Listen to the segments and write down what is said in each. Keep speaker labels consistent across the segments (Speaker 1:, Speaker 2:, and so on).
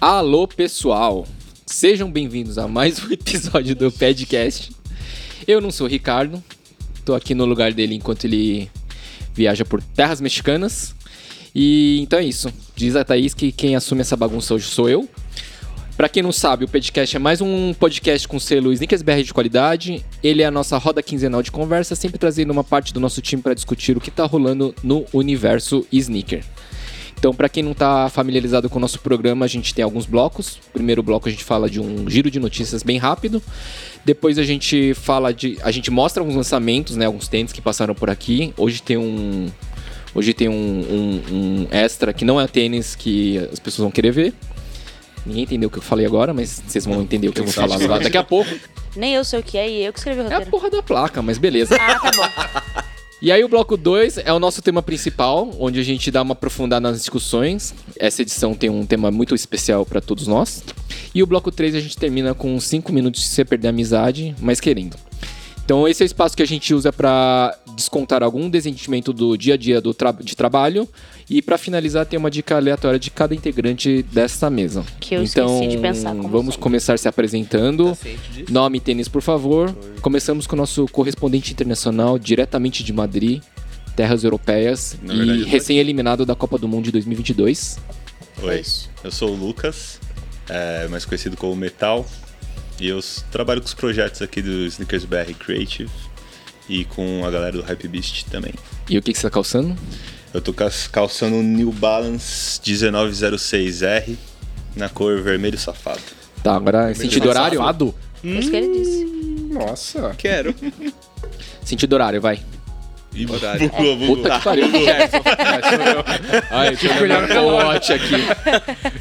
Speaker 1: Alô, pessoal! Sejam bem-vindos a mais um episódio do Podcast. Eu não sou o Ricardo, tô aqui no lugar dele enquanto ele viaja por terras mexicanas. E então é isso. Diz a Thaís que quem assume essa bagunça hoje sou eu. Pra quem não sabe, o podcast é mais um podcast com selo Sneakersbr de qualidade. Ele é a nossa roda quinzenal de conversa, sempre trazendo uma parte do nosso time pra discutir o que tá rolando no universo sneaker. Então, pra quem não tá familiarizado com o nosso programa, a gente tem alguns blocos. Primeiro bloco a gente fala de um giro de notícias bem rápido. Depois a gente fala de, a gente mostra alguns lançamentos, né, alguns tênis que passaram por aqui. Hoje tem um Hoje tem um, um- um extra que não é tênis que as pessoas vão querer ver. Ninguém entendeu o que eu falei agora, mas vocês vão entender o que eu vou falar lá daqui a pouco.
Speaker 2: Nem eu sei o que é e eu que escrevi o
Speaker 1: É a
Speaker 2: roteiro.
Speaker 1: porra da placa, mas beleza.
Speaker 2: Ah, tá bom.
Speaker 1: E aí o bloco 2 é o nosso tema principal, onde a gente dá uma aprofundada nas discussões. Essa edição tem um tema muito especial pra todos nós. E o bloco 3 a gente termina com 5 minutos de você perder a amizade, mas querendo. Então esse é o espaço que a gente usa pra descontar algum desentimento do dia a dia do tra- de trabalho. E pra finalizar, tem uma dica aleatória de cada integrante dessa mesa.
Speaker 2: Que eu
Speaker 1: então,
Speaker 2: esqueci de pensar, como
Speaker 1: vamos
Speaker 2: sempre.
Speaker 1: começar se apresentando.
Speaker 3: Ciente disso?
Speaker 1: Nome e tênis, por favor. Começamos com o nosso correspondente internacional, diretamente de Madrid, terras europeias,
Speaker 3: Na
Speaker 1: e
Speaker 3: verdade, eu tô
Speaker 1: recém-eliminado da Copa do Mundo de 2022.
Speaker 2: É
Speaker 3: Oi,
Speaker 2: isso.
Speaker 3: eu sou o Lucas, é, mais conhecido como Metal, e eu s- trabalho com os projetos aqui do Sneakers BR Creative e com a galera do Hype Beast também.
Speaker 1: E o que, que você tá calçando?
Speaker 3: Eu tô cas- calçando um New Balance 1906R na cor vermelho safado.
Speaker 1: Tá, agora sentido horário?
Speaker 4: Safado?
Speaker 2: Por isso que ele disse.
Speaker 4: Nossa.
Speaker 5: Quero.
Speaker 1: Sentido horário, vai.
Speaker 3: E
Speaker 5: Horário.
Speaker 3: Bugou, bugou.
Speaker 1: É, Puta que pariu. Ai, deixa eu olhar meu watch aqui.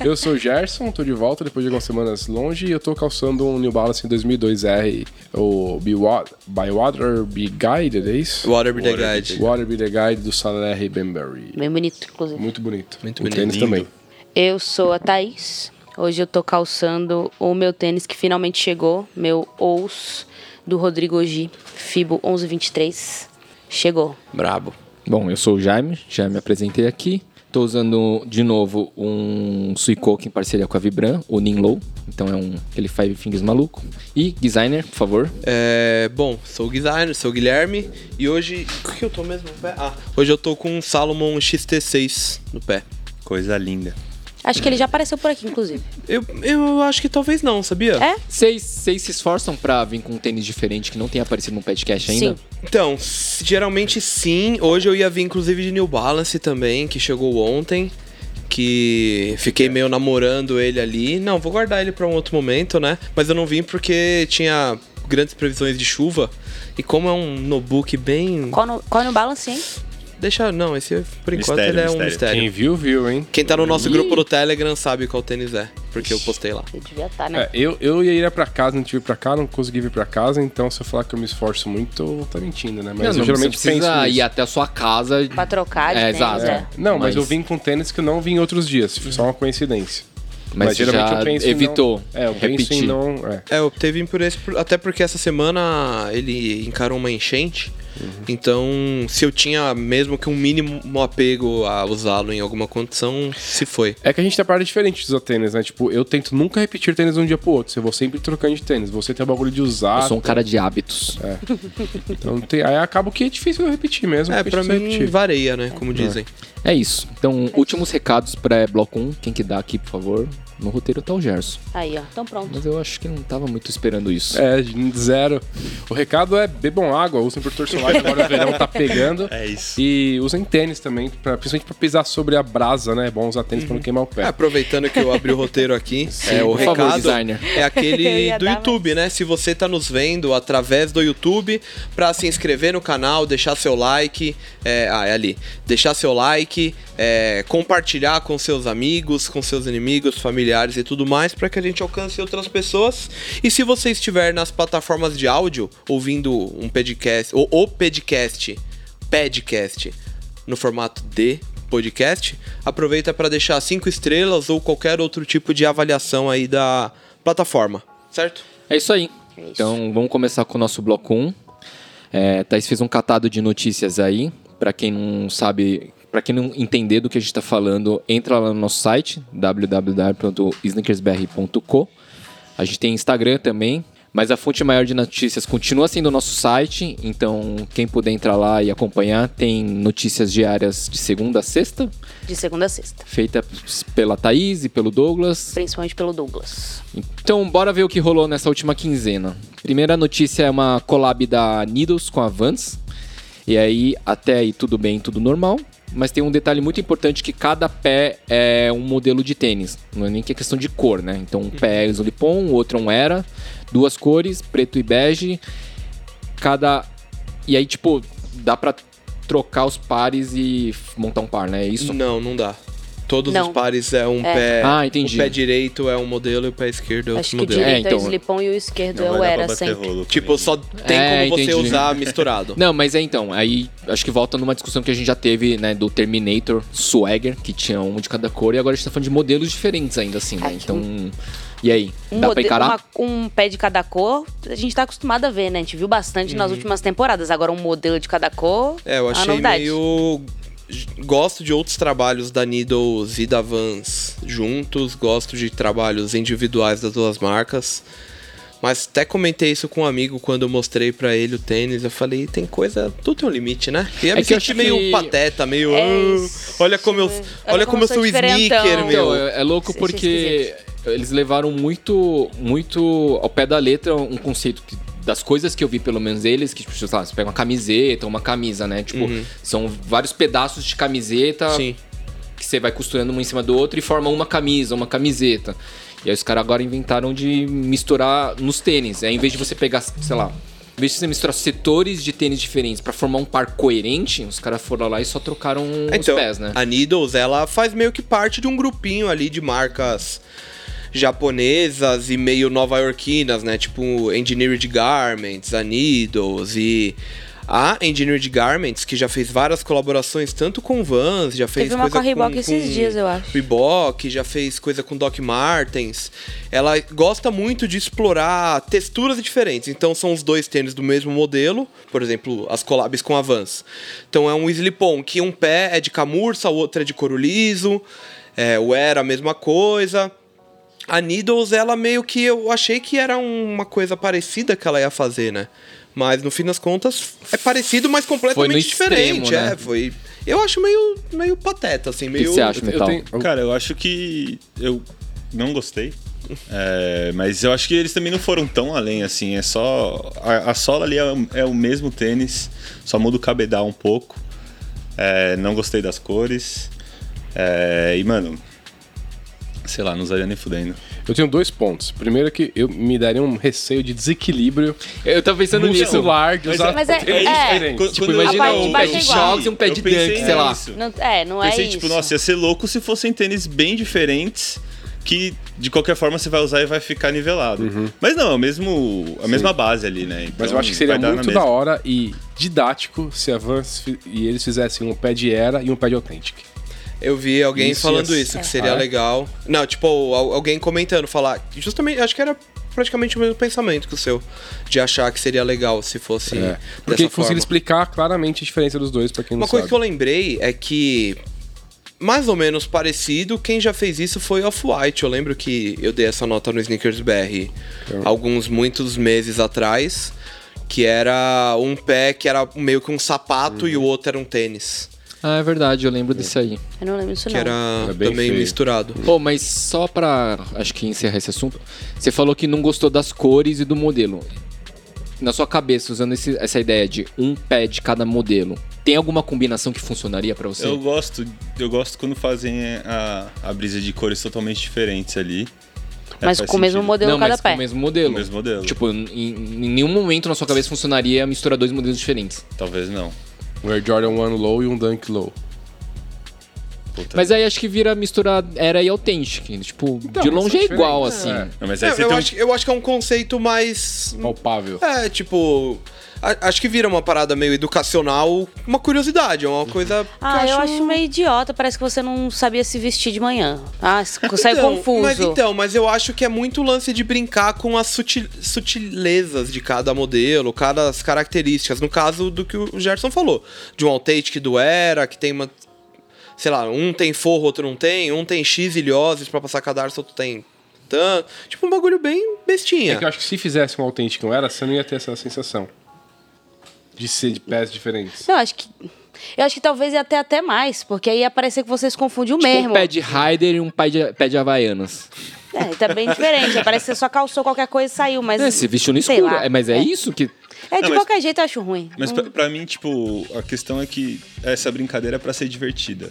Speaker 4: Eu sou o Gerson, tô de volta depois de algumas semanas longe e eu tô calçando um New Balance 2002R, o Be Wa- By Water Be Guided, é isso?
Speaker 5: Water Be The
Speaker 3: Water Be
Speaker 5: Guide.
Speaker 4: Water Be The Guide do Saler Benbury.
Speaker 2: Bem bonito, inclusive.
Speaker 4: Muito bonito.
Speaker 5: Muito
Speaker 4: O
Speaker 5: bonito.
Speaker 4: tênis
Speaker 3: Lindo.
Speaker 4: também.
Speaker 2: Eu sou a Thaís. Hoje eu tô calçando o meu tênis que finalmente chegou. Meu Ous do Rodrigo Ogi. Fibo 1123. Chegou.
Speaker 5: Brabo.
Speaker 1: Bom, eu sou o Jaime, já me apresentei aqui. Tô usando de novo um Suicoke em parceria com a Vibram, o Ninlow. Então é um aquele Five Fingers maluco. E designer, por favor.
Speaker 5: É, bom, sou o designer, sou o Guilherme. E hoje. O que eu tô mesmo no pé? Ah, hoje eu tô com um Salomon XT6 no pé.
Speaker 3: Coisa linda.
Speaker 2: Acho que ele já apareceu por aqui, inclusive.
Speaker 5: Eu, eu acho que talvez não, sabia?
Speaker 2: É?
Speaker 1: Vocês vocês se esforçam pra vir com um tênis diferente que não tenha aparecido no podcast ainda?
Speaker 2: Sim.
Speaker 5: Então, s- geralmente sim. Hoje eu ia vir, inclusive, de New Balance também, que chegou ontem. Que fiquei meio namorando ele ali. Não, vou guardar ele pra um outro momento, né? Mas eu não vim porque tinha grandes previsões de chuva. E como é um notebook bem.
Speaker 2: Qual no, qual no balance, hein?
Speaker 5: Deixa. Não, esse por enquanto
Speaker 3: Mistério,
Speaker 5: ele é um
Speaker 3: mistério.
Speaker 5: mistério.
Speaker 4: Quem viu, viu, hein?
Speaker 5: Quem tá no nosso grupo do Telegram sabe qual tênis é, porque eu postei lá.
Speaker 2: Eu devia estar, né?
Speaker 4: É, eu, eu ia ir pra casa, não tive pra cá, não consegui vir pra casa, então se eu falar que eu me esforço muito, eu tá mentindo, né? Mas eu geralmente
Speaker 1: você não
Speaker 4: penso
Speaker 1: precisa
Speaker 4: nisso.
Speaker 1: ir até a sua casa.
Speaker 2: Pra trocar de
Speaker 1: É,
Speaker 2: tênis,
Speaker 1: exato.
Speaker 2: né?
Speaker 4: Não, mas,
Speaker 1: Mas-
Speaker 4: eu vim com tênis que eu não vim em outros dias. Foi só uma coincidência.
Speaker 1: Mas você já
Speaker 4: em
Speaker 1: evitou
Speaker 4: Não, é, eu penso
Speaker 1: repetir.
Speaker 4: em não. É.
Speaker 5: É, eu teve por esse, por- até porque essa semana ele encarou uma enchente.
Speaker 1: Uhum.
Speaker 5: Então, se eu tinha mesmo que um mínimo apego a usá-lo em alguma condição, se foi.
Speaker 4: É que a gente tem a parada diferente dos tênis, né? Tipo, eu tento nunca repetir tênis de um dia pro outro. Eu vou sempre trocando de tênis. Você tem o bagulho de usar.
Speaker 1: Eu sou um cara de hábitos.
Speaker 4: É. então tem- Aí acaba que é difícil eu repetir mesmo.
Speaker 5: É,
Speaker 4: porque
Speaker 5: pra
Speaker 4: eu preciso
Speaker 5: mim
Speaker 4: repetir.
Speaker 5: varia, né? Como dizem.
Speaker 1: É isso. Então, últimos recados pra bloco 1. Quem que dá aqui, por favor? No roteiro tá o Gerson.
Speaker 2: Aí, ó. Então pronto.
Speaker 1: Mas eu acho que não tava muito esperando isso.
Speaker 4: É, de zero. O recado é bebam água, usem protetor solar, que agora o verão tá pegando.
Speaker 3: É isso.
Speaker 4: E usem tênis também, pra- principalmente pra pisar sobre a brasa, né? É bom usar tênis pra
Speaker 1: Uhum.
Speaker 4: não queimar o pé.
Speaker 5: É, aproveitando que eu abri o roteiro aqui, é, o
Speaker 1: por favor,
Speaker 5: recado
Speaker 1: designer.
Speaker 5: é
Speaker 2: Eu
Speaker 5: aquele
Speaker 2: ia
Speaker 5: do
Speaker 2: dar, mas-
Speaker 5: YouTube, né? Se você tá nos vendo através do YouTube, pra se inscrever no canal, deixar seu like, é, ah, é ali, deixar seu like, é, compartilhar com seus amigos, com seus inimigos, familiares e tudo mais, pra que a gente alcance outras pessoas. E se você estiver nas plataformas de áudio, ouvindo um podcast, ou o podcast, podcast, no formato de podcast, aproveita para deixar cinco estrelas ou qualquer outro tipo de avaliação aí da plataforma, certo?
Speaker 1: É isso aí.
Speaker 2: É isso.
Speaker 1: Então vamos começar com o nosso um bloco 1. É, Thaís fez um catado de notícias aí. Pra quem não sabe Pra quem não entender do que a gente tá falando, entra lá no nosso site, www.sneakersbr.co. A gente tem Instagram também, mas a fonte maior de notícias continua sendo o nosso site, então quem puder entrar lá e acompanhar, tem notícias diárias de segunda a sexta,
Speaker 2: De segunda a sexta.
Speaker 1: feita pela Thaís e pelo Douglas.
Speaker 2: Principalmente pelo Douglas.
Speaker 1: Então, bora ver o que rolou nessa última quinzena. Primeira notícia é uma collab da Needles com a Vans. E aí, até aí tudo bem, tudo normal. Mas tem um detalhe muito importante que cada pé é um modelo de tênis. Não é nem que é questão de cor, né? Então, um pé é Isolipon, o outro é um Era. Duas cores, preto e bege. Cada... E aí, tipo, dá pra trocar os pares e f- montar um par, né? É isso?
Speaker 5: Não, não dá. Todos
Speaker 2: Não.
Speaker 5: os pares é um pé.
Speaker 1: Ah, entendi.
Speaker 5: O pé direito é um modelo e o pé esquerdo é outro
Speaker 2: Acho que o
Speaker 5: modelo.
Speaker 1: dire- É,
Speaker 2: direito é,
Speaker 1: então.
Speaker 2: o Slipon e o esquerdo
Speaker 3: Não
Speaker 2: é o
Speaker 3: vai dar pra
Speaker 2: Era
Speaker 3: bater
Speaker 2: sempre.
Speaker 3: rolo
Speaker 5: Tipo,
Speaker 3: comigo.
Speaker 5: só tem
Speaker 1: É,
Speaker 5: como você
Speaker 1: entendi.
Speaker 5: usar misturado.
Speaker 1: Não, mas é então, aí acho que volta numa discussão que a gente já teve, né, do Terminator Swagger, que tinha um de cada cor, e agora a gente tá falando de modelos diferentes ainda, assim, né?
Speaker 2: É,
Speaker 1: Então, e aí?
Speaker 2: Um,
Speaker 1: dá pra
Speaker 2: mode-
Speaker 1: encarar?
Speaker 2: uma- um pé de cada cor, a gente tá acostumado a ver, né? A gente viu bastante nas últimas temporadas. Agora, um modelo de cada cor.
Speaker 5: É, eu
Speaker 2: uma
Speaker 5: achei
Speaker 2: Ah, novidade.
Speaker 5: meio. Gosto de outros trabalhos da Needles e da Vans juntos, gosto de trabalhos individuais das duas marcas. Mas até comentei isso com um amigo quando eu mostrei pra ele o tênis. Eu falei, tem coisa, tudo tem um limite, né? E eu
Speaker 1: É
Speaker 5: me
Speaker 1: que eu
Speaker 5: senti
Speaker 1: acho
Speaker 5: meio
Speaker 1: que-
Speaker 5: pateta, meio.
Speaker 2: É
Speaker 5: "Ah,
Speaker 2: isso.
Speaker 5: olha como eu, olha como eu sou
Speaker 2: diferentão."
Speaker 5: sneaker, meu.
Speaker 1: Então, é, é louco
Speaker 2: Achei
Speaker 1: porque eles levaram muito, muito ao pé da letra um conceito que- das coisas que eu vi, pelo menos eles, que, tipo, sei lá, você pega uma camiseta, uma camisa, né? Tipo, são vários pedaços de camiseta
Speaker 5: Sim.
Speaker 1: que você vai costurando um em cima do outro e forma uma camisa, uma camiseta. E aí os caras agora inventaram de misturar nos tênis. É, em vez de você pegar, sei lá, em vez de você misturar setores de tênis diferentes pra formar um par coerente, os caras foram lá e só trocaram
Speaker 5: Então,
Speaker 1: os pés, né?
Speaker 5: a Needles, ela faz meio que parte de um grupinho ali de marcas japonesas e meio nova-iorquinas, né? Tipo, Engineered Garments, a Needles e... A Engineered Garments, que já fez várias colaborações, tanto com Vans, já fez
Speaker 2: Teve uma
Speaker 5: coisa
Speaker 2: com a Reebok
Speaker 5: com-
Speaker 2: esses
Speaker 5: com-
Speaker 2: dias, eu acho.
Speaker 5: Reebok, já fez coisa com Doc Martens. Ela gosta muito de explorar texturas diferentes. Então são os dois tênis do mesmo modelo, por exemplo, as collabs com a Vans. Então é um slip-on que um pé é de camurça, o outro é de couro liso. É, o Era a mesma coisa. A Needles, ela meio que eu achei que era uma coisa parecida que ela ia fazer, né? Mas no fim das contas é parecido, mas completamente
Speaker 1: extremo,
Speaker 5: diferente.
Speaker 1: né?
Speaker 5: É, foi. Eu acho meio, meio pateta, assim,
Speaker 1: O que
Speaker 5: meio.
Speaker 1: que você acha, Metal?
Speaker 3: Cara, eu acho que eu não gostei. É, mas eu acho que eles também não foram tão além assim. É só. A, a sola ali é, o- é o mesmo tênis, só muda o cabedal um pouco. É, não gostei das cores. É, e, mano. Sei lá, não usaria nem fudendo.
Speaker 4: Eu tenho dois pontos. Primeiro é que eu me daria um receio de desequilíbrio
Speaker 1: Eu tava pensando nisso.
Speaker 4: muscular de
Speaker 3: Mas
Speaker 4: usar
Speaker 3: é-
Speaker 2: Mas é-
Speaker 4: três
Speaker 2: é.
Speaker 4: diferentes.
Speaker 3: Qu-
Speaker 1: Tipo,
Speaker 3: quando eu
Speaker 1: imagina
Speaker 2: A parte
Speaker 3: vi
Speaker 2: de
Speaker 3: o
Speaker 2: baixo é
Speaker 3: Pepsi,
Speaker 2: igual.
Speaker 1: Jogos e um pé de
Speaker 3: eu pensei
Speaker 1: dunk, sei lá.
Speaker 3: nisso.
Speaker 2: Não, é, não
Speaker 3: Pensei,
Speaker 2: é isso.
Speaker 3: tipo, nossa, ia ser louco se fossem tênis bem diferentes que de qualquer forma você vai usar e vai ficar nivelado. Mas não, é o mesmo, a mesma base ali, né?
Speaker 4: Uhum. Mas
Speaker 3: Então,
Speaker 4: eu acho que seria
Speaker 3: vai dar na
Speaker 4: muito
Speaker 3: mesma.
Speaker 4: da hora e didático se a Vans fi- e eles fizessem um pé de era e um pé de authentic.
Speaker 5: Eu vi alguém
Speaker 4: Isso,
Speaker 5: falando
Speaker 4: yes.
Speaker 5: isso, que seria
Speaker 4: Ah, é?
Speaker 5: legal. Não, tipo, al- alguém comentando, falar. Justamente, acho que era praticamente o mesmo pensamento que o seu, de achar que seria legal se fosse.
Speaker 4: É.
Speaker 5: dessa
Speaker 4: Porque conseguiram
Speaker 5: forma.
Speaker 4: explicar claramente a diferença dos dois, pra quem não
Speaker 5: Uma coisa que eu
Speaker 4: sabe.
Speaker 5: lembrei é que. Mais ou menos parecido, quem já fez isso foi Off-White. Eu lembro que eu dei essa nota no Sneakers BR alguns, muitos meses atrás, que era um pé que era meio que um
Speaker 4: Uhum.
Speaker 5: sapato e o outro era um tênis.
Speaker 1: Ah, é verdade, eu lembro desse aí.
Speaker 2: Eu não lembro isso,
Speaker 5: Que
Speaker 2: não.
Speaker 5: era,
Speaker 4: Era bem
Speaker 5: também
Speaker 4: feio.
Speaker 5: misturado.
Speaker 1: Pô, mas só pra, acho que encerrar esse assunto, você falou que não gostou das cores e do modelo. Na sua cabeça, usando esse- essa ideia de um pé de cada modelo, tem alguma combinação que funcionaria pra você?
Speaker 3: Eu gosto, eu gosto quando fazem a, a brisa de cores totalmente diferentes ali. É,
Speaker 2: Mas
Speaker 3: faz
Speaker 2: com o mesmo
Speaker 3: sentido.
Speaker 2: modelo
Speaker 1: não,
Speaker 2: cada
Speaker 1: mas
Speaker 2: pé.
Speaker 1: com o mesmo modelo.
Speaker 3: Com o mesmo modelo.
Speaker 1: Tipo, em, em nenhum momento na sua cabeça funcionaria misturar dois modelos diferentes.
Speaker 3: Talvez não.
Speaker 4: Um Air Jordan One Low e um Dunk Low.
Speaker 3: Puta.
Speaker 1: Mas aí acho que vira misturar era e autêntico. Tipo,
Speaker 3: Então,
Speaker 1: de
Speaker 4: mas
Speaker 1: longe
Speaker 4: são
Speaker 1: é
Speaker 3: né?
Speaker 1: igual,
Speaker 4: diferentes,
Speaker 1: assim.
Speaker 4: é.
Speaker 3: Não, mas aí
Speaker 5: Eu,
Speaker 3: você
Speaker 5: eu
Speaker 3: tem um-
Speaker 5: acho, eu acho que é um conceito mais.
Speaker 3: Hum.
Speaker 4: Palpável.
Speaker 5: É, tipo. a- acho que vira uma parada meio educacional, uma curiosidade, é uma coisa.
Speaker 2: Ah,
Speaker 5: que
Speaker 2: eu acho meio idiota. Parece que você não sabia se vestir de manhã. Ah, sai
Speaker 5: Então,
Speaker 2: confuso.
Speaker 5: Mas então, mas eu acho que é muito lance de brincar com as suti- sutilezas de cada modelo, cada as características. No caso do que o Gerson falou, de um Authentic do Era, que tem uma sei lá, um tem forro, outro não tem, um tem X ilhoses pra passar cadarço, outro tem tanto. Tipo um bagulho bem bestinha.
Speaker 4: É que eu acho que se fizesse um autêntico não era, você não ia ter essa sensação. De ser de pés diferentes.
Speaker 2: Não, acho que. Eu acho que talvez ia até até mais, porque aí ia parecer que vocês confundiu
Speaker 1: Tipo
Speaker 2: mesmo.
Speaker 1: um pé de Raider e um pé de, pé de Havaianas.
Speaker 2: É, tá bem diferente. Parece que você só calçou qualquer coisa e saiu, mas.
Speaker 1: É, se vestiu no
Speaker 2: sei
Speaker 1: escuro.
Speaker 2: lá.
Speaker 1: É, mas é, isso que.
Speaker 2: É, de
Speaker 3: Não, mas-
Speaker 2: qualquer jeito eu acho ruim.
Speaker 3: Mas
Speaker 2: Não-
Speaker 3: pra, pra mim, tipo, a questão é que essa brincadeira é pra ser divertida.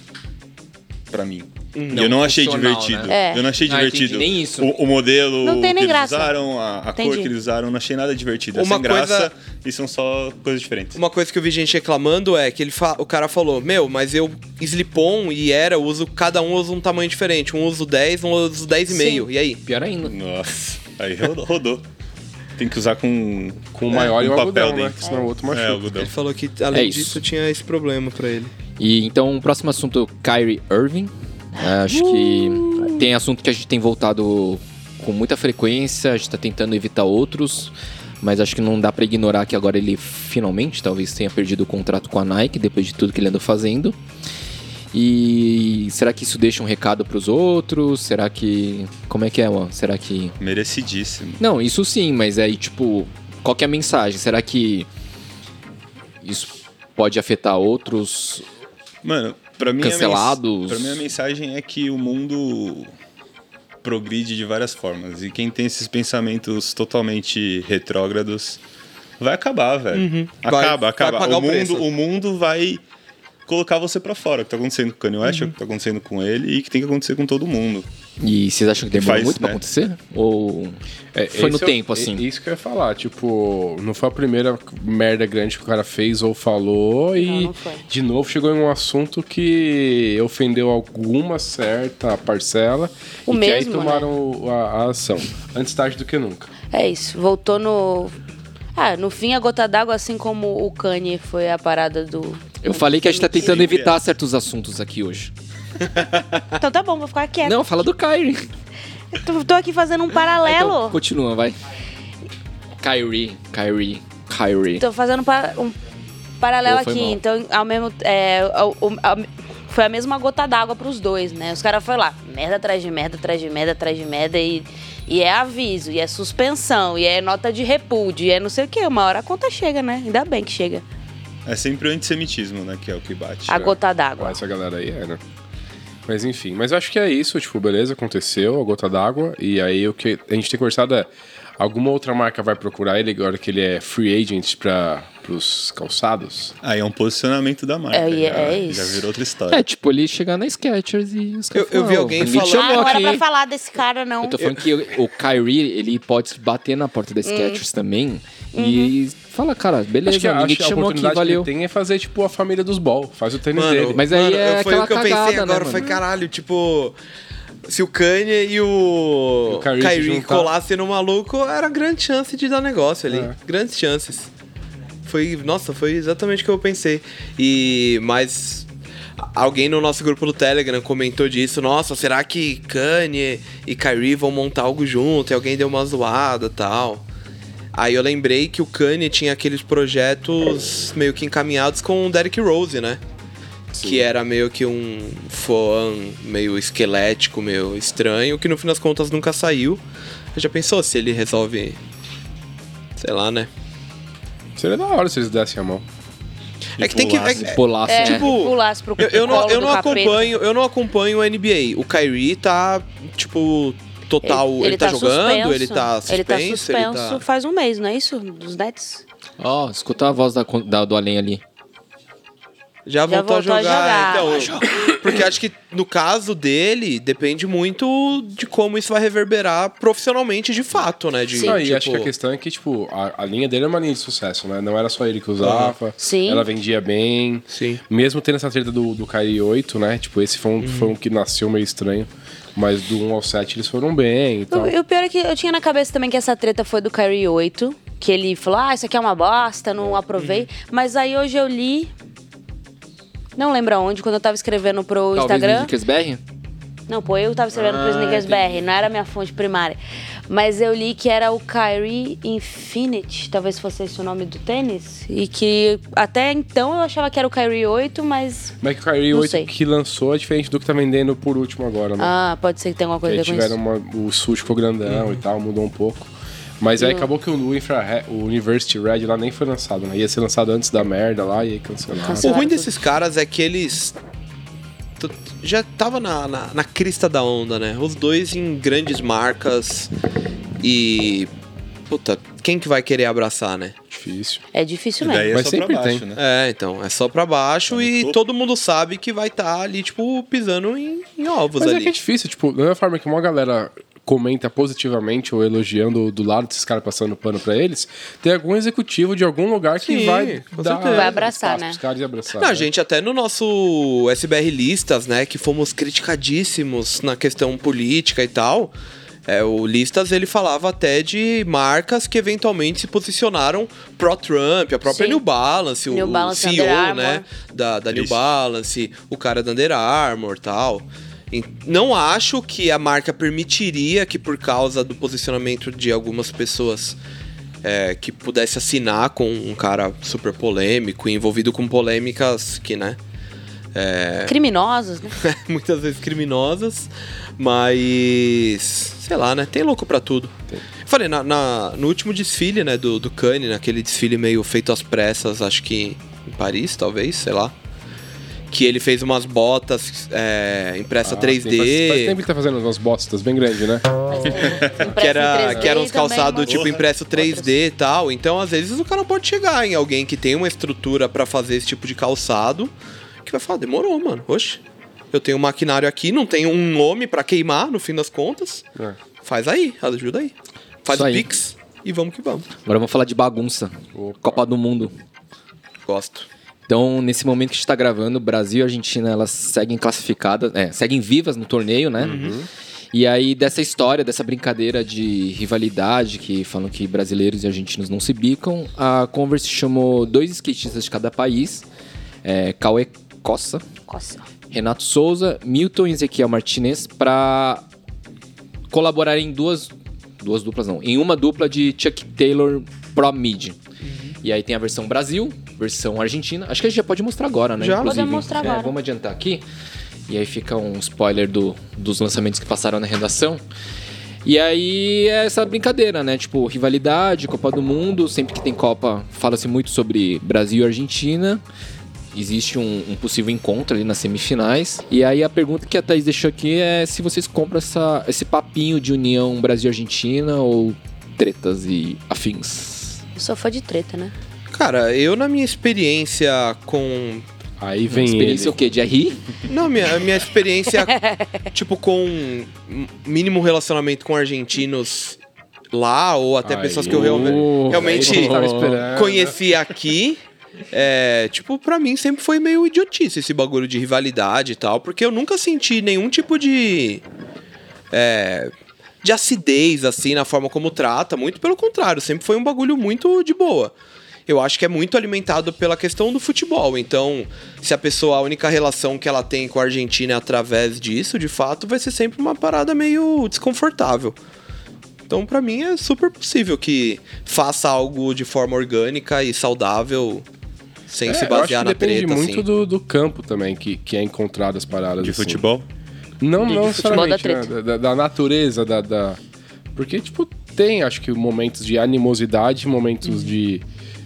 Speaker 3: Pra mim.
Speaker 4: Hum,
Speaker 3: e eu não achei
Speaker 5: funcional,
Speaker 3: divertido.
Speaker 2: né? É.
Speaker 3: Eu não achei
Speaker 1: Ah, entendi,
Speaker 3: divertido.
Speaker 1: nem isso.
Speaker 3: O, o modelo
Speaker 2: Não tem nem
Speaker 3: que eles
Speaker 2: graça.
Speaker 3: usaram, a, a cor
Speaker 2: Entendi.
Speaker 3: que eles usaram, não achei nada divertido. É
Speaker 5: Uma
Speaker 3: sem graça
Speaker 5: coisa-
Speaker 3: e são só coisas diferentes.
Speaker 5: Uma coisa que eu vi gente reclamando é que ele fa- o cara falou: Meu, mas eu, Slipon e Era, uso, cada um usa um tamanho diferente. Um uso 10, um uso 10,5. E aí?
Speaker 1: Pior ainda.
Speaker 3: Nossa, aí rodou. rodou. Tem que usar com,
Speaker 4: Com o maior
Speaker 3: é,
Speaker 4: e o
Speaker 3: com papel
Speaker 4: algodão, né?
Speaker 3: dentro.
Speaker 4: Que senão o outro
Speaker 3: É,
Speaker 4: machuca.
Speaker 3: algodão.
Speaker 5: Ele falou que, além
Speaker 1: É isso.
Speaker 5: disso, tinha esse problema pra ele.
Speaker 1: E então, o próximo assunto, Kyrie Irving. É, Acho que tem assunto que a gente tem voltado com muita frequência, a gente tá tentando evitar outros, mas acho que não dá pra ignorar que agora ele finalmente talvez tenha perdido o contrato com a Nike depois de tudo que ele andou fazendo. E será que isso deixa um recado pros outros? Será que como é que é, mano? Será que
Speaker 3: Merecidíssimo.
Speaker 1: não, isso sim, mas aí, tipo, qual que é a mensagem? Será que isso pode afetar outros?
Speaker 3: Mano, pra mim, a mens-
Speaker 1: Cancelados.
Speaker 3: pra mim a mensagem é que o mundo progride de várias formas. E quem tem esses pensamentos totalmente retrógrados vai acabar, velho.
Speaker 2: Uhum.
Speaker 5: Vai-
Speaker 3: Acaba,
Speaker 5: vai
Speaker 3: acaba.
Speaker 5: pagar o
Speaker 3: o, mundo,
Speaker 5: preço.
Speaker 3: o mundo vai colocar você pra fora. O que tá acontecendo com o Kanye West,
Speaker 2: Uhum.
Speaker 3: o que tá acontecendo com ele e que tem que acontecer com todo mundo.
Speaker 1: E vocês acham que demorou
Speaker 3: Faz,
Speaker 1: muito pra
Speaker 3: né?
Speaker 1: acontecer? Ou
Speaker 4: É,
Speaker 1: foi no
Speaker 4: esse é o-
Speaker 1: tempo,
Speaker 4: é-
Speaker 1: assim?
Speaker 4: Isso que eu ia falar, tipo, não foi a primeira merda grande que o cara fez ou falou e
Speaker 2: Não, não foi.
Speaker 4: de novo chegou em um assunto que ofendeu alguma certa parcela
Speaker 2: O
Speaker 4: e que aí
Speaker 2: mesmo, né?
Speaker 4: tomaram o- a, a ação. Antes tarde do que nunca.
Speaker 2: É isso, voltou no. Ah, no fim a gota d'água, assim como o Kanye foi a parada do.
Speaker 1: Eu falei que a gente tá tentando
Speaker 3: Sempre
Speaker 5: é.
Speaker 1: evitar certos assuntos aqui hoje.
Speaker 2: Então tá bom, vou ficar quieta.
Speaker 1: Não, fala do Kyrie.
Speaker 2: Tô, tô aqui fazendo um
Speaker 1: Ah, então
Speaker 2: paralelo.
Speaker 1: continua, vai. Kyrie, Kyrie, Kyrie.
Speaker 2: Tô fazendo pa- um paralelo
Speaker 1: Pô, foi
Speaker 2: aqui.
Speaker 1: mal.
Speaker 2: Então, ao mesmo. É, ao- ao- ao- foi a mesma gota d'água pros dois, né? Os caras foram lá, merda atrás de merda, atrás de merda, atrás de merda. E, e é aviso, e é suspensão, e é nota de repúdio, e é não sei o quê. Uma hora a conta chega, né? Ainda bem que chega.
Speaker 3: É sempre o antissemitismo, né? Que é o que bate.
Speaker 2: A gota
Speaker 4: Ó,
Speaker 2: d'água.
Speaker 4: essa galera aí era. Mas enfim, mas eu acho que é isso, tipo, beleza, aconteceu, a gota d'água, e aí o que a gente tem conversado é, alguma outra marca vai procurar ele agora que ele é free agent para os calçados?
Speaker 3: Aí é um posicionamento da marca.
Speaker 2: É, e é-
Speaker 3: já,
Speaker 2: é isso.
Speaker 3: já virou outra história.
Speaker 1: É, tipo, ele chegar na Skechers e os caras
Speaker 5: Eu- eu vi
Speaker 1: falam,
Speaker 5: alguém
Speaker 1: "Ah, me
Speaker 5: falar-
Speaker 2: Ah,
Speaker 1: chamou
Speaker 2: não era
Speaker 1: aqui,
Speaker 2: pra
Speaker 1: hein?"
Speaker 2: falar desse cara, não.
Speaker 1: Eu tô falando que o Kyrie, ele pode bater na porta da
Speaker 2: Hum.
Speaker 1: Skechers também
Speaker 2: Uhum.
Speaker 1: e fala, cara, beleza,
Speaker 4: Acho que,
Speaker 1: ninguém
Speaker 4: acho
Speaker 1: te
Speaker 4: que a
Speaker 1: chamou aqui,
Speaker 4: oportunidade que
Speaker 1: valeu.
Speaker 4: ele tem é fazer, tipo, a família dos Ball. Faz o tênis dele.
Speaker 5: Mano,
Speaker 1: Mas aí
Speaker 5: mano,
Speaker 1: é
Speaker 5: eu- foi
Speaker 1: aquela
Speaker 5: o que eu
Speaker 1: cagada,
Speaker 5: pensei
Speaker 1: né,
Speaker 5: agora.
Speaker 1: mano?
Speaker 5: foi caralho, tipo. Se o Kanye e o,
Speaker 4: E o Kyrie se
Speaker 5: Kyrie
Speaker 4: juntar.
Speaker 5: colassem no maluco, era grande chance de dar negócio ali.
Speaker 4: É.
Speaker 5: Grandes chances. Foi, nossa, foi exatamente o que eu pensei. E mas alguém no nosso grupo do Telegram comentou disso. Nossa, será que Kanye e Kyrie vão montar algo junto? E alguém deu uma zoada, tal. Aí eu lembrei que o Kanye tinha aqueles projetos meio que encaminhados com o Derrick Rose, né? Que era meio que um fã meio esquelético, meio estranho, que no fim das contas nunca saiu. Já pensou se ele resolve. Sei lá, né?
Speaker 4: Seria da hora se eles dessem a mão.
Speaker 3: E
Speaker 5: é que tem que-
Speaker 3: pulasse.
Speaker 5: é-
Speaker 1: Bolaço,
Speaker 2: É,
Speaker 1: né?
Speaker 5: tipo,
Speaker 2: pulasse pro
Speaker 5: Eu, eu não,
Speaker 2: colo
Speaker 5: eu
Speaker 2: do
Speaker 5: não
Speaker 2: capeta.
Speaker 5: acompanho, eu não acompanho a NBA. O Kyrie tá, tipo, total. Ele, tá, jogando, ele tá suspenso.
Speaker 2: Ele tá suspenso
Speaker 5: ele tá-
Speaker 2: faz um mês, não é isso? Dos Nets?
Speaker 1: Ó, escuta a voz da, con- da- do além ali.
Speaker 5: Já, voltou, a jogar.
Speaker 2: jogar.
Speaker 5: Então, porque acho que no caso dele, depende muito de como isso vai reverberar profissionalmente de fato, né? De,
Speaker 4: Não, e
Speaker 5: tipo,
Speaker 4: acho que a questão é que, tipo, a, a linha dele é uma linha de sucesso, né? Não era só ele que usava.
Speaker 2: Sim.
Speaker 4: Ela vendia bem.
Speaker 5: Sim.
Speaker 4: Mesmo tendo essa treta do, do Kyrie 8, né? Tipo, esse foi um, foi um que nasceu meio estranho. Mas do 1 ao 7 eles foram bem e tal.
Speaker 2: E o pior é que eu tinha na cabeça também que essa treta foi do Kyrie 8, que ele falou, ah, isso aqui é uma bosta, não
Speaker 5: Uhum.
Speaker 2: aprovei. Mas aí hoje eu li. Não lembro aonde, quando eu tava escrevendo pro
Speaker 1: Talvez
Speaker 2: Instagram.
Speaker 1: no Snickers BR?
Speaker 2: Não, pô, eu tava escrevendo pro
Speaker 1: Ah,
Speaker 2: Snickers
Speaker 1: entendi.
Speaker 2: BR, não era minha fonte primária. Mas eu li que era o Kyrie Infinite, talvez fosse esse o nome do tênis. E que até então eu achava que era o Kyrie 8, mas.
Speaker 4: Mas que o Kyrie
Speaker 2: Não
Speaker 4: 8
Speaker 2: sei.
Speaker 4: que lançou é diferente do que tá vendendo por último agora, né?
Speaker 2: Ah, pode ser que tenha alguma
Speaker 4: Que
Speaker 2: coisa a
Speaker 4: aí
Speaker 2: ver com isso.
Speaker 4: tiveram uma, o SUS ficou grandão
Speaker 5: Uhum.
Speaker 4: e tal, mudou um pouco. Mas aí acabou que o, infra, o University Red lá nem foi lançado, né? Ia ser lançado antes da merda lá e aí cancelaram.
Speaker 2: Cancelaram.
Speaker 5: O ruim
Speaker 2: Claro.
Speaker 5: desses caras é que eles t- já tava na, na, na crista da onda, né? Os dois em grandes marcas e. Puta, quem que vai querer abraçar, né?
Speaker 4: Tá Difícil.
Speaker 2: É difícil
Speaker 3: E
Speaker 2: mesmo.
Speaker 3: daí é
Speaker 4: Mas
Speaker 3: só
Speaker 4: sempre
Speaker 3: pra baixo,
Speaker 4: tem.
Speaker 3: né?
Speaker 5: É, então, é só pra baixo
Speaker 3: Tá no
Speaker 5: e
Speaker 3: topo.
Speaker 5: todo mundo sabe que vai estar ali, tipo, pisando em, em ovos
Speaker 4: Mas é
Speaker 5: ali.
Speaker 4: que é difícil, tipo, da mesma forma que uma galera comenta positivamente ou elogiando do lado desses caras passando pano pra eles, tem algum executivo de algum lugar que
Speaker 5: Sim,
Speaker 4: vai
Speaker 5: com
Speaker 4: dar
Speaker 5: certeza.
Speaker 2: Vai abraçar,
Speaker 4: espaço
Speaker 2: né?
Speaker 4: pros caras e abraçar.
Speaker 5: Não,
Speaker 4: né?
Speaker 5: gente, até no nosso SBR Listas, né, que fomos criticadíssimos na questão política e tal, é, o Listas ele falava até de marcas que eventualmente se posicionaram pró-Trump, a própria
Speaker 2: Sim.
Speaker 5: New Balance, o,
Speaker 2: New
Speaker 5: o
Speaker 2: Balance,
Speaker 5: CEO,
Speaker 2: Under Armour.
Speaker 5: né, da, da New
Speaker 3: Triste.
Speaker 5: Balance, o cara da Under Armour e tal. E Não acho que a marca permitiria que por causa do posicionamento de algumas pessoas é, que pudesse assinar com um cara super polêmico, e envolvido com polêmicas que, né? é.
Speaker 2: Criminosos, né?
Speaker 5: muitas vezes criminosas, mas. sei lá, né? Tem louco pra tudo. Eu Falei, na, na- no último desfile, né, do, do Kanye, naquele desfile meio feito às pressas, acho que em Paris, talvez, sei lá. Que ele fez umas botas é, impressa
Speaker 4: Ah, tem-
Speaker 5: 3D.
Speaker 4: Faz, faz tempo que tá fazendo umas botas bem grandes, né?
Speaker 5: Que, era, que era
Speaker 2: é
Speaker 5: uns calçados
Speaker 2: de
Speaker 5: tipo impresso 3D e tal. Então, às vezes, o cara pode chegar em alguém que tem uma estrutura pra fazer esse tipo de calçado, que vai falar, demorou, mano. Oxe, eu tenho um maquinário aqui, não tenho um nome pra queimar, no fim das contas.
Speaker 4: É.
Speaker 5: Faz aí, ajuda aí. Faz
Speaker 1: Isso
Speaker 5: o
Speaker 1: aí.
Speaker 5: Pix e vamos que vamos.
Speaker 1: Agora vamos falar de bagunça.
Speaker 4: Opa.
Speaker 1: Copa do Mundo.
Speaker 5: Gosto.
Speaker 1: Então, nesse momento que a gente tá gravando, Brasil e Argentina, elas seguem classificadas, é, seguem vivas no torneio, né? E aí, dessa história, dessa brincadeira de rivalidade, que falam que brasileiros e argentinos não se bicam, a Converse chamou dois skatistas de cada país, é, Cauê Costa, Renato Souza, Milton e Ezequiel Martinez, para colaborar em duas. Duas duplas não, em uma dupla de Chuck Taylor Pro Mid. E aí tem a versão Brasil, versão Argentina. Acho que a gente já pode mostrar agora, né?
Speaker 5: Já?
Speaker 2: Podemos mostrar
Speaker 1: É,
Speaker 2: agora.
Speaker 1: vamos adiantar aqui. E aí fica um spoiler do, dos lançamentos que passaram na redação. E aí é essa brincadeira, né? Tipo, rivalidade, Copa do Mundo. Sempre que tem Copa, fala-se muito sobre Brasil e Argentina. Existe um, um possível encontro ali nas semifinais. E aí a pergunta que a Thaís deixou aqui é se vocês compram essa, esse papinho de união Brasil-Argentina ou tretas e afins.
Speaker 2: Eu sou fã de treta, né?
Speaker 5: Cara, eu na minha experiência com
Speaker 4: Aí vem
Speaker 1: Experiência o
Speaker 4: ele.
Speaker 1: quê? De RI?
Speaker 5: Não, minha, a minha experiência, tipo, com um mínimo relacionamento com argentinos lá, ou até
Speaker 4: Aí,
Speaker 5: pessoas que eu real-
Speaker 4: oh,
Speaker 5: realmente
Speaker 4: aí, tava esperando.
Speaker 5: conheci aqui. É, tipo, pra mim sempre foi meio idiotice esse bagulho de rivalidade e tal, porque eu nunca senti nenhum tipo de. é, de acidez, assim, na forma como trata. Muito pelo contrário, sempre foi um bagulho muito de boa. Eu acho que é muito alimentado pela questão do futebol. Então, se a pessoa, a única relação que ela tem com a Argentina é através disso, de fato, vai ser sempre uma parada meio desconfortável. Então, pra mim, é super possível que faça algo de forma orgânica e saudável, sem
Speaker 4: É,
Speaker 5: se
Speaker 4: eu acho que
Speaker 5: basear na
Speaker 4: depende
Speaker 5: treta,
Speaker 4: muito
Speaker 5: assim.
Speaker 4: do, do campo também que, que é encontrado as paradas.
Speaker 3: De
Speaker 4: assim.
Speaker 3: futebol?
Speaker 4: Não,
Speaker 2: De-
Speaker 4: não
Speaker 2: de futebol
Speaker 4: necessariamente,
Speaker 2: da treta.
Speaker 4: né? da, da- da natureza, da, da- Porque, tipo, tem, acho que, momentos de animosidade, momentos de...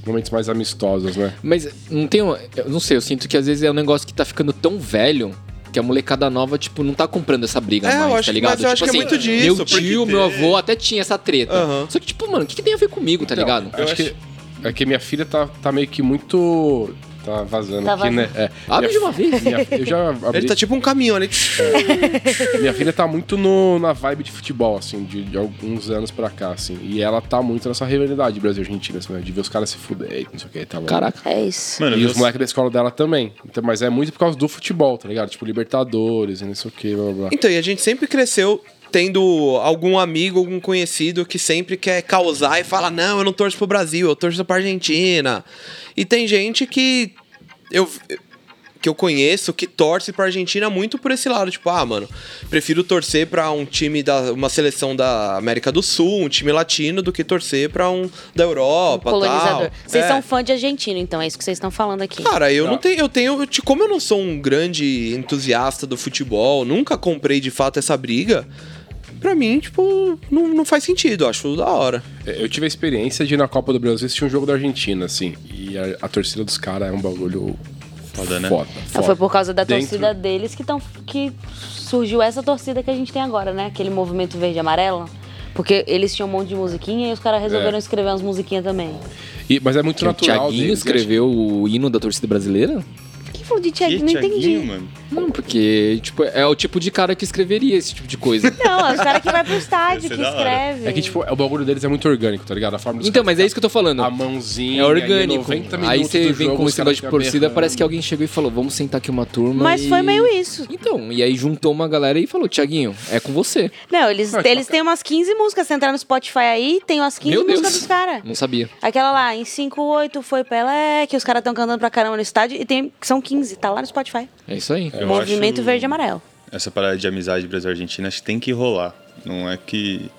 Speaker 4: Momentos mais amistosos, né?
Speaker 1: Mas não tem. um- Eu não sei, eu sinto que às vezes é um negócio que tá ficando tão velho que a molecada nova, tipo, não tá comprando essa briga
Speaker 5: É, eu
Speaker 1: mais,
Speaker 5: acho-
Speaker 1: tá ligado?
Speaker 5: mas eu acho
Speaker 1: Tipo
Speaker 5: que é muito disso,
Speaker 1: Meu
Speaker 5: porque
Speaker 1: tio, meu avô até tinha essa treta.
Speaker 5: Aham.
Speaker 1: Só que, tipo, mano, o que, que tem a ver comigo, tá
Speaker 4: Então,
Speaker 1: ligado?
Speaker 4: Eu acho que... É que minha filha tá, tá meio que muito... Tá vazando
Speaker 2: Tá
Speaker 4: aqui, né? É,
Speaker 1: Abre
Speaker 4: minha-
Speaker 1: de uma vez.
Speaker 4: minha- eu já abri,
Speaker 5: Ele tá tipo um caminhão, né?
Speaker 4: É. Minha filha tá muito no, na vibe de futebol, assim, de, de alguns anos pra cá, assim. E ela tá muito nessa rivalidade Brasil-Argentina, assim, né? de ver os caras se fuder, e não sei o que, tá louco.
Speaker 1: Caraca.
Speaker 2: É isso.
Speaker 3: Mano,
Speaker 4: E
Speaker 3: eu-
Speaker 4: os moleques da escola dela também. Então, mas é muito por causa do futebol, tá ligado? Tipo, Libertadores e não sei o que, blá blá blá.
Speaker 5: Então, e a gente sempre cresceu tendo algum amigo, algum conhecido que sempre quer causar e fala: não, eu não torço pro Brasil, eu torço pra Argentina. E tem gente que. Eu. que eu conheço que torce pra Argentina muito por esse lado. Tipo, ah, mano, prefiro torcer pra um time da. uma seleção da América do Sul, um time latino, do que torcer pra um da Europa.
Speaker 2: colonizador.
Speaker 5: Tal.
Speaker 2: Vocês
Speaker 5: É.
Speaker 2: são fã de argentino, então é isso que vocês estão falando aqui.
Speaker 5: Cara, eu não
Speaker 4: Tá.
Speaker 5: tenho, eu tenho, eu te- como eu não sou um grande entusiasta do futebol, nunca comprei de fato essa briga. Pra mim, tipo, não, não faz sentido, eu acho da hora.
Speaker 4: É, Eu tive a experiência de ir na Copa do Brasil assistir um jogo da Argentina, assim. E a, a torcida dos caras é um bagulho
Speaker 3: Foda, né?
Speaker 4: foda.
Speaker 2: Então foi por causa da
Speaker 4: Dentro-
Speaker 2: torcida deles que, tão, que surgiu essa torcida que a gente tem agora, né? Aquele movimento verde e amarelo. Porque eles tinham um monte de musiquinha e os caras resolveram
Speaker 4: É.
Speaker 2: escrever umas musiquinhas também.
Speaker 4: E- mas é muito
Speaker 1: o
Speaker 4: natural.
Speaker 1: Thiaguinho
Speaker 4: deles, né?
Speaker 1: escreveu o hino da torcida brasileira?
Speaker 2: Quem falou de
Speaker 3: Que
Speaker 2: Thiaguinho? Não
Speaker 3: Thiaguinho,
Speaker 2: entendi.
Speaker 3: mano.
Speaker 1: Não, porque tipo, é o tipo de cara que escreveria esse tipo de coisa.
Speaker 2: Não, é os caras que vai pro estádio,
Speaker 3: Ia ser
Speaker 2: que
Speaker 3: da hora.
Speaker 2: escreve.
Speaker 4: É que, tipo, é- o bagulho deles é muito orgânico, tá ligado? A forma dos
Speaker 1: então,
Speaker 4: caras-
Speaker 1: mas é isso que eu tô falando.
Speaker 4: A mãozinha.
Speaker 1: É orgânico.
Speaker 4: e 90
Speaker 1: Aí
Speaker 4: minutos
Speaker 1: você
Speaker 4: do
Speaker 1: vem
Speaker 4: jogo,
Speaker 1: com
Speaker 4: os
Speaker 1: esse
Speaker 4: caras
Speaker 1: negócio de
Speaker 4: ficam
Speaker 1: torcida,
Speaker 4: berrando.
Speaker 1: parece que é alguém chegou e falou: vamos sentar aqui uma turma.
Speaker 2: Mas
Speaker 1: e-
Speaker 2: foi meio isso.
Speaker 1: Então, e aí juntou uma galera e falou: Tiaguinho, é com você.
Speaker 2: Não, eles,
Speaker 4: Não, tipo,
Speaker 2: eles têm umas 15 músicas. Você entrar no Spotify aí, tem umas 15
Speaker 1: Meu Deus.
Speaker 2: músicas dos caras.
Speaker 1: Não sabia.
Speaker 2: Aquela lá, em 5-8 foi Pelé, que os caras estão cantando pra caramba no estádio. E tem, são 15, tá lá no Spotify.
Speaker 1: É isso aí.
Speaker 3: Eu
Speaker 2: Movimento
Speaker 3: acho-
Speaker 2: Verde e Amarelo.
Speaker 3: Essa parada de amizade Brasil-Argentina acho que tem que rolar. Não é que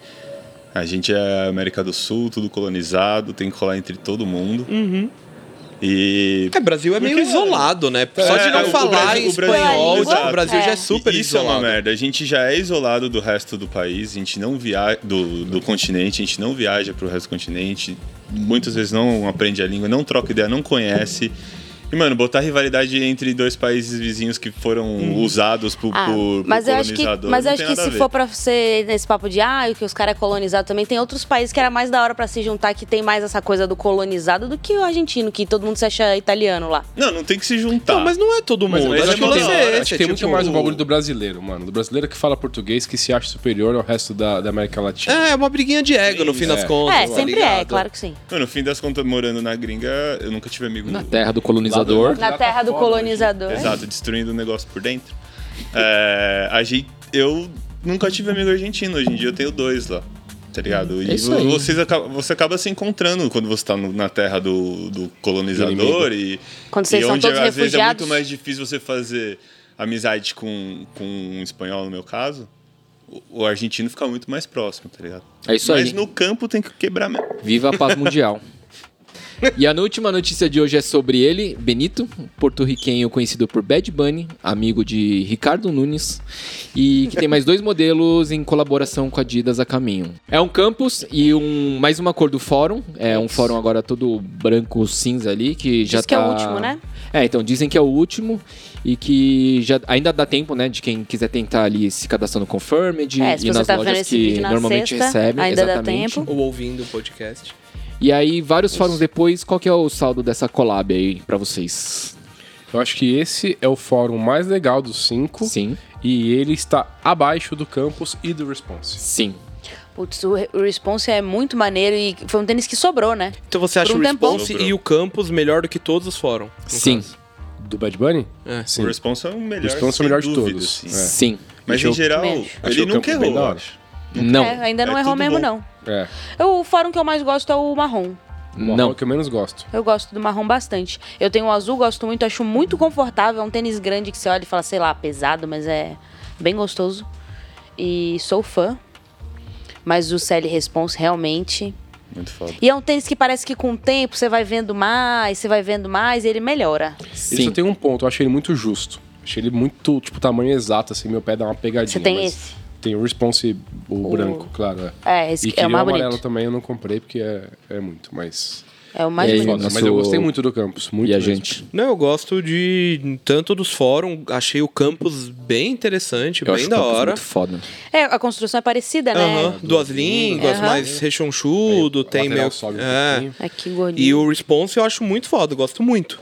Speaker 3: a gente é América do Sul, tudo colonizado, tem que rolar entre todo mundo.
Speaker 2: Uhum.
Speaker 3: E
Speaker 5: É, Brasil é meio
Speaker 3: Porque,
Speaker 5: isolado, né? Só de
Speaker 3: É,
Speaker 5: não
Speaker 3: o
Speaker 5: falar
Speaker 3: Brasil-
Speaker 5: em
Speaker 3: o Brasil-
Speaker 5: espanhol, tipo, o Brasil,
Speaker 2: Exato.
Speaker 5: já
Speaker 2: É.
Speaker 5: é super
Speaker 3: isso é
Speaker 5: isolado.
Speaker 3: uma merda. A gente já é isolado do resto do país, a gente não viaja do, do continente, a gente não viaja pro resto do continente. Muitas vezes não aprende a língua, não troca ideia, não conhece. E, mano, botar rivalidade entre dois países vizinhos que foram usados por,
Speaker 2: Ah,
Speaker 3: por, por
Speaker 2: mas eu acho que,
Speaker 3: colonizador,
Speaker 2: mas eu
Speaker 3: não
Speaker 2: acho
Speaker 3: tem
Speaker 2: que
Speaker 3: nada a
Speaker 2: se
Speaker 3: ver.
Speaker 2: for pra ser nesse papo de ah, que os caras é colonizado também, tem outros países que era mais da hora pra se juntar, que tem mais essa coisa do colonizado do que o argentino, que todo mundo se acha italiano lá.
Speaker 3: Não, não tem que se juntar.
Speaker 5: Não, mas não é todo
Speaker 3: Mas-
Speaker 5: mundo.
Speaker 3: mas
Speaker 5: acho
Speaker 3: é
Speaker 5: que o
Speaker 3: uma
Speaker 5: lance
Speaker 3: da
Speaker 5: é
Speaker 3: hora,
Speaker 4: Acho
Speaker 5: esse, é
Speaker 4: que tem
Speaker 5: tipo-
Speaker 4: muito mais o bagulho do brasileiro, mano. Do brasileiro que fala português que se acha superior ao resto da, da América Latina.
Speaker 5: É, é uma briguinha de ego, no fim das
Speaker 4: É.
Speaker 5: contas.
Speaker 2: é,
Speaker 5: tá
Speaker 2: sempre é,
Speaker 5: ligado?
Speaker 2: claro que sim.
Speaker 3: Mano, no fim das contas, morando na gringa, eu nunca tive amigo.
Speaker 1: Na terra é? do colonizador.
Speaker 4: Lá
Speaker 2: Na
Speaker 4: tá
Speaker 2: terra do
Speaker 4: foda,
Speaker 2: colonizador.
Speaker 3: né, Exato, destruindo o negócio por dentro. É, a gente, eu nunca tive amigo argentino, hoje em dia eu tenho dois lá. Tá ligado? E
Speaker 1: É isso aí.
Speaker 3: vo- vocês acaba, você acaba se encontrando quando você tá no- na terra do, do colonizador e.
Speaker 2: Quando vocês
Speaker 3: e
Speaker 2: são
Speaker 3: onde,
Speaker 2: todos
Speaker 3: às vezes é
Speaker 2: refugiados.
Speaker 3: muito mais difícil você fazer amizade com, com um espanhol, no meu caso. O- O argentino fica muito mais próximo, tá ligado?
Speaker 1: É isso
Speaker 3: Mas
Speaker 1: aí.
Speaker 3: no campo tem que quebrar mesmo.
Speaker 1: Viva a paz mundial. E a última notícia de hoje é sobre ele, Benito, um porto-riquenho conhecido por Bad Bunny, amigo de Ricardo Nunes, e que tem mais dois modelos em colaboração com a Adidas a caminho. É um campus e um mais uma cor do fórum, é um fórum agora todo branco cinza ali que já
Speaker 2: Diz que é o
Speaker 1: tá-
Speaker 2: último, né?
Speaker 1: É, então dizem que é o último e que já ainda dá tempo, né, de quem quiser tentar ali se cadastrar no Confirmed
Speaker 2: é, se
Speaker 1: e
Speaker 2: você
Speaker 1: nas
Speaker 2: tá
Speaker 1: lojas
Speaker 2: vendo esse
Speaker 1: que
Speaker 2: vídeo na
Speaker 1: normalmente
Speaker 2: sexta,
Speaker 1: recebem,
Speaker 2: ainda
Speaker 1: exatamente.
Speaker 2: dá tempo.
Speaker 5: Ou ouvindo o podcast.
Speaker 1: E aí, vários fóruns depois, qual que é o saldo dessa collab aí pra vocês?
Speaker 4: Eu acho que esse é o fórum mais legal dos cinco.
Speaker 1: Sim.
Speaker 4: E ele está abaixo do Campus e do Response.
Speaker 1: Sim.
Speaker 2: Putz, o Re- o Response é muito maneiro e foi um tênis que sobrou, né?
Speaker 5: Então você acha
Speaker 2: Por um
Speaker 5: o
Speaker 2: tempão.
Speaker 5: Response e o Campus melhor do que todos os fóruns? no
Speaker 1: Sim.
Speaker 5: caso.
Speaker 4: Do Bad Bunny?
Speaker 2: Ah,
Speaker 5: É.
Speaker 4: Sim.
Speaker 3: O response é o
Speaker 4: O
Speaker 3: melhor.
Speaker 4: Response é o
Speaker 3: sem
Speaker 4: melhor de
Speaker 3: dúvida,
Speaker 4: todos.
Speaker 3: assim.
Speaker 4: É.
Speaker 1: Sim.
Speaker 3: Mas
Speaker 4: Achei
Speaker 3: em
Speaker 4: o-
Speaker 3: geral,
Speaker 2: Também acho.
Speaker 4: Achei
Speaker 3: ele
Speaker 4: é o
Speaker 3: nunca
Speaker 4: campus bem da
Speaker 3: errou. eu
Speaker 4: hora.
Speaker 3: acho.
Speaker 1: Não.
Speaker 2: É, ainda não
Speaker 3: É
Speaker 2: errou
Speaker 3: tudo
Speaker 2: mesmo,
Speaker 3: bom.
Speaker 2: não.
Speaker 4: É.
Speaker 2: Eu- O fórum que eu mais gosto é o marrom.
Speaker 4: O
Speaker 1: Não.
Speaker 4: marrom que eu menos gosto.
Speaker 2: Eu gosto do marrom bastante. Eu tenho o azul, gosto muito, acho muito confortável. É um tênis grande que você olha e fala, sei lá, pesado, mas é bem gostoso. E sou fã. Mas o CL Response realmente.
Speaker 3: Muito foda.
Speaker 2: E é um tênis que parece que com o tempo você vai vendo mais, você vai vendo mais e ele melhora.
Speaker 4: Ele
Speaker 1: Sim.
Speaker 4: só tem um ponto, eu achei ele muito justo. Achei ele muito, tipo, tamanho exato, assim, meu pé dá uma pegadinha.
Speaker 2: Você tem
Speaker 4: mas
Speaker 2: esse?
Speaker 4: Tem o Response, o, branco, claro. É,
Speaker 2: É, esse
Speaker 4: E
Speaker 2: é
Speaker 4: queria
Speaker 2: o
Speaker 4: o
Speaker 2: mais
Speaker 4: amarelo
Speaker 2: bonito.
Speaker 4: também eu não comprei, porque é, é muito, mas...
Speaker 2: É o mais
Speaker 1: E aí,
Speaker 2: bonito.
Speaker 4: Foda,
Speaker 1: nosso-
Speaker 4: Mas eu gostei muito do campus, muito
Speaker 1: E a
Speaker 4: mesmo.
Speaker 1: gente?
Speaker 5: Não, eu gosto de tanto dos fóruns, achei o campus bem interessante,
Speaker 1: Eu
Speaker 5: bem
Speaker 1: acho
Speaker 5: da
Speaker 1: o campus
Speaker 5: hora.
Speaker 1: muito foda.
Speaker 2: É, a construção é parecida,
Speaker 5: Aham,
Speaker 2: né?
Speaker 5: Duas línguas,
Speaker 2: Aham.
Speaker 5: mais rechonchudo,
Speaker 4: O
Speaker 5: tem
Speaker 4: lateral
Speaker 5: meio.
Speaker 4: sobe um
Speaker 5: é.
Speaker 4: pouquinho.
Speaker 2: Aqui
Speaker 5: E
Speaker 2: gordinho.
Speaker 5: o Response eu acho muito foda, eu gosto muito.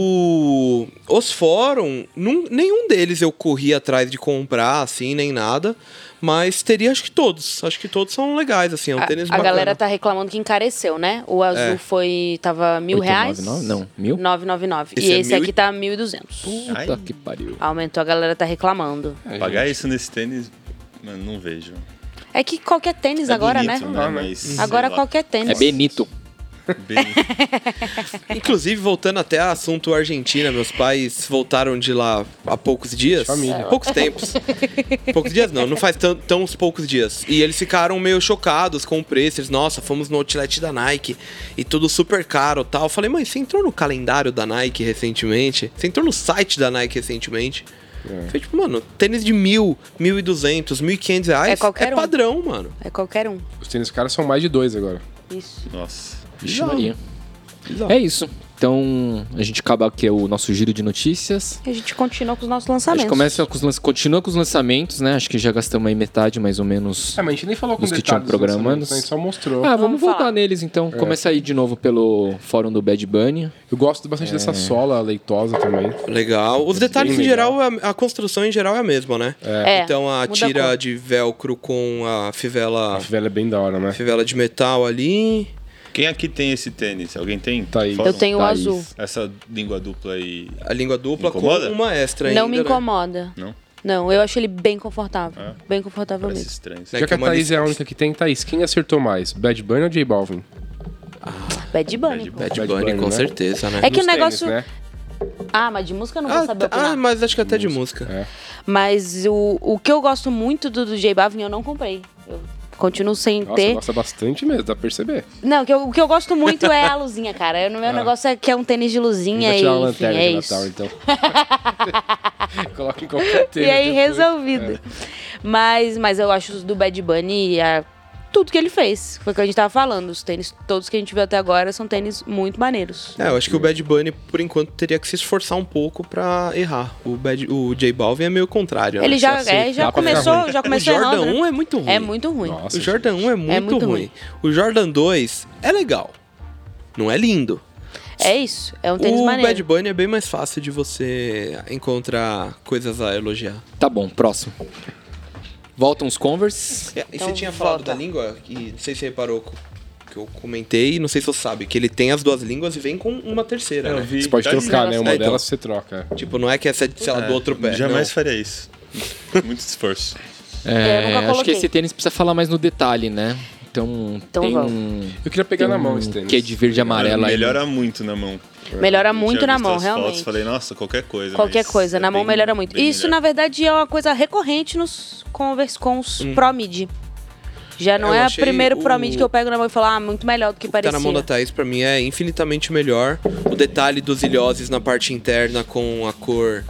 Speaker 5: O... Os fórum, nun- nenhum deles eu corri atrás de comprar, assim, nem nada. Mas teria, acho que todos. Acho que todos são legais, assim, é um
Speaker 2: a,
Speaker 5: tênis
Speaker 2: a
Speaker 5: bacana. É.
Speaker 2: galera tá reclamando que encareceu, né? O azul foi. tava mil reais.
Speaker 1: 899? Não, mil?
Speaker 2: 999.
Speaker 5: Esse
Speaker 2: e
Speaker 5: é
Speaker 2: esse
Speaker 5: mil e-
Speaker 2: aqui tá 1.200.
Speaker 3: Ai.
Speaker 1: Puta que pariu.
Speaker 2: Aumentou, a galera tá reclamando.
Speaker 3: Pagar isso nesse tênis, mano, não vejo.
Speaker 2: É que qualquer tênis
Speaker 3: É
Speaker 2: agora,
Speaker 3: bonito,
Speaker 2: né?
Speaker 4: Ah, né?
Speaker 3: Mas, sei
Speaker 2: Agora
Speaker 3: lá.
Speaker 2: qualquer tênis.
Speaker 1: É Benito.
Speaker 3: Bem,
Speaker 5: Inclusive, voltando até ao assunto Argentina, meus pais voltaram de lá há poucos dias. É,
Speaker 4: Família.
Speaker 5: Poucos tempos. poucos dias não, não faz tão, tão uns poucos dias. E eles ficaram meio chocados com o preço. Eles, nossa, fomos no outlet da Nike e tudo super caro tal. Eu falei, mãe, você entrou no calendário da Nike recentemente? Você entrou no site da Nike recentemente? Foi tipo, mano, tênis de mil, mil e duzentos, mil e quinhentos reais.
Speaker 2: É qualquer um.
Speaker 5: padrão, mano.
Speaker 2: É qualquer um.
Speaker 4: Os tênis caras são mais de dois agora.
Speaker 2: Isso.
Speaker 3: nossa.
Speaker 1: Vixe, Maria. É isso. Então, a gente acaba aqui o nosso giro de notícias.
Speaker 2: E a gente continua com os nossos
Speaker 1: A
Speaker 2: lançamentos.
Speaker 1: gente começa com os lan- continua com os lançamentos, né? Acho que já gastamos aí metade, mais ou menos.
Speaker 4: É, mas a gente nem falou com
Speaker 1: Os que tinham
Speaker 4: detalhes dos
Speaker 1: programando.
Speaker 4: lançamentos, né? A gente só mostrou.
Speaker 1: Ah, vamos,
Speaker 2: Vamos
Speaker 1: voltar
Speaker 2: falar.
Speaker 1: neles então. Começa aí de novo pelo fórum do Bad Bunny.
Speaker 4: Eu gosto
Speaker 1: É.
Speaker 4: bastante dessa sola leitosa também.
Speaker 5: Legal. Os detalhes em
Speaker 4: Bem
Speaker 5: geral, a, a construção em geral é a mesma, né?
Speaker 2: É.
Speaker 5: Então a
Speaker 2: Muda a
Speaker 5: tira
Speaker 2: cor.
Speaker 5: de velcro com a fivela,
Speaker 4: A fivela é bem da hora, né?
Speaker 5: fivela de metal ali.
Speaker 3: Quem aqui tem esse tênis? Alguém tem?
Speaker 4: Tá aí.
Speaker 3: Fora?
Speaker 2: Eu tenho o
Speaker 1: Thaís.
Speaker 2: azul.
Speaker 3: Essa língua dupla aí.
Speaker 5: A língua dupla com
Speaker 3: Incomoda?
Speaker 5: uma extra ainda.
Speaker 2: Não me
Speaker 5: né?
Speaker 2: incomoda.
Speaker 3: Não?
Speaker 2: Não, eu acho ele bem confortável. Bem confortável
Speaker 3: Parece
Speaker 2: mesmo.
Speaker 3: estranho.
Speaker 5: É
Speaker 4: Já
Speaker 5: que
Speaker 4: que
Speaker 5: é
Speaker 4: a
Speaker 5: uma
Speaker 4: Thaís é a
Speaker 5: licença.
Speaker 4: única que tem, Thaís, quem acertou mais? Bad Bunny ou J Balvin?
Speaker 2: Bad Bunny. pô.
Speaker 5: Bad
Speaker 4: Bad
Speaker 5: Bunny,
Speaker 4: Bunny,
Speaker 5: com
Speaker 4: né?
Speaker 5: certeza, né?
Speaker 2: É que o
Speaker 4: Nos
Speaker 2: negócio.
Speaker 4: tênis, né?
Speaker 2: Ah, mas de música eu não vou
Speaker 5: Ah,
Speaker 2: saber
Speaker 5: tá- ah,
Speaker 2: opinar.
Speaker 5: mas acho que até de música.
Speaker 4: É.
Speaker 2: Mas o, o que eu gosto muito do, do J Balvin eu não comprei. Eu continuo sem
Speaker 4: Nossa,
Speaker 2: ter.
Speaker 4: gosta bastante mesmo, dá pra perceber.
Speaker 2: Não, o que eu- o que eu gosto muito é a luzinha, cara. Eu- O meu negócio é que é um tênis de luzinha
Speaker 4: Vou
Speaker 2: e
Speaker 4: tirar Ah. uma
Speaker 2: enfim,
Speaker 4: lanterna
Speaker 2: é
Speaker 4: de
Speaker 2: isso.
Speaker 4: Natal, então. Coloca em qualquer
Speaker 2: E
Speaker 4: tênis.
Speaker 2: aí
Speaker 4: depois. é.
Speaker 2: resolvido. Mas, mas eu acho os do Bad Bunny a- tudo que ele fez. Foi o que a gente tava falando. Os tênis, todos que a gente viu até agora, são tênis muito maneiros.
Speaker 5: É, eu acho que o Bad Bunny, por enquanto, teria que se esforçar um pouco pra errar. O, Bad, o J Balvin é meio contrário. né?
Speaker 2: ele já,
Speaker 5: Só
Speaker 2: é, já
Speaker 4: assim, dá pra ficar
Speaker 2: começou,
Speaker 4: ruim. um
Speaker 2: já
Speaker 5: O
Speaker 2: começou
Speaker 5: Jordan
Speaker 2: errando. né?
Speaker 5: 1 é muito ruim.
Speaker 2: É muito ruim.
Speaker 4: Nossa,
Speaker 5: O Jordan 1 é muito,
Speaker 2: muito
Speaker 5: ruim.
Speaker 2: ruim.
Speaker 5: O Jordan 2 é legal. Não é lindo.
Speaker 2: É isso. É um tênis
Speaker 5: O
Speaker 2: maneiro.
Speaker 5: Bad Bunny é bem mais fácil de você encontrar coisas a elogiar.
Speaker 1: Tá bom, próximo. Voltam os Converse.
Speaker 5: E
Speaker 2: Então,
Speaker 5: você tinha falado
Speaker 2: volta.
Speaker 5: da língua, e não sei se você reparou co- que eu comentei, e não sei se você sabe, que ele tem as duas línguas e vem com uma
Speaker 3: É.
Speaker 5: terceira, né?
Speaker 4: Você pode trocar, né? Uma
Speaker 5: É, então.
Speaker 4: delas você troca.
Speaker 5: Tipo, não é que essa é, sei lá, do outro pé.
Speaker 3: Jamais
Speaker 5: não.
Speaker 3: faria isso. Muito esforço.
Speaker 2: É, eu
Speaker 1: acho
Speaker 2: nunca
Speaker 1: que
Speaker 2: coloquei.
Speaker 1: esse tênis precisa falar mais no detalhe, né? Então,
Speaker 2: Então
Speaker 1: tem
Speaker 2: vamos.
Speaker 1: um
Speaker 4: Eu queria pegar na mão esse tênis.
Speaker 1: que é de verde e amarelo aí.
Speaker 3: melhora muito na mão.
Speaker 2: Melhora
Speaker 3: Eu
Speaker 2: muito
Speaker 3: tinha
Speaker 2: na
Speaker 3: visto
Speaker 2: mão,
Speaker 3: as Fotos,
Speaker 2: realmente.
Speaker 3: falei, nossa, qualquer coisa.
Speaker 2: Qualquer
Speaker 3: mas
Speaker 2: coisa,
Speaker 3: é
Speaker 2: na mão
Speaker 3: bem-
Speaker 2: melhora muito.
Speaker 3: bem
Speaker 2: Isso,
Speaker 3: melhor.
Speaker 2: na verdade, é uma coisa recorrente nos Converse com os Pro Mid. Já não
Speaker 5: Hum. Eu
Speaker 2: é o
Speaker 5: achei
Speaker 2: primeiro
Speaker 5: o-
Speaker 2: Pro Mid que eu pego na mão e falo, ah, muito melhor do que
Speaker 5: O que tá
Speaker 2: parecia.
Speaker 5: na mão da Thaís, pra mim, é infinitamente melhor. O detalhe dos ilhoses na parte interna com a cor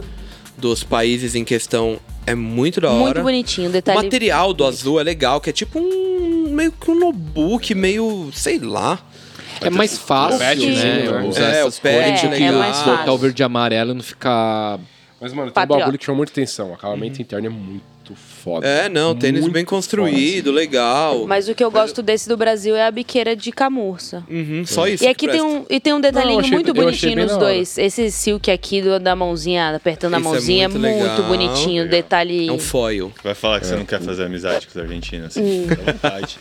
Speaker 5: dos países em questão é muito da hora.
Speaker 2: Muito tá bonitinho,
Speaker 5: O
Speaker 2: detalhe.
Speaker 5: material do azul é legal, que é tipo um. meio que um notebook, meio. sei lá.
Speaker 1: É mais fácil,
Speaker 2: O patch,
Speaker 1: né?
Speaker 4: né?
Speaker 1: Usar
Speaker 5: É,
Speaker 1: essas cores
Speaker 5: o patch,
Speaker 1: do que
Speaker 5: né? É
Speaker 2: mais
Speaker 1: botar
Speaker 2: fácil.
Speaker 1: o verde e amarelo e não ficar...
Speaker 4: Mas, mano, tem
Speaker 2: Patriota.
Speaker 4: um bagulho que chama muita atenção. O acabamento
Speaker 1: Uhum.
Speaker 4: interno é muito foda.
Speaker 5: É, não, tênis
Speaker 4: Muito
Speaker 5: bem construído, legal.
Speaker 2: Mas o que eu gosto desse do Brasil é a biqueira de camurça.
Speaker 5: Uhum, só isso.
Speaker 2: E
Speaker 5: que
Speaker 2: aqui tem
Speaker 5: presta.
Speaker 2: um, e tem um
Speaker 4: Não,
Speaker 2: detalhinho
Speaker 4: eu achei-
Speaker 2: muito
Speaker 4: eu achei
Speaker 2: bonitinho
Speaker 4: bem
Speaker 2: nos
Speaker 4: da hora.
Speaker 2: dois. Esse silk aqui do, da mãozinha, apertando a
Speaker 5: Isso é
Speaker 2: mãozinha, é
Speaker 5: muito
Speaker 2: muito,
Speaker 5: legal.
Speaker 2: bonitinho.
Speaker 3: Legal.
Speaker 2: Detalhe.
Speaker 5: É um foil.
Speaker 3: Vai falar que você não quer fazer amizade com os argentinos. Assim,
Speaker 2: Hum.
Speaker 3: fica à vontade.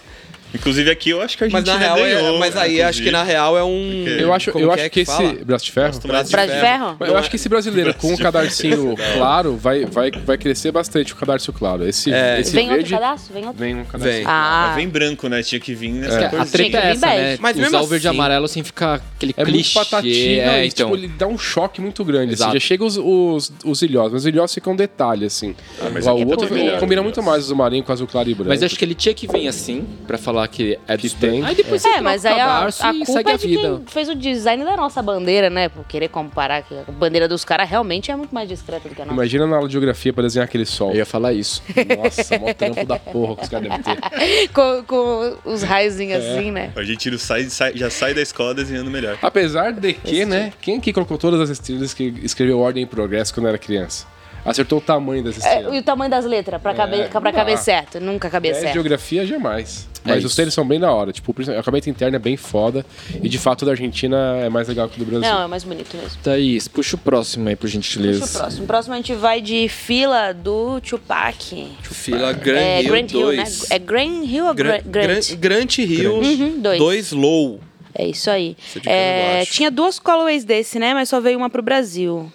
Speaker 3: Inclusive aqui eu acho que a
Speaker 5: Mas
Speaker 3: Argentina
Speaker 5: na real
Speaker 3: ganhou. né,
Speaker 5: é, mas aí
Speaker 2: né,
Speaker 3: inclusive.
Speaker 5: acho que na real é um.
Speaker 3: Porque-
Speaker 4: Eu acho,
Speaker 5: como
Speaker 4: eu
Speaker 5: que
Speaker 4: acho
Speaker 5: é
Speaker 4: que esse
Speaker 5: fala?
Speaker 4: braço de ferro.
Speaker 3: Gosto mais de
Speaker 2: Braço de ferro?
Speaker 4: Eu acho que esse
Speaker 3: é.
Speaker 4: brasileiro com o cadarcinho claro vai, vai, vai crescer bastante o cadarço claro. Esse, esse
Speaker 2: Vem outro
Speaker 4: verde
Speaker 2: cadastro? Vem outro.
Speaker 4: É. vem um cadarço.
Speaker 5: Vem.
Speaker 2: Ah,
Speaker 3: Mas Vem branco, né? Tinha que vir nessa
Speaker 1: A
Speaker 3: corzinha.
Speaker 1: treta é
Speaker 2: Bem
Speaker 1: essa, né?
Speaker 2: bege.
Speaker 5: Mas mesmo
Speaker 1: Usar o verde e
Speaker 5: assim-
Speaker 1: amarelo sem ficar aquele
Speaker 4: É muito
Speaker 1: clichê.
Speaker 4: patatina
Speaker 1: é,
Speaker 4: e,
Speaker 1: então.
Speaker 4: tipo, ele dá um choque muito grande. Assim,
Speaker 1: Exato.
Speaker 4: já chega os, os, os ilhós, mas os ilhós ficam um detalhe, assim.
Speaker 3: mas
Speaker 4: o
Speaker 3: aqui tá
Speaker 4: outro
Speaker 3: bem melhor,
Speaker 4: combina
Speaker 3: né?
Speaker 4: muito mais os marinho com azul claro e branco.
Speaker 1: Mas acho que ele tinha que vir assim, pra falar que é do
Speaker 4: Que tem.
Speaker 1: Stan. Aí depois você
Speaker 2: É, mas aí a,
Speaker 1: cadarço
Speaker 2: a
Speaker 1: e
Speaker 2: culpa
Speaker 1: segue
Speaker 2: é
Speaker 1: a
Speaker 2: de
Speaker 1: vida.
Speaker 2: quem fez o design da nossa bandeira, né? Por querer comparar que a bandeira dos caras realmente é muito mais discreta do que a nossa.
Speaker 4: Imagina na aula de geografia pra desenhar aquele sol.
Speaker 1: Eu ia falar isso.
Speaker 4: Nossa, mó trampo da porra que os caras devem ter.
Speaker 2: com, com os raizinhos assim, né?
Speaker 3: O argentino sai, sai- já sai da escola desenhando melhor.
Speaker 4: Apesar de que, né?
Speaker 2: tipo.
Speaker 4: Quem aqui colocou todas as estrelas que escreveu Ordem e Progresso quando era criança? Acertou o tamanho das
Speaker 2: É,
Speaker 4: estrelas.
Speaker 2: e o tamanho das letras, pra, caber,
Speaker 4: É,
Speaker 2: pra
Speaker 4: não
Speaker 2: caber
Speaker 4: dá.
Speaker 2: certo. Nunca caber
Speaker 4: É,
Speaker 2: certo.
Speaker 4: geografia jamais.
Speaker 1: É
Speaker 4: Mas
Speaker 1: isso.
Speaker 4: os tênis são bem da hora. Tipo, o acabamento interno é bem foda. E de fato o da Argentina é mais legal que o do Brasil.
Speaker 2: Não, é mais bonito mesmo.
Speaker 1: Thaís, puxa o próximo aí, por gentileza.
Speaker 2: Deixa o próximo. O próximo a gente vai de fila do Tupac.
Speaker 5: Fila Grand
Speaker 2: é
Speaker 5: Hill
Speaker 2: Grand Hill, né?
Speaker 5: 2.
Speaker 2: É Grand Hill ou
Speaker 5: Gran-
Speaker 2: Gran- Grant?
Speaker 5: Gran- Grant Hill
Speaker 2: Uhum, dois.
Speaker 5: 2 Low.
Speaker 2: É isso aí.
Speaker 5: é de cano
Speaker 2: É,
Speaker 5: baixo.
Speaker 2: tinha duas colorways desse, né? Mas só veio uma pro Brasil.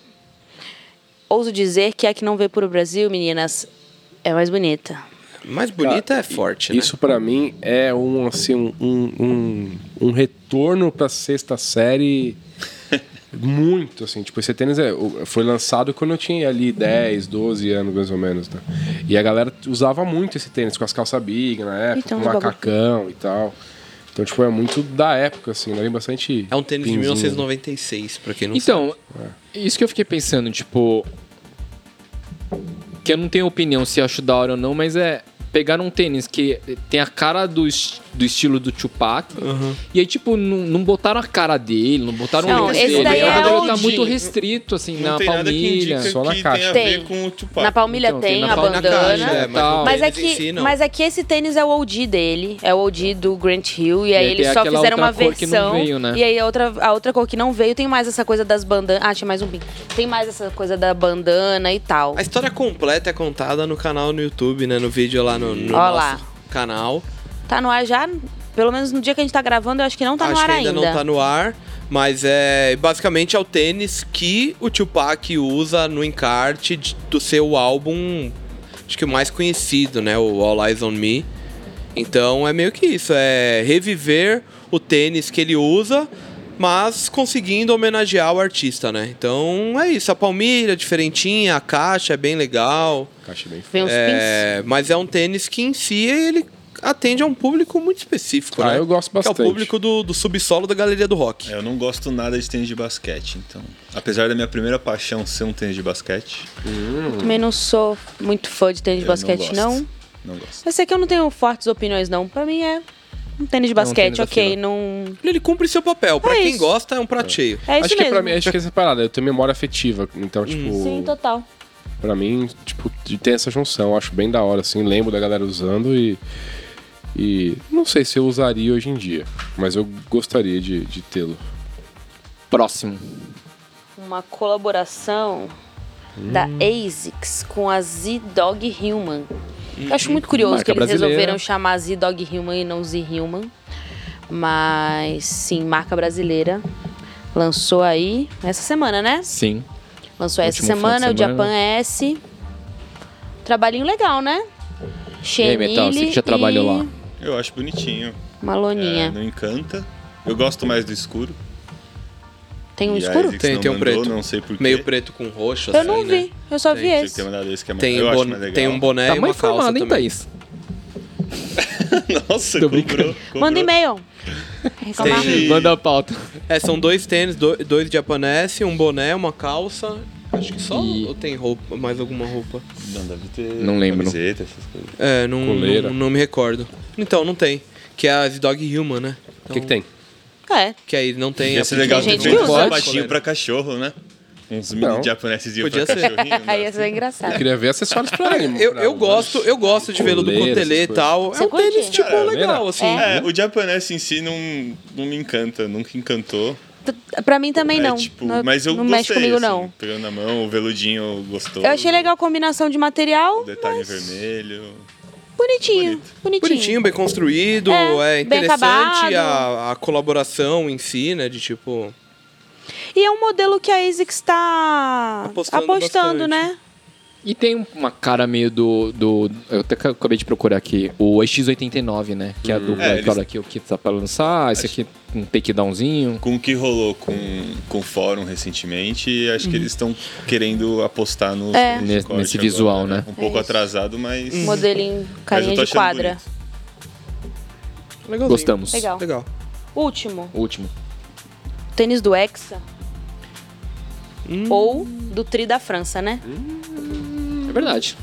Speaker 2: Ouso dizer que a que não veio pro Brasil, meninas, é mais bonita.
Speaker 5: Mais bonita é forte, né?
Speaker 4: Isso pra mim é um assim um, um, um, um retorno pra sexta série muito assim, tipo, esse tênis é, o- foi lançado quando eu tinha ali 10, 12 anos mais ou menos, né? E a galera usava muito esse tênis com as calças big na época,
Speaker 2: Então,
Speaker 4: com
Speaker 2: os bagulho-
Speaker 4: macacão e tal. Então, tipo, é muito da época assim, né? Tem bastante
Speaker 5: É um tênis de
Speaker 4: pinzinho.
Speaker 5: 1996, pra quem não
Speaker 1: Então, isso que eu fiquei pensando, tipo. Que eu não tenho opinião se acho da hora ou não, mas é pegar um tênis que tem a cara do, es- do estilo do Tupac.
Speaker 5: Uhum.
Speaker 1: E aí, tipo, não, não botaram a cara dele, não botaram
Speaker 2: Não,
Speaker 1: o
Speaker 2: esse
Speaker 1: dele.
Speaker 2: daí
Speaker 1: o
Speaker 2: é
Speaker 1: bagulho
Speaker 2: o
Speaker 1: tá
Speaker 3: de-
Speaker 1: muito restrito, assim,
Speaker 3: não
Speaker 1: na
Speaker 3: tem nada que
Speaker 1: palmilha.
Speaker 3: indica
Speaker 4: Só na
Speaker 3: que tem
Speaker 4: caixa.
Speaker 3: a
Speaker 2: Tem.
Speaker 3: ver com o Tupac.
Speaker 2: Na palmilha
Speaker 1: Então,
Speaker 2: tem,
Speaker 1: tem na né?
Speaker 2: a
Speaker 1: palma- na
Speaker 2: bandana.
Speaker 5: caixa, é, mas
Speaker 1: no
Speaker 2: mas, é
Speaker 5: tênis em
Speaker 2: que,
Speaker 5: si, não.
Speaker 2: mas é que esse tênis é o OG dele. É o OG do Grant Hill. E aí
Speaker 1: aí
Speaker 2: eles
Speaker 1: tem
Speaker 2: só
Speaker 1: aquela
Speaker 2: fizeram
Speaker 1: outra
Speaker 2: uma
Speaker 1: cor que não
Speaker 2: versão.
Speaker 1: veio, né?
Speaker 2: E aí a outra, a outra cor que não veio tem mais essa coisa das bandanas. Ah, tinha mais um pin. Tem mais essa coisa da bandana e tal.
Speaker 5: A história completa é contada no canal no YouTube, né? No vídeo lá no, no
Speaker 2: Ó
Speaker 5: nosso
Speaker 2: lá.
Speaker 5: canal.
Speaker 2: Tá no ar já? Pelo menos no dia que a gente tá gravando, eu acho que não tá
Speaker 5: Acho
Speaker 2: no ar
Speaker 5: que ainda, não tá no ar. Mas é basicamente é o tênis que o Tupac usa no encarte de- do seu álbum, acho que o mais conhecido, né? O All Eyes on Me. Então é meio que isso, é reviver o tênis que ele usa, mas conseguindo homenagear o artista, né? Então é isso, a palmilha é diferentinha, a caixa é bem legal.
Speaker 4: Caixa bem
Speaker 2: Vem uns pins.
Speaker 5: É, mas é um tênis que em si ele atende a um público muito específico,
Speaker 4: Ah,
Speaker 5: né?
Speaker 4: eu gosto
Speaker 5: Que é
Speaker 4: bastante.
Speaker 5: o público do, do subsolo da Galeria do Rock.
Speaker 3: É, Eu não gosto nada de tênis de basquete, então. Apesar da minha primeira paixão ser um tênis de basquete,
Speaker 2: Também não sou muito fã de tênis de
Speaker 3: eu
Speaker 2: basquete,
Speaker 3: não
Speaker 2: não.
Speaker 3: gosto. Não gosto.
Speaker 2: Eu sei que eu não tenho fortes opiniões, não. Pra mim é um tênis de basquete,
Speaker 1: tênis da
Speaker 2: ok.
Speaker 1: fila.
Speaker 2: Não.
Speaker 5: Ele cumpre seu papel. Pra
Speaker 2: É
Speaker 5: quem
Speaker 2: isso.
Speaker 5: gosta, é um prato cheio.
Speaker 2: É isso
Speaker 4: acho que
Speaker 2: mesmo. Hum.
Speaker 4: pra mim, acho que essa parada, eu tenho memória afetiva, então tipo,
Speaker 2: Sim, total.
Speaker 4: Pra mim, tipo, de ter essa junção, eu acho bem da hora, assim, lembro da galera usando e. E não sei se eu usaria hoje em dia, mas eu gostaria de, de tê-lo.
Speaker 1: Próximo.
Speaker 2: Uma colaboração da ASICS com a Z-Dog Human. Eu acho muito curioso
Speaker 1: Marca
Speaker 2: que eles
Speaker 1: brasileira.
Speaker 2: resolveram chamar Z-Dog Human e não Z-Human. Mas, sim, marca brasileira. Lançou aí essa semana, né?
Speaker 1: Sim.
Speaker 2: Lançou essa
Speaker 1: Último final
Speaker 2: semana,
Speaker 1: de
Speaker 2: o
Speaker 1: semana.
Speaker 2: Japan S. Trabalhinho legal, né?
Speaker 1: E aí,
Speaker 2: Chenille
Speaker 1: Metal, você que já trabalhou lá.
Speaker 3: Eu acho bonitinho.
Speaker 2: Uma
Speaker 3: É,
Speaker 2: loninha.
Speaker 3: não encanta. Eu gosto mais do escuro.
Speaker 2: Tem um
Speaker 3: É, E a
Speaker 2: escuro?
Speaker 3: Isaacs
Speaker 5: Tem-
Speaker 3: não
Speaker 5: tem um
Speaker 3: mandou,
Speaker 5: preto.
Speaker 3: Não sei porquê.
Speaker 5: Meio preto com roxo,
Speaker 2: Eu
Speaker 5: assim,
Speaker 2: não
Speaker 5: né?
Speaker 2: vi, eu só vi
Speaker 3: tá Tem que ter
Speaker 2: esse.
Speaker 3: mandado esse que é mais-
Speaker 5: Tem,
Speaker 3: eu
Speaker 5: um,
Speaker 3: acho
Speaker 5: bon-
Speaker 3: mais legal.
Speaker 5: tem um boné
Speaker 1: tá
Speaker 5: e uma
Speaker 1: muito
Speaker 5: calça
Speaker 1: formado, hein,
Speaker 5: também.
Speaker 1: Thaís?
Speaker 3: Nossa,
Speaker 1: Tô
Speaker 3: cobrou,
Speaker 1: brincando.
Speaker 3: cobrou.
Speaker 2: Manda um e-mail. Reclamar.
Speaker 5: Tem- E-
Speaker 1: Manda a pauta.
Speaker 5: É, são dois tênis, do- dois japonese, um boné, uma calça. Acho que só.
Speaker 1: E-
Speaker 5: Ou tem roupa, mais alguma roupa?
Speaker 3: Não, deve ter
Speaker 1: Não lembro.
Speaker 3: camiseta, essas coisas.
Speaker 5: É, não,
Speaker 4: Coleira.
Speaker 5: não, não me recordo. Então, não tem. Que é a Z-Dog Human, né? Então,
Speaker 4: O que, que tem?
Speaker 2: É,
Speaker 5: Que aí não tem.
Speaker 3: Ia
Speaker 5: a
Speaker 3: ser legal
Speaker 2: gente
Speaker 3: ter
Speaker 2: que
Speaker 3: feito um
Speaker 2: usa.
Speaker 3: sapatinho pra cachorro, né? Uns mini
Speaker 4: Não.
Speaker 3: japoneses
Speaker 5: Podia
Speaker 3: pra
Speaker 5: ser.
Speaker 3: cachorrinho. né?
Speaker 2: ia ser
Speaker 4: Eu
Speaker 2: engraçado.
Speaker 4: queria ver acessórios pra ele.
Speaker 5: Eu,
Speaker 4: pra-
Speaker 5: eu gosto, eu gosto de vê-lo do
Speaker 4: Coleira,
Speaker 5: cotelê e
Speaker 4: essas coisas.
Speaker 5: tal.
Speaker 2: Você
Speaker 5: é um
Speaker 2: curte?
Speaker 5: tênis, tipo,
Speaker 3: Cara,
Speaker 5: legal, assim.
Speaker 3: É, o japonês em si não, não me encanta, nunca encantou.
Speaker 2: T- Pra mim também
Speaker 3: É,
Speaker 2: não.
Speaker 3: tipo,
Speaker 2: não
Speaker 3: mas eu
Speaker 2: não
Speaker 3: gostei,
Speaker 2: mexe comigo,
Speaker 3: assim,
Speaker 2: não.
Speaker 3: Pegando na mão, o veludinho gostou.
Speaker 2: Eu achei legal a combinação de material.
Speaker 3: O detalhe vermelho.
Speaker 2: Bonitinho, bonitinho.
Speaker 5: Bonitinho, bem construído,
Speaker 2: É,
Speaker 5: é,
Speaker 2: bem acabado.
Speaker 5: interessante a, a colaboração em si, né? De tipo.
Speaker 2: E é um modelo que a ASICS tá apostando,
Speaker 5: Apostando bastante.
Speaker 2: né?
Speaker 1: E tem um- uma cara meio do. do eu até ca- acabei de procurar aqui. O X89, né? Que é a do
Speaker 3: É,
Speaker 1: Black
Speaker 3: eles-
Speaker 1: Power que o Kit tá pra lançar. Esse aqui um takedownzinho.
Speaker 3: Com o que rolou com, com o fórum recentemente, acho que eles estão querendo apostar no
Speaker 2: Uhum. É.
Speaker 3: no
Speaker 1: Nesse-
Speaker 3: corte
Speaker 1: nesse visual, né?
Speaker 3: Um
Speaker 2: É isso.
Speaker 3: pouco atrasado, mas.
Speaker 2: Modelinho,
Speaker 3: mas eu
Speaker 2: carinha
Speaker 3: tô
Speaker 2: de
Speaker 3: achando
Speaker 2: quadra.
Speaker 3: bonito.
Speaker 5: Legalzinho.
Speaker 1: Gostamos.
Speaker 2: Legal.
Speaker 5: Legal.
Speaker 2: Último,
Speaker 1: Último.
Speaker 2: tênis do Hexa.
Speaker 3: Hum.
Speaker 2: Ou do Tri da França, né?
Speaker 1: É verdade.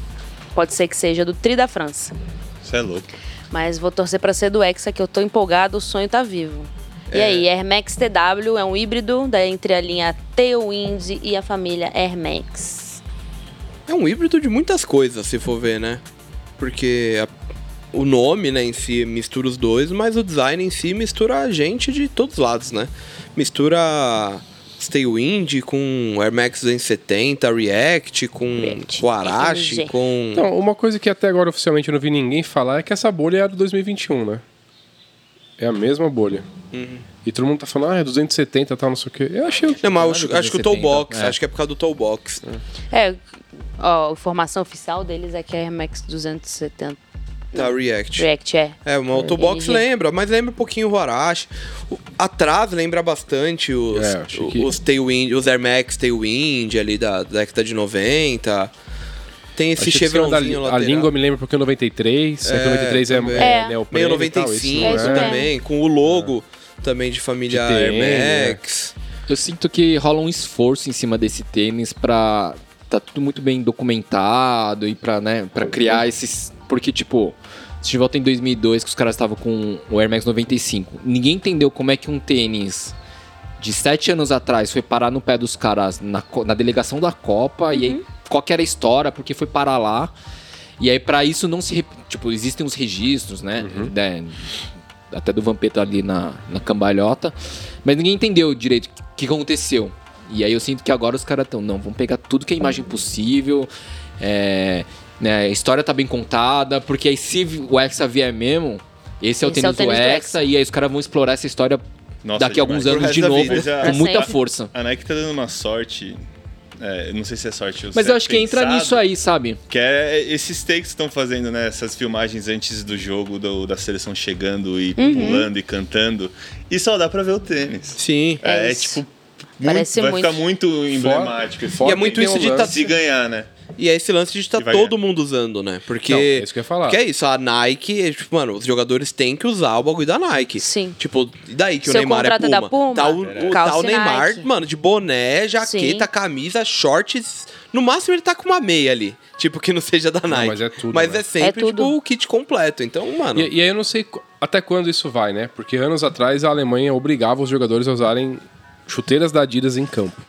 Speaker 2: Pode ser que seja do Tri da França.
Speaker 3: Isso é louco.
Speaker 2: Mas vou torcer pra ser do Hexa, que eu tô empolgado, o sonho tá vivo.
Speaker 3: É.
Speaker 2: E aí, Air Max TW é um híbrido da, entre a linha Tail Wind e a família Air Max.
Speaker 5: É um híbrido de muitas coisas, se for ver, né? Porque a- o nome, né, em si mistura os dois, mas o design em si mistura gente de todos os lados, né? Mistura Tailwind com Air Max 270, React, com
Speaker 2: React.
Speaker 5: Warashi,
Speaker 2: FMG.
Speaker 5: com...
Speaker 4: Então, uma coisa que até agora oficialmente eu não vi ninguém falar é que essa bolha é a do 2021, né? É a mesma bolha. E todo mundo tá falando, ah, é 270 e tal, não sei o quê. Eu achei.
Speaker 5: Não,
Speaker 1: nada
Speaker 5: mas eu,
Speaker 1: com
Speaker 5: acho que
Speaker 1: 270,
Speaker 5: o Toolbox,
Speaker 1: é.
Speaker 5: acho que é por causa do
Speaker 4: É.
Speaker 5: Toolbox.
Speaker 2: É, ó, a informação oficial deles é que a Air Max 270
Speaker 5: Tá, React.
Speaker 2: React, é.
Speaker 5: É, o Motobox
Speaker 2: Ele-
Speaker 5: lembra, mas lembra um pouquinho o Huarache. O- Atrás lembra bastante os,
Speaker 4: É, eu achei
Speaker 5: o-
Speaker 4: que-
Speaker 5: os, Tailwind, os Air Max Tailwind ali da, da década de 90. Tem esse
Speaker 4: Achei que você ia dar
Speaker 5: chevronzinho
Speaker 4: li-
Speaker 5: lá.
Speaker 4: A língua me lembra porque é 93, só que 93 é,
Speaker 5: também.
Speaker 2: É.
Speaker 4: neoprene
Speaker 5: Meio
Speaker 4: e tal, isso
Speaker 5: 95
Speaker 4: não
Speaker 2: é isso mesmo.
Speaker 5: também, com o logo também de família
Speaker 4: É. De é. TN,
Speaker 5: Air Max.
Speaker 1: Eu sinto que rola um esforço em cima desse tênis pra. Tá tudo muito bem documentado e pra, né, pra criar esses. Porque, tipo, se de volta em 2002 que os caras estavam com o Air Max 95, ninguém entendeu como é que um tênis de sete anos atrás foi parar no pé dos caras na, co- na delegação da Copa e aí qual que era a história, porque foi parar lá. E aí, pra isso não se. rep- Tipo, existem os registros, né? né, até do Vampeta ali na, na cambalhota. Mas ninguém entendeu direito o que aconteceu. E aí eu sinto que agora os caras estão, não, vamos pegar tudo que é imagem possível. É, né, a história tá bem contada, porque aí se o Hexa vier mesmo, esse é o
Speaker 2: Esse
Speaker 1: tênis, do, Hexa, e aí os caras vão explorar essa história
Speaker 3: Nossa,
Speaker 1: daqui a alguns
Speaker 3: demais. Pro
Speaker 1: anos
Speaker 3: resto
Speaker 1: de
Speaker 3: da
Speaker 1: novo,
Speaker 3: vida. Mas a-
Speaker 1: com
Speaker 2: Pra
Speaker 1: muita
Speaker 2: sempre.
Speaker 1: força.
Speaker 3: A Nike tá dando uma sorte. é, eu não sei se é sorte ou
Speaker 1: Mas
Speaker 3: se
Speaker 1: eu
Speaker 3: é
Speaker 1: acho que entra
Speaker 3: pensado,
Speaker 1: nisso aí, sabe?
Speaker 3: Que é esses takes que estão fazendo, né? Essas filmagens antes do jogo, do- da seleção chegando e pulando e cantando. E só dá pra ver o tênis.
Speaker 5: Sim.
Speaker 3: É,
Speaker 2: É
Speaker 3: é,
Speaker 2: isso.
Speaker 3: tipo.
Speaker 2: Parece
Speaker 3: vai
Speaker 2: muito.
Speaker 3: ficar muito emblemático. esse
Speaker 4: fora
Speaker 5: E é muito
Speaker 3: tênis.
Speaker 5: isso de
Speaker 4: tem um
Speaker 5: tá-
Speaker 3: Se ganhar, né?
Speaker 5: E é esse lance de estar
Speaker 3: E vai
Speaker 5: todo
Speaker 3: ganhar.
Speaker 5: mundo usando, né? Porque.
Speaker 4: Não, é isso que eu ia falar.
Speaker 5: Porque é isso, a Nike, é, tipo, mano, os jogadores têm que usar o bagulho da Nike.
Speaker 2: Sim.
Speaker 5: Tipo, e daí que o
Speaker 2: Seu
Speaker 5: Neymar é
Speaker 2: contrato é
Speaker 5: Puma.
Speaker 2: da Puma,
Speaker 5: Tá o, o, tá o
Speaker 2: calça
Speaker 5: Neymar,
Speaker 2: Nike.
Speaker 5: mano, de boné, jaqueta,
Speaker 2: Sim.
Speaker 5: camisa, shorts. No máximo ele tá com uma meia ali. Tipo, que não seja da Nike.
Speaker 4: mas é tudo,
Speaker 5: Mas
Speaker 4: né?
Speaker 5: é sempre,
Speaker 2: É tudo.
Speaker 5: tipo, o kit completo. Então, mano.
Speaker 4: E, e aí eu não sei qu- até quando isso vai, né? Porque anos atrás a Alemanha obrigava os jogadores a usarem chuteiras da Adidas em campo.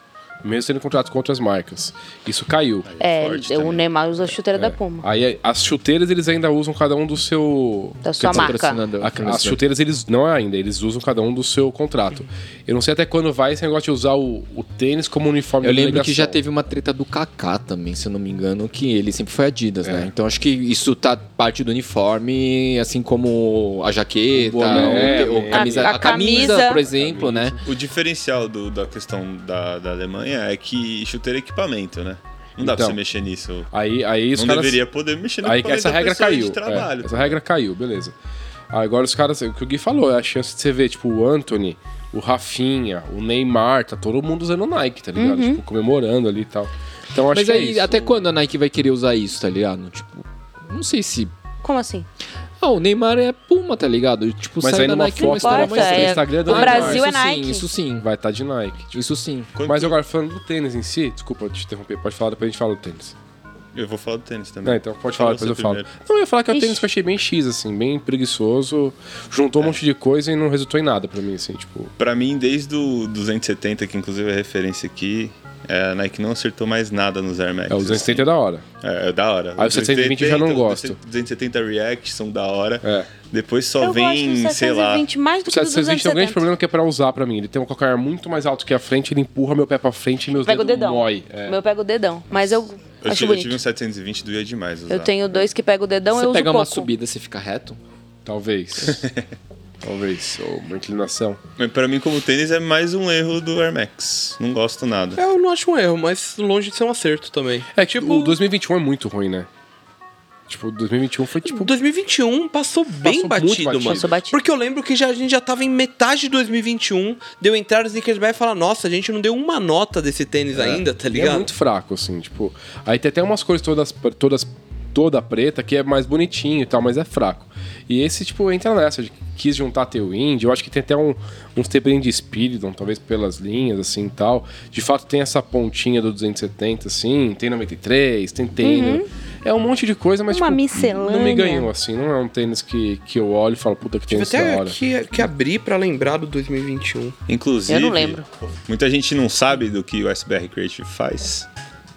Speaker 4: Mesmo tendo contrato com outras marcas. Isso caiu.
Speaker 2: É,
Speaker 3: Forte
Speaker 2: o
Speaker 3: também. É.
Speaker 2: Neymar usa a chuteira da Puma.
Speaker 4: Aí é, as chuteiras eles ainda usam cada um do seu.
Speaker 2: Da sua
Speaker 4: Quer dizer,
Speaker 2: marca.
Speaker 1: Patrocinador,
Speaker 4: a- as
Speaker 1: patrocinador.
Speaker 4: chuteiras eles não é ainda, eles usam cada um do seu contrato. Eu não sei até quando vai esse negócio de usar o, o tênis como uniforme
Speaker 1: Eu
Speaker 4: da
Speaker 1: lembro que
Speaker 4: delegação.
Speaker 1: já teve uma treta do Kaká também, se eu não me engano, que ele sempre foi Adidas, né? Então acho que isso tá parte do uniforme, assim como a jaqueta,
Speaker 4: O boné,
Speaker 1: o- o
Speaker 4: né?
Speaker 1: camisa-
Speaker 2: A-
Speaker 1: a,
Speaker 2: a
Speaker 1: camisa,
Speaker 2: camisa.
Speaker 1: por exemplo, né?
Speaker 3: O diferencial do- da questão da, da Alemanha é que chuteira é equipamento, né? Não dá pra
Speaker 4: Então.
Speaker 3: você mexer nisso.
Speaker 4: Aí, aí os
Speaker 3: não
Speaker 4: caras.
Speaker 3: deveria poder mexer no
Speaker 4: Aí
Speaker 3: equipamento
Speaker 4: essa
Speaker 3: da
Speaker 4: regra
Speaker 3: pessoa
Speaker 4: caiu.
Speaker 3: De trabalho.
Speaker 4: é,
Speaker 3: tá
Speaker 4: essa regra caiu, beleza. Agora os caras, o que o Gui falou, é a chance de você ver, tipo, o Anthony, o Rafinha, o Neymar, tá todo mundo usando Nike, tá ligado?
Speaker 2: Uhum.
Speaker 4: Tipo, comemorando ali e tal. Então acho
Speaker 1: Mas
Speaker 4: que
Speaker 1: aí,
Speaker 4: é isso.
Speaker 1: até quando a Nike vai querer usar isso, tá ligado? Tipo, não sei se.
Speaker 2: Como assim?
Speaker 1: Ah, o Neymar é Puma, tá ligado? Tipo,
Speaker 4: Mas
Speaker 1: sai
Speaker 4: aí
Speaker 1: da
Speaker 4: numa
Speaker 1: Nike
Speaker 4: foto
Speaker 1: uma história
Speaker 2: Importa,
Speaker 1: mais
Speaker 2: é-
Speaker 4: no
Speaker 1: triste.
Speaker 4: Instagram da
Speaker 2: o
Speaker 1: Ah,
Speaker 4: Nike. assim,
Speaker 2: Brasil é
Speaker 1: isso
Speaker 2: Nike. Então
Speaker 1: Sim, isso sim.
Speaker 4: Vai estar de Nike. tipo.
Speaker 1: Isso sim.
Speaker 3: Quando-
Speaker 4: Mas agora, falando do tênis em si, desculpa te interromper, pode falar, depois a gente fala do tênis.
Speaker 3: Eu vou falar do tênis também.
Speaker 4: Não, então pode
Speaker 3: Fala
Speaker 4: falar, depois eu
Speaker 3: você
Speaker 4: falo.
Speaker 3: primeiro.
Speaker 4: Não, eu ia falar que é o
Speaker 2: Ixi.
Speaker 4: tênis que eu achei bem X, assim, bem preguiçoso,
Speaker 3: É.
Speaker 4: juntou um monte de coisa e não resultou em nada pra mim, assim, tipo.
Speaker 3: Pra mim, desde o 270, que inclusive é referência aqui, é, a Nike não acertou mais nada nos Air Max.
Speaker 4: É, o 270 é da hora.
Speaker 3: assim. é, é da hora.
Speaker 4: Ah, o 720 eu já não
Speaker 3: 270,
Speaker 4: gosto.
Speaker 3: 270 React são da hora.
Speaker 4: É.
Speaker 3: Depois só
Speaker 2: eu gosto
Speaker 3: vem,
Speaker 2: do
Speaker 3: sei lá.
Speaker 2: 720 mais do
Speaker 4: O
Speaker 2: que do
Speaker 4: 720 tem um grande
Speaker 2: 270.
Speaker 4: problema que é pra usar pra mim. Ele tem um calcanhar muito mais alto que a frente, ele empurra meu pé pra frente e meus
Speaker 2: Pega o
Speaker 4: dedos
Speaker 2: dedão.
Speaker 4: mói. É.
Speaker 2: Meu pega o dedão. Mas eu
Speaker 3: Eu,
Speaker 2: acho
Speaker 3: tive, eu tive
Speaker 2: bonito.
Speaker 3: um 720, doía demais. usar.
Speaker 2: Eu tenho dois que pega o dedão, eu
Speaker 1: Você
Speaker 2: uso
Speaker 1: pega uma
Speaker 2: pouco.
Speaker 1: subida, você fica reto.
Speaker 4: Talvez. Talvez. Ou uma inclinação.
Speaker 3: Mas pra mim, como tênis, é mais um erro do Air Max. Não gosto nada.
Speaker 5: Eu não acho um erro, mas longe de ser um acerto também.
Speaker 4: É tipo. O 2021 é muito ruim, né? Tipo, o 2021 foi tipo.
Speaker 5: 2021 passou bem
Speaker 4: muito
Speaker 5: batido,
Speaker 4: batido.
Speaker 5: mano.
Speaker 2: Passou batido.
Speaker 5: Porque eu lembro que já, a gente já tava em metade de 2021, deu entrar no Sneakers Bay e falar, nossa, a gente não deu uma nota desse tênis ainda, tá
Speaker 4: Ele
Speaker 5: ligado?
Speaker 4: É muito fraco, assim, tipo. Aí tem até umas cores todas, todas toda preta que é mais bonitinho e tal, mas é fraco. E esse, tipo, entra nessa. de Quis juntar teu indie, eu acho que tem até um, uns tebrinhos de Spiridon, talvez pelas linhas, assim e tal. De fato, tem essa pontinha do 270, assim, tem 93, tem tênis. É um monte de coisa, mas
Speaker 2: Uhum. Uma
Speaker 4: tipo,
Speaker 2: miscelânea.
Speaker 4: não me ganhou, assim. Não é um tênis que, que eu olho e falo, puta que
Speaker 5: Tive
Speaker 4: tênis da
Speaker 5: até
Speaker 4: hora.
Speaker 5: que, que abrir pra lembrar do 2021.
Speaker 3: Inclusive,
Speaker 2: Eu não lembro.
Speaker 3: muita gente não sabe do que o SBR Creative faz,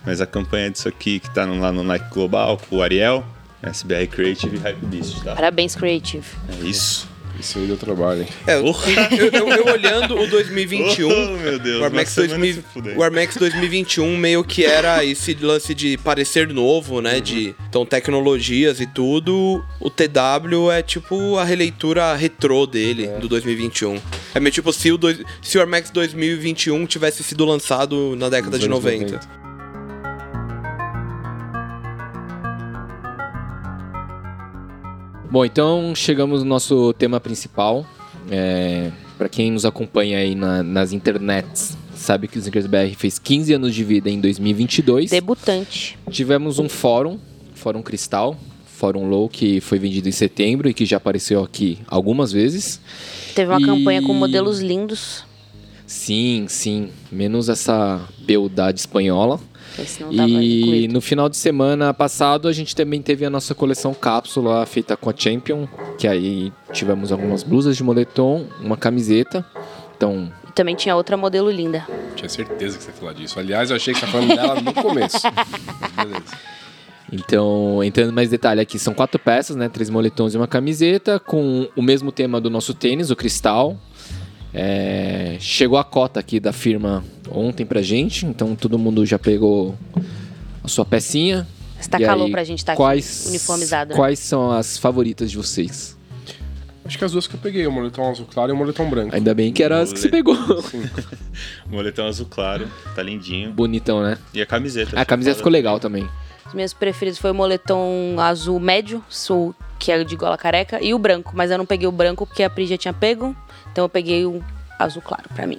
Speaker 3: mas a campanha disso aqui que tá no- lá no Nike Global com o Ariel, SBR Creative e Hypebeast, tá?
Speaker 2: Parabéns, Creative.
Speaker 3: É isso.
Speaker 4: Isso aí deu trabalho, hein?
Speaker 5: É, eu,
Speaker 3: Porra.
Speaker 5: eu- eu- eu olhando o 2021,
Speaker 3: Oh, meu Deus,
Speaker 5: o Air Max
Speaker 3: uma semana
Speaker 5: 2000
Speaker 3: se fuder.
Speaker 5: o Air Max 2021 meio que era esse lance de parecer novo,
Speaker 3: Uhum.
Speaker 5: né? De então tecnologias e tudo. O TW é tipo a releitura retrô dele do 2021. É meio tipo se o, dois, se o Air Max 2021 tivesse sido lançado na década
Speaker 4: Nos
Speaker 5: de
Speaker 4: anos
Speaker 5: 90.
Speaker 4: 90.
Speaker 1: Bom, então chegamos no nosso tema principal. É, para quem nos acompanha aí na- nas internets, sabe que o Zinkers BR fez 15 anos de vida em 2022.
Speaker 2: Debutante.
Speaker 1: Tivemos um fórum, Fórum Cristal, Fórum Low, que foi vendido em setembro e que já apareceu aqui algumas vezes.
Speaker 2: Teve uma
Speaker 1: E-
Speaker 2: campanha com modelos lindos.
Speaker 1: Sim, sim, menos essa beldade espanhola.
Speaker 2: Esse não tava
Speaker 1: E
Speaker 2: incluído.
Speaker 1: no final de semana passado a gente também teve a nossa coleção cápsula feita com a Champion, que aí tivemos algumas blusas de moletom, uma camiseta. Então,
Speaker 2: E Também tinha outra modelo linda.
Speaker 4: Tinha certeza que você ia falar disso. Aliás, eu achei que você estava falando dela no começo. Beleza.
Speaker 1: então, entrando em mais detalhe aqui, são quatro peças, né? Três moletons e uma camiseta, com o mesmo tema do nosso tênis, o cristal. É, chegou a cota aqui da firma ontem pra gente, então todo mundo já pegou a sua pecinha.
Speaker 2: Está
Speaker 1: E
Speaker 2: tá calor
Speaker 1: aí, é?
Speaker 2: pra gente estar
Speaker 1: quais,
Speaker 2: aqui uniformizado. né?
Speaker 1: Quais são as favoritas de vocês?
Speaker 4: Acho que as duas que eu peguei, o moletom azul claro e o moletom branco.
Speaker 1: Ainda bem que era as que você pegou.
Speaker 3: Moletão azul claro, tá lindinho.
Speaker 1: Bonitão, né?
Speaker 3: E a camiseta.
Speaker 1: A camiseta ficou legal também.
Speaker 2: Os meus preferidos foi o moletom azul médio, sul, que é de gola careca, e o branco. Mas eu não peguei o branco porque a Pri já tinha pego. Então eu peguei o azul claro pra mim.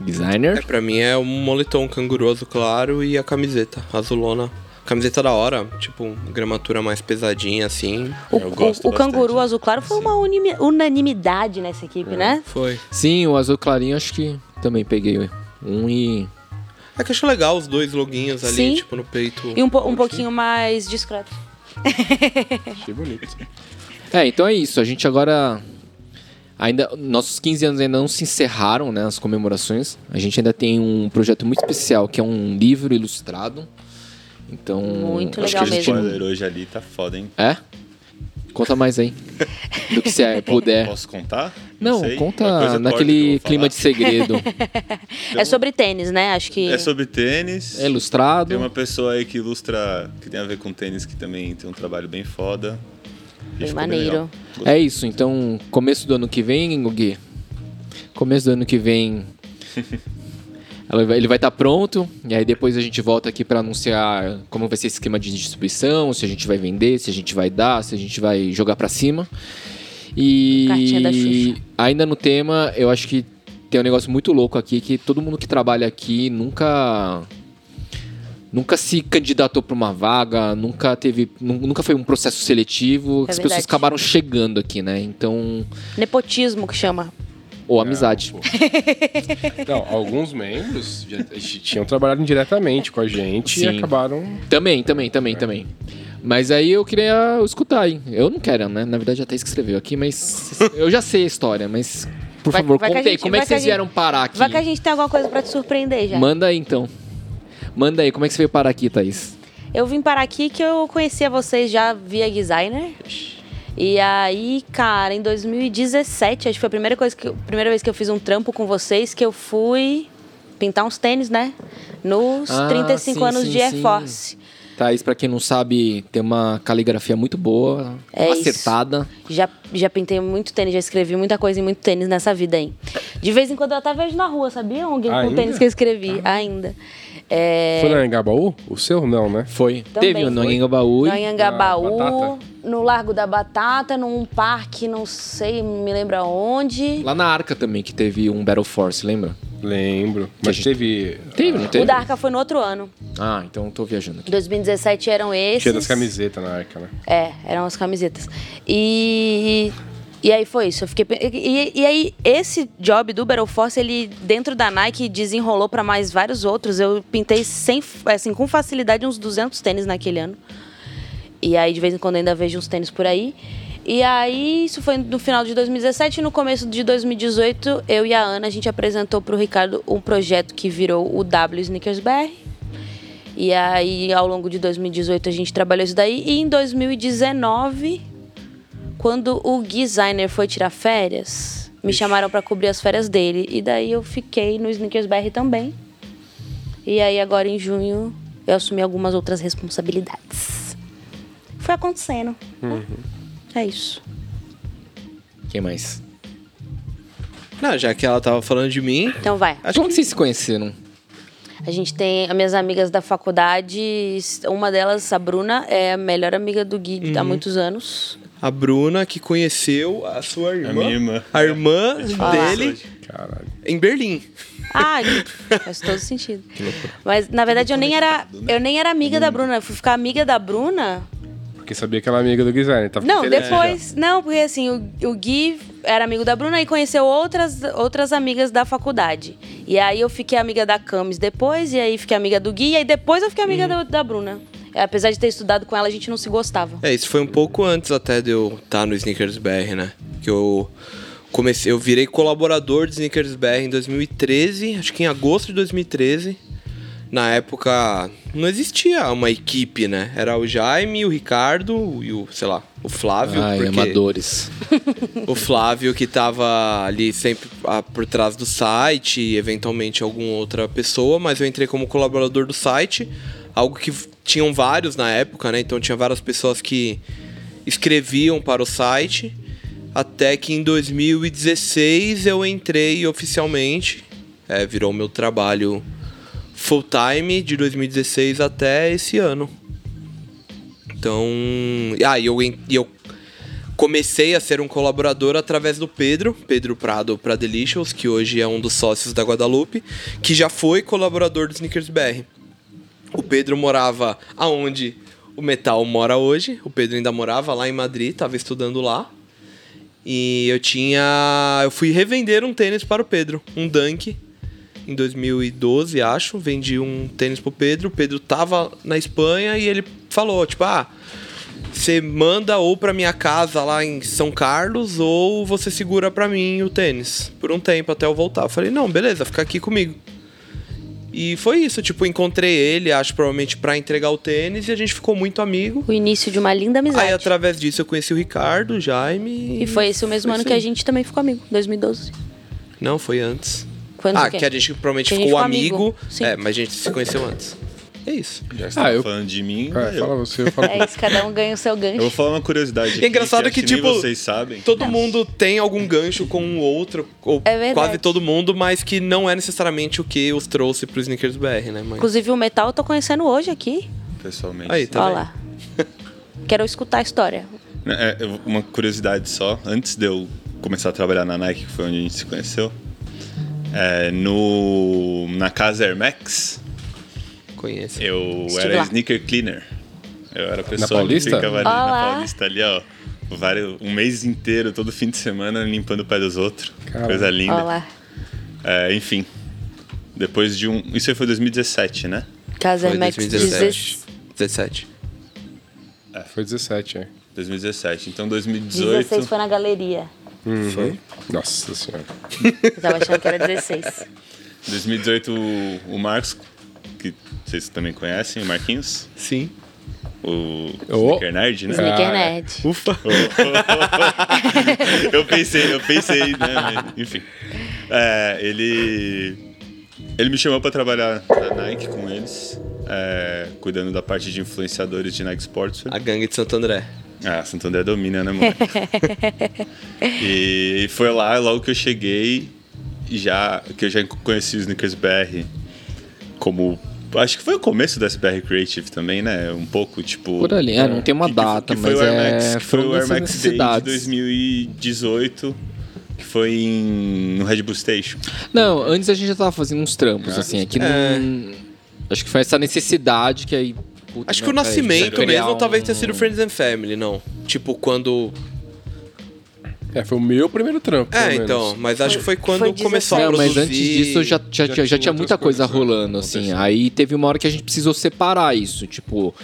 Speaker 5: É,
Speaker 1: Designer.
Speaker 5: pra mim é um moletom canguroso claro e a camiseta azulona. Camiseta da hora, tipo, gramatura mais pesadinha assim.
Speaker 2: O,
Speaker 3: Eu gosto
Speaker 2: o- o
Speaker 3: bastante.
Speaker 2: canguru azul claro foi uma unimi- unanimidade nessa equipe, né?
Speaker 5: Foi.
Speaker 1: Sim, o azul clarinho acho que também peguei um e...
Speaker 5: É que eu acho legal os dois loguinhos ali,
Speaker 2: Sim.
Speaker 5: tipo, no
Speaker 3: Uhum.
Speaker 5: peito.
Speaker 2: E um, po- um pouquinho mais discreto.
Speaker 4: Achei bonito.
Speaker 1: É, então é isso. A gente agora... Ainda, nossos 15 anos ainda não se encerraram, né? As comemorações. A gente ainda tem um projeto muito especial, que é um livro ilustrado. Então...
Speaker 2: Muito
Speaker 1: acho
Speaker 2: legal
Speaker 1: que a gente...
Speaker 2: mesmo.
Speaker 3: spoiler hoje ali tá foda, hein?
Speaker 1: É? Conta mais aí. Do que você puder.
Speaker 3: Posso contar?
Speaker 1: É. Não,
Speaker 3: sei. É
Speaker 1: conta
Speaker 3: coisa torta que eu
Speaker 1: naquele
Speaker 3: vou
Speaker 1: clima de
Speaker 3: falar.
Speaker 1: segredo.
Speaker 2: É sobre tênis, né? Acho que.
Speaker 3: É sobre tênis.
Speaker 1: É ilustrado.
Speaker 3: Tem uma pessoa aí que ilustra, que tem a ver com tênis, que também tem um trabalho bem foda. E
Speaker 2: Bem
Speaker 3: ficou
Speaker 2: maneiro.
Speaker 3: legal.
Speaker 1: É isso, então, começo do ano que vem, Gui. Começo do ano que vem. ela vai- Ele vai estar pronto, e aí depois a gente volta aqui para anunciar como vai ser esse esquema de distribuição, se a gente vai vender, se a gente vai dar, se a gente vai jogar para cima.
Speaker 2: Cartinha da
Speaker 1: E
Speaker 2: Xuxa.
Speaker 1: ainda no tema, eu acho que tem um negócio muito louco aqui que todo mundo que trabalha aqui nunca nunca se candidatou para uma vaga, nunca teve, nu- nunca foi um processo seletivo,
Speaker 2: É
Speaker 1: as
Speaker 2: verdade.
Speaker 1: pessoas acabaram chegando aqui, né? Então,
Speaker 2: Nepotismo que chama.
Speaker 1: ou amizade.
Speaker 4: Não, alguns membros já t- tinham trabalhado indiretamente com a gente
Speaker 1: Sim.
Speaker 4: e acabaram.
Speaker 1: Também, também, também, também. Mas aí eu queria escutar, hein? Eu não quero, né? Na verdade, até escreveu aqui, mas eu já sei a história, mas por
Speaker 2: Vai-
Speaker 1: favor,
Speaker 2: vai que a
Speaker 1: conta aí,
Speaker 2: gente-
Speaker 1: como é
Speaker 2: vai
Speaker 1: que
Speaker 2: que a
Speaker 1: vocês
Speaker 2: gente-
Speaker 1: vieram parar aqui?
Speaker 2: Vai que a gente tem alguma coisa pra te surpreender já.
Speaker 1: Manda aí então. Manda aí, como é que você veio parar aqui, Thaís?
Speaker 2: Eu vim parar aqui que eu conhecia vocês já via designer. E aí, cara, em 2017, acho que foi a primeira, coisa que eu- primeira vez que eu fiz um trampo com vocês, que eu fui pintar uns tênis, né? Nos
Speaker 1: Ah,
Speaker 2: 35
Speaker 1: sim,
Speaker 2: anos
Speaker 1: sim,
Speaker 2: de Air
Speaker 1: sim.
Speaker 2: Force.
Speaker 1: Thaís, pra quem não sabe, tem uma caligrafia muito boa,
Speaker 2: É isso.
Speaker 1: acertada.
Speaker 2: Já, já pintei muito tênis, já escrevi muita coisa em muito tênis nessa vida aí. De vez em quando eu até vejo na rua, sabia? Alguém com
Speaker 4: Ainda? Tá.
Speaker 2: tênis que eu escrevi, ainda. É...
Speaker 4: Foi na Angabaú? O seu não, né?
Speaker 1: Foi.
Speaker 2: Também
Speaker 1: Teve o
Speaker 2: foi.
Speaker 1: Nangangabaú.
Speaker 2: No Anhangabaú,
Speaker 4: Batata.
Speaker 2: no Largo da Batata, num parque, não sei, me lembra onde.
Speaker 1: Lá na Arca também, que teve um Battle Force, lembra?
Speaker 4: Lembro. Mas
Speaker 1: gente-
Speaker 4: teve.
Speaker 1: Teve, não
Speaker 2: O
Speaker 1: teve?
Speaker 2: da Arca foi no outro ano.
Speaker 1: Ah, então eu tô viajando aqui.
Speaker 2: 2017 eram esses.
Speaker 4: Cheia das camisetas na arca, né?
Speaker 2: É, eram as camisetas. E. E aí foi isso, eu fiquei... pe- E, e aí, esse job do Battle Force, ele, dentro da Nike, desenrolou para mais vários outros. Eu pintei sem, assim, com facilidade uns 200 tênis naquele ano. E aí, de vez em quando, ainda vejo uns tênis por aí. E aí, isso foi no final de 2017 e no começo de 2018, eu e a Ana, a gente apresentou pro Ricardo um projeto que virou o W Sneakers BR. E aí, ao longo de 2018, a gente trabalhou isso daí. E em 2019, quando o designer foi tirar férias, me chamaram para cobrir as férias dele. E daí eu fiquei no Sneakers BR também. E aí, agora em junho, eu assumi algumas outras responsabilidades. Foi acontecendo. né? É isso.
Speaker 1: Quem mais?
Speaker 5: Não, já que ela tava falando de mim,
Speaker 2: Então vai.
Speaker 1: Como que vocês se conheceram?
Speaker 2: A gente tem as minhas amigas da faculdade. Uma delas, a Bruna, é a melhor amiga do Gui há muitos anos.
Speaker 5: a Bruna, que conheceu a sua irmã. Ah,
Speaker 3: minha irmã.
Speaker 5: A irmã
Speaker 2: falar.
Speaker 5: dele
Speaker 4: Caralho.
Speaker 5: em Berlim.
Speaker 2: Ah, faz todo sentido. Mas, na verdade, eu nem era, eu nem era amiga
Speaker 5: Hum.
Speaker 2: da Bruna. Eu fui ficar amiga da Bruna.
Speaker 4: Porque sabia que ela é amiga do Guizarne. Tava com
Speaker 2: Não,
Speaker 5: é
Speaker 4: interesse
Speaker 2: depois. Não, porque assim, o, o Gui era amigo da Bruna e conheceu outras, outras amigas da faculdade. E aí eu fiquei amiga da Camis depois, e aí fiquei amiga do Gui, e aí depois eu fiquei
Speaker 5: Hum.
Speaker 2: amiga da, da Bruna. É, Apesar de ter estudado com ela, a gente não se gostava.
Speaker 5: É, isso foi um pouco antes até de eu estar no Sneakers BR, né? Que eu comecei, eu virei colaborador de Sneakers BR em 2013, acho que em agosto de 2013. Na época não existia uma equipe, né? Era o Jaime, o Ricardo e o, sei lá, o Flávio.
Speaker 1: Ai,
Speaker 5: Ah, porque-
Speaker 1: amadores.
Speaker 5: o Flávio que tava ali sempre ah, por trás do site e eventualmente alguma outra pessoa, mas eu entrei como colaborador do site, algo que f- tinham vários na época, né? Então tinha várias pessoas que escreviam para o site, até que em 2016 eu entrei oficialmente, é, virou meu trabalho full time de 2016 até esse ano. Então, ah, e eu, en- e eu comecei a ser um colaborador através do Pedro, Pedro Prado para Delicious, que hoje é um dos sócios da Guadalupe, que já foi colaborador do Sneakers BR. O Pedro morava aonde o Metal mora hoje. O Pedro ainda morava lá em Madrid, estava estudando lá. E eu tinha, eu fui revender um tênis para o Pedro, um Dunk em 2012, acho, vendi um tênis pro Pedro. O Pedro tava na Espanha e ele falou, tipo, ah, você manda ou pra minha casa lá em São Carlos ou você segura pra mim o tênis por um tempo até eu voltar. Eu falei, não, beleza, fica aqui comigo. E foi isso, tipo, encontrei ele, acho, provavelmente pra entregar o tênis e a gente ficou muito amigo.
Speaker 2: O início de uma linda amizade.
Speaker 5: Aí, através disso, eu conheci o Ricardo, o Jaime.
Speaker 2: E foi esse o mesmo
Speaker 5: foi
Speaker 2: ano
Speaker 5: isso
Speaker 2: que a
Speaker 5: aí.
Speaker 2: gente também ficou amigo, 2012.
Speaker 5: Não, foi antes.
Speaker 2: Quando
Speaker 5: ah,
Speaker 2: o quê?
Speaker 5: que a gente provavelmente
Speaker 2: Que é? a gente
Speaker 5: ficou,
Speaker 2: ficou
Speaker 5: amigo.
Speaker 2: amigo, sim.
Speaker 5: É, mas a gente se conheceu antes. É isso.
Speaker 3: Já está
Speaker 4: eu-
Speaker 3: tá falando de mim.
Speaker 4: dela.
Speaker 3: Ah, eu-
Speaker 4: É, fala você, eu falo
Speaker 2: É isso, cada um ganha o seu
Speaker 3: Eu vou
Speaker 2: gancho.
Speaker 3: falar uma curiosidade.
Speaker 5: E é engraçado
Speaker 3: aqui,
Speaker 5: que,
Speaker 3: acho nem
Speaker 5: tipo,
Speaker 3: vocês sabem.
Speaker 5: Todo mundo tem algum gancho com o outro, ou
Speaker 2: É verdade.
Speaker 5: quase todo mundo, mas que não é necessariamente o que os trouxe pro Sneakers BR, né, mãe?
Speaker 2: Inclusive, o metal eu tô conhecendo hoje aqui.
Speaker 3: Pessoalmente.
Speaker 5: Aí,
Speaker 2: Olha
Speaker 5: tá
Speaker 2: lá. Quero escutar a história.
Speaker 3: É, eu- uma curiosidade só, antes de eu começar a trabalhar na Nike, que foi onde a gente se conheceu, é, no, na casa Hermex,
Speaker 5: vendo? Conheço.
Speaker 3: eu
Speaker 2: Estive
Speaker 3: era
Speaker 2: lá.
Speaker 3: sneaker cleaner. Eu era a pessoa que
Speaker 4: Paulista?
Speaker 3: ficava ali na
Speaker 2: Olá.
Speaker 3: Paulista, ali, ó, vários, um mês inteiro, todo fim de semana, limpando o pé dos outros.
Speaker 4: Caralho.
Speaker 3: Coisa
Speaker 2: Olha
Speaker 3: linda.
Speaker 2: lá.
Speaker 3: É, enfim, depois de um... Isso aí foi 2017, né?
Speaker 2: Casa
Speaker 5: Foi
Speaker 2: Max
Speaker 5: 2017.
Speaker 2: 16.
Speaker 5: 17.
Speaker 4: Foi 17, é.
Speaker 3: 2017. Então,
Speaker 2: 16
Speaker 3: 2018...
Speaker 2: foi na galeria.
Speaker 5: Foi?
Speaker 4: Nossa senhora.
Speaker 2: Eu tava achando que era 16.
Speaker 3: 2018, o- o Marcos, que vocês também conhecem, o Marquinhos...
Speaker 5: Sim.
Speaker 3: O
Speaker 4: Ô.
Speaker 3: Sneaker Nerd, né? Ah,
Speaker 4: Ah,
Speaker 2: Sneaker
Speaker 4: é.
Speaker 2: Nerd.
Speaker 5: Ufa.
Speaker 1: Ah.
Speaker 3: eu pensei, eu pensei, né? mas, Enfim. É, ele. Ele me chamou pra trabalhar na Nike com eles, é, cuidando da parte de influenciadores de Nike Sportswear.
Speaker 5: A gangue de Santo André.
Speaker 3: Ah, Santo André domina, né, mano? e foi lá, logo que eu cheguei, já que eu já conheci o Sneakers BR como. Acho que foi o começo da SBR Creative também, né? Um pouco, tipo.
Speaker 1: Por ali, é, não tem uma
Speaker 3: que- que-
Speaker 1: data,
Speaker 3: que foi
Speaker 1: mas
Speaker 3: o Air Max,
Speaker 1: é,
Speaker 3: que foi
Speaker 1: foram
Speaker 3: o Air
Speaker 1: essas
Speaker 3: Max Day de
Speaker 1: necessidades.
Speaker 3: 2018, que foi em, no Red Bull Station.
Speaker 1: Não, antes a gente já tava fazendo uns trampos, assim, aqui
Speaker 5: É.
Speaker 1: não... Acho que foi essa necessidade que aí... puta,
Speaker 5: Acho que
Speaker 1: não,
Speaker 5: o
Speaker 1: peraí,
Speaker 5: nascimento
Speaker 1: precisa criar
Speaker 5: mesmo
Speaker 1: um-
Speaker 5: talvez tenha sido Friends and Family, não. Tipo, quando.
Speaker 4: É, foi o meu primeiro trampo.
Speaker 5: É,
Speaker 4: pelo menos.
Speaker 5: então, mas acho que foi quando
Speaker 2: foi
Speaker 5: começou a
Speaker 1: Não,
Speaker 5: produzir.
Speaker 1: mas antes disso já, já,
Speaker 4: já
Speaker 1: já
Speaker 4: tinha
Speaker 1: tinha muita
Speaker 4: outras coisas,
Speaker 1: coisa
Speaker 4: né,
Speaker 1: rolando, assim.
Speaker 4: acontecendo.
Speaker 1: Aí teve uma hora que a gente precisou separar isso, tipo.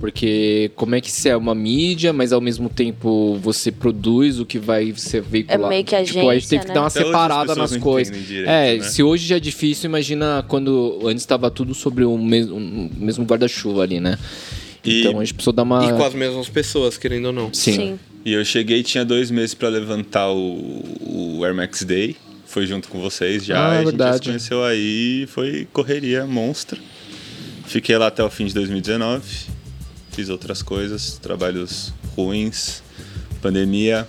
Speaker 1: Porque como é que você é uma mídia, mas ao mesmo tempo você produz o que vai ser veiculado.
Speaker 2: É meio que
Speaker 1: Tipo, a gente
Speaker 2: agência, né?
Speaker 1: teve que dar uma
Speaker 3: Até hoje as
Speaker 1: separada
Speaker 3: pessoas
Speaker 1: nas
Speaker 3: não
Speaker 1: coisas.
Speaker 3: entendem direito,
Speaker 1: é,
Speaker 3: né?
Speaker 1: se hoje já é difícil, imagina quando antes estava tudo sobre o mesmo, um mesmo guarda-chuva ali, né?
Speaker 3: E-
Speaker 1: Então a gente precisou dar uma.
Speaker 5: E com as mesmas pessoas, querendo ou não.
Speaker 1: Sim.
Speaker 3: E eu cheguei e tinha dois meses pra levantar o, o Air Max Day. Foi junto com vocês já.
Speaker 1: Ah,
Speaker 3: e a gente já se
Speaker 1: verdade.
Speaker 3: conheceu aí. Foi correria monstra. Fiquei lá até o fim de 2019. Fiz outras coisas, trabalhos ruins, pandemia.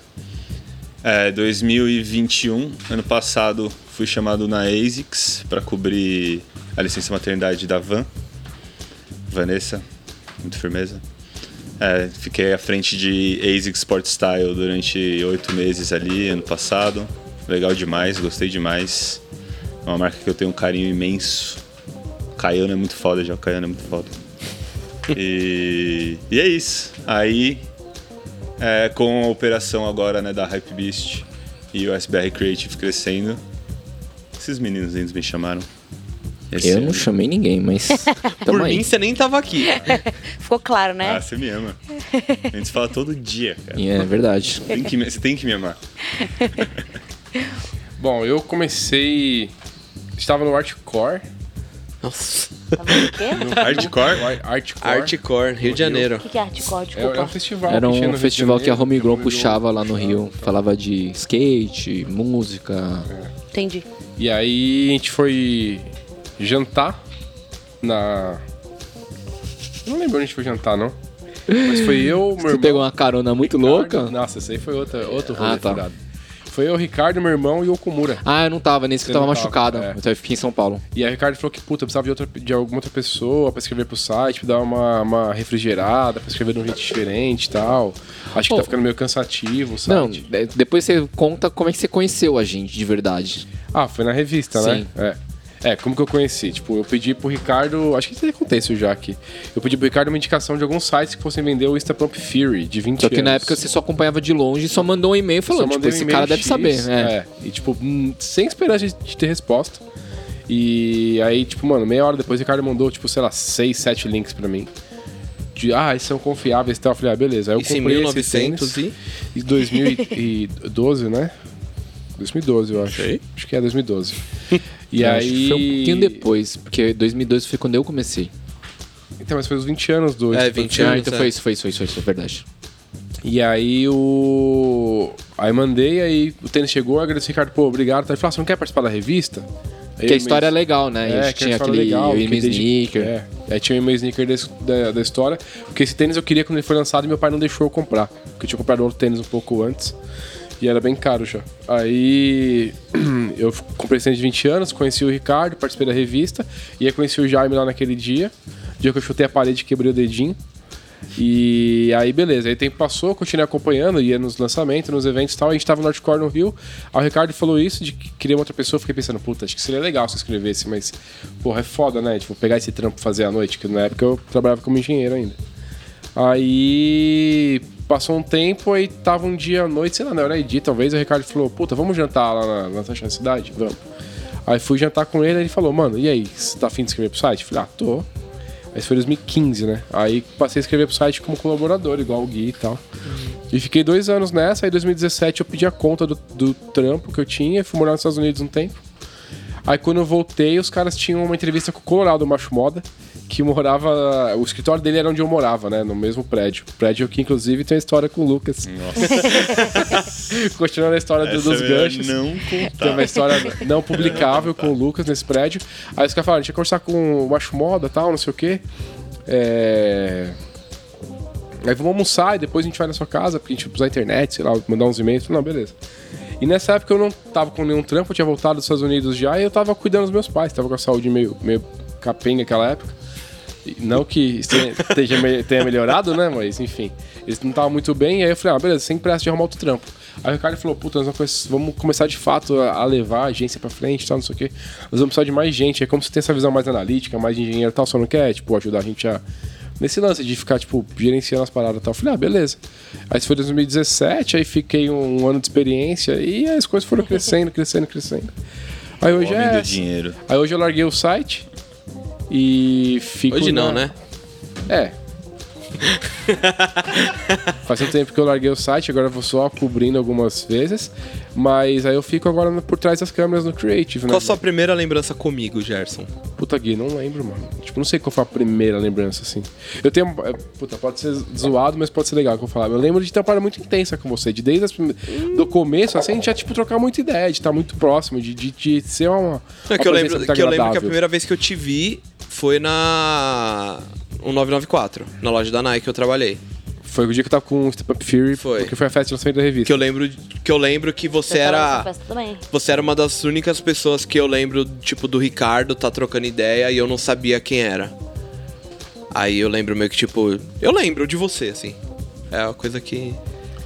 Speaker 3: É, 2021, ano passado, fui chamado na ASICS pra cobrir a licença maternidade da Van. Vanessa, muito firmeza. É, fiquei à frente de ASICS Sport Style durante oito meses ali, ano passado. Legal demais, gostei demais. É uma marca que eu tenho um carinho imenso. Caiano é muito foda já, Caiano é muito foda. E, e é isso. Aí, é, com a operação agora né, da Hype Beast e o SBR Creative crescendo, esses meninos lindos me chamaram. Esse
Speaker 1: Eu não
Speaker 3: ano.
Speaker 1: chamei ninguém, mas.
Speaker 5: Por
Speaker 1: Tamo aí. É.
Speaker 5: mim, você nem tava aqui.
Speaker 2: Ficou claro, né?
Speaker 3: Ah, você me ama. A gente se fala todo dia, cara.
Speaker 1: É verdade.
Speaker 3: Tem que me- você tem que me amar.
Speaker 4: Bom, eu comecei. Estava no Artcore.
Speaker 5: Nossa.
Speaker 2: Tá vendo o quê?
Speaker 3: Hardcore?
Speaker 4: Ar- Artcore.
Speaker 5: Artcore, Rio de Janeiro.
Speaker 2: O que que é hardcore?
Speaker 4: É, é
Speaker 2: Desculpa.
Speaker 4: um festival.
Speaker 1: Era
Speaker 4: que tinha
Speaker 1: um
Speaker 4: no Rio de
Speaker 1: festival que a
Speaker 4: Janeiro,
Speaker 1: Home Grown
Speaker 4: Home Grown
Speaker 1: puxava lá no Rio.
Speaker 4: puxava.
Speaker 1: Falava de skate, música.
Speaker 2: Entendi.
Speaker 4: E aí a gente foi jantar na. Não lembro onde a gente foi jantar, não. Mas foi eu, meu
Speaker 1: Você
Speaker 4: irmão.
Speaker 1: pegou uma carona muito
Speaker 4: Ricardo-
Speaker 1: louca?
Speaker 4: Nossa, esse aí foi outra, outro rolê
Speaker 1: Ah, tá.
Speaker 4: furado. Foi eu, Ricardo, meu irmão e o Kumura.
Speaker 1: Ah, eu não tava nesse que eu
Speaker 4: Você
Speaker 1: tava
Speaker 4: não tava,
Speaker 1: machucada.
Speaker 4: é.
Speaker 1: Então eu fiquei em São Paulo.
Speaker 4: E aí o Ricardo falou que, puta, eu precisava de, outra, de alguma outra pessoa pra escrever pro site, pra dar uma, uma refrigerada, pra escrever de um jeito diferente e tal. Acho que
Speaker 1: Pô.
Speaker 4: tá ficando meio cansativo o
Speaker 1: Não,
Speaker 4: site.
Speaker 1: de- depois você conta como é que você conheceu a gente de verdade.
Speaker 4: Ah, foi na revista,
Speaker 1: Sim.
Speaker 4: né? É. É, como que eu conheci? Tipo, eu pedi pro Ricardo. Acho que isso acontece já aqui. Eu pedi pro Ricardo uma indicação de alguns sites que fossem vender o Instapump Fury de 20
Speaker 1: Só que na
Speaker 4: anos.
Speaker 1: época você só acompanhava de longe e só mandou um e-mail
Speaker 4: Só
Speaker 1: falando, tipo,
Speaker 4: mandei um
Speaker 1: esse
Speaker 4: e-mail
Speaker 1: cara deve
Speaker 4: X,
Speaker 1: saber. É.
Speaker 4: E, tipo, hum, sem esperança de- de ter resposta. E aí, tipo, mano, meia hora depois o Ricardo mandou, tipo, sei lá, seis, sete links pra mim. De, ah, eles são confiáveis e tal. Eu falei, ah, beleza. Aí eu
Speaker 5: Isso em
Speaker 4: comprei esse Tipo,
Speaker 5: 1900
Speaker 4: tênis
Speaker 5: e.
Speaker 4: em 2012, né? 2012, eu acho.
Speaker 5: Sei.
Speaker 4: Acho que é 2012. E
Speaker 1: Eu acho que
Speaker 4: aí...
Speaker 1: Foi um pouquinho depois, porque 2002 foi quando eu comecei.
Speaker 4: Então, mas foi os 20 anos do...
Speaker 5: É,
Speaker 4: Instagram.
Speaker 5: 20
Speaker 1: Ah,
Speaker 5: anos.
Speaker 1: então
Speaker 5: é.
Speaker 1: foi isso, foi isso, foi isso, foi isso, é verdade.
Speaker 4: E aí o. Aí mandei, aí o tênis chegou, eu agradeci o Ricardo, pô, obrigado. Ele falou, ah, você não quer participar da revista? Aí
Speaker 1: Porque a
Speaker 4: eu
Speaker 1: história é
Speaker 4: meio-
Speaker 1: legal, né? a gente
Speaker 4: que a
Speaker 1: tinha
Speaker 4: história é
Speaker 1: aquele
Speaker 4: legal,
Speaker 1: eu e
Speaker 4: porque
Speaker 1: meu
Speaker 4: desde-
Speaker 1: sneaker.
Speaker 4: É, aí tinha o e-mail sneaker desse- da, da história. Porque esse tênis eu queria quando ele foi lançado e meu pai não deixou eu comprar. Porque eu tinha comprado outro tênis um pouco antes. E era bem caro já. Aí eu f- comprei esse tênis de 20 anos, conheci o Ricardo, participei da revista. E aí conheci o Jaime lá naquele dia. Dia que eu chutei a parede e quebrei o dedinho. E aí, beleza. Aí o tempo passou, continuei acompanhando, ia nos lançamentos, nos eventos e tal. A gente tava no Hardcore no Rio. Aí o Ricardo falou isso, de que queria uma outra pessoa. eu Fiquei pensando, puta, acho que seria legal se eu escrevesse, mas, porra, é foda, né? Tipo, pegar esse trampo e fazer à noite, que na época eu trabalhava como engenheiro ainda. Aí passou um tempo, aí tava um dia à noite, sei lá, na hora ID, talvez, o Ricardo falou, puta, vamos jantar lá na, na Taxa da Cidade? Vamos. Aí fui jantar com ele, ele falou, mano, e aí, você tá afim de escrever pro site? Eu falei, ah, tô. Aí isso foi 2015, né? Aí passei a escrever pro site como colaborador, igual o Gui e tal. E fiquei dois anos nessa, aí em 2017 eu pedi a conta do, do trampo que eu tinha, fui morar nos Estados Unidos um tempo. Aí quando eu voltei, os caras tinham uma entrevista com o Colorado, o Macho Moda, que morava. O escritório dele era onde eu morava, né? No mesmo prédio. Prédio que, inclusive, tem uma história com o Lucas. Continuando a história do-
Speaker 3: Essa
Speaker 4: dos
Speaker 3: é melhor
Speaker 4: ganchos.
Speaker 3: Não
Speaker 4: Tem uma
Speaker 3: contar.
Speaker 4: história não publicável com o Lucas nesse prédio. Aí os caras falaram, a gente ia conversar com o Macho Moda tal, não sei o quê. É... Aí vamos almoçar e depois a gente vai na sua casa, porque a gente vai usar a internet, sei lá, mandar uns e-mails. Falei, Não, beleza. E nessa época eu não tava com nenhum trampo, eu tinha voltado dos Estados Unidos já e eu tava cuidando dos meus pais, tava com a saúde meio, meio capenga naquela época. E Não que esteja- esteja me- tenha melhorado, né? Mas enfim, eles não estavam muito bem. E aí eu falei, ah, beleza, sem pressa de arrumar outro trampo. Aí o Ricardo falou, puta, nós vamos come- vamos começar de fato a a levar a agência pra frente e tal, não sei o quê. Nós vamos precisar de mais gente. É como você tem essa visão mais analítica, mais de engenheiro e tal, só não quer, tipo, ajudar a gente a. Nesse lance de ficar, tipo, gerenciando as paradas e tal. Eu falei, ah, beleza. Aí isso foi 2017, aí fiquei um ano de experiência e as coisas foram crescendo, crescendo, crescendo. Aí
Speaker 3: O
Speaker 4: hoje
Speaker 3: homem
Speaker 4: é.
Speaker 3: do dinheiro.
Speaker 4: Aí hoje eu larguei o site e fico.
Speaker 5: Hoje não,
Speaker 4: na-
Speaker 5: né?
Speaker 4: É. Faz um tempo que eu larguei o site, agora eu vou só cobrindo algumas vezes. Mas aí eu fico agora no- por trás das câmeras no Creative, né?
Speaker 5: Qual a sua primeira lembrança comigo, Gerson?
Speaker 4: Puta Gui, não lembro, mano. Tipo, não sei qual foi a primeira lembrança, assim. Eu tenho. é, Puta, pode ser zoado, mas pode ser legal que eu falar. Eu lembro de ter uma parada muito intensa com você. De desde as prime- do começo, assim, a gente já, tipo, trocar muita ideia, de estar muito próximo, de, de, de ser uma.
Speaker 5: É
Speaker 4: uma
Speaker 5: que eu,
Speaker 4: presença
Speaker 5: lembro,
Speaker 4: muito
Speaker 5: que eu lembro que a
Speaker 4: agradável.
Speaker 5: primeira vez que eu te vi foi na. 1994, na loja da Nike que eu trabalhei.
Speaker 4: Foi o dia que eu tava com o Step Up Fury,
Speaker 5: Foi.
Speaker 4: porque foi a festa de lançamento da revista.
Speaker 5: Que eu lembro que eu lembro que você
Speaker 1: Então,
Speaker 2: Eu tava nessa
Speaker 5: era
Speaker 2: festa também.
Speaker 5: você era uma das únicas pessoas que eu lembro tipo do Ricardo tá trocando ideia e eu não sabia quem era. Aí eu lembro meio que, tipo, eu lembro de você, assim. É uma coisa que.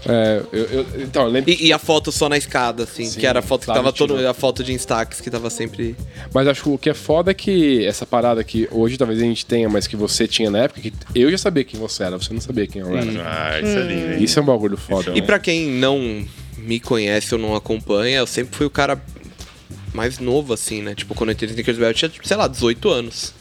Speaker 4: É, eu, eu- então, eu lembro.
Speaker 5: E, e a foto só na escada, assim,
Speaker 4: Sim,
Speaker 5: que era a foto que
Speaker 4: claro,
Speaker 5: tava
Speaker 4: tira.
Speaker 5: todo. A foto de Instax que tava sempre.
Speaker 4: Mas acho que o que é foda é que essa parada que hoje talvez a gente tenha, mas que você tinha na época, que eu já sabia quem você era, você não sabia quem eu era.
Speaker 3: Ah, isso é lindo, hein?
Speaker 4: Isso é um bagulho foda.
Speaker 5: E pra quem não me conhece ou não acompanha, eu sempre fui o cara mais novo, assim, né? Tipo, quando eu entrei em Sneakers Bell, eu tinha, tipo, sei lá, 18 anos.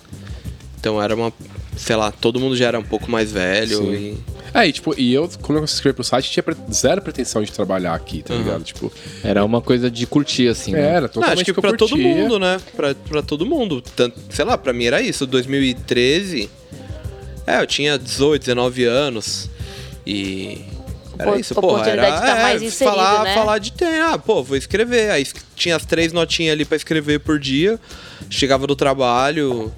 Speaker 5: Então era uma. Sei lá, todo mundo já era um pouco mais velho
Speaker 4: Sim.
Speaker 5: e.
Speaker 4: É, e, tipo, e eu, quando eu escrevi pro site, tinha pre- zero pretensão de trabalhar aqui, tá ligado? Tipo,
Speaker 1: Era uma coisa de curtir, assim, né?
Speaker 4: era,
Speaker 5: Uhum. Não,
Speaker 4: totalmente
Speaker 5: acho que
Speaker 4: eu
Speaker 5: pra todo
Speaker 4: curtia.
Speaker 5: mundo, né? Pra, pra todo mundo. Tanto, sei lá, pra mim era isso. 2013. É, eu tinha 18, 19 anos. E. Era
Speaker 2: Opor-
Speaker 5: isso, porra.
Speaker 2: oportunidade
Speaker 5: era, é,
Speaker 2: de tá mais inserido,
Speaker 5: falar,
Speaker 2: né?
Speaker 5: falar de tênis. Ah, pô, vou escrever. Aí es- tinha as três notinhas ali pra escrever por dia. Chegava do trabalho,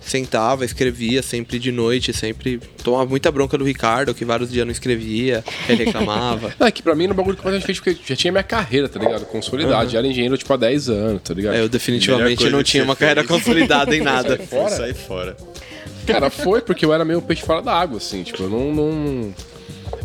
Speaker 5: sentava, escrevia sempre de noite, sempre. Tomava muita bronca do Ricardo, que vários dias não escrevia, ele reclamava.
Speaker 4: Não, é que pra mim era um bagulho que mais difícil, porque já tinha minha carreira, tá ligado? Consolidada, já era engenheiro, tipo, há 10 anos, tá ligado?
Speaker 5: Uhum. É, eu definitivamente
Speaker 3: coisa
Speaker 5: não
Speaker 3: que
Speaker 5: tinha
Speaker 3: você
Speaker 5: uma carreira
Speaker 3: fez.
Speaker 5: consolidada em
Speaker 4: é
Speaker 5: nada.
Speaker 3: Fora? Sai fora.
Speaker 4: Cara, foi porque eu era meio peixe fora da água, assim, tipo, eu não, não-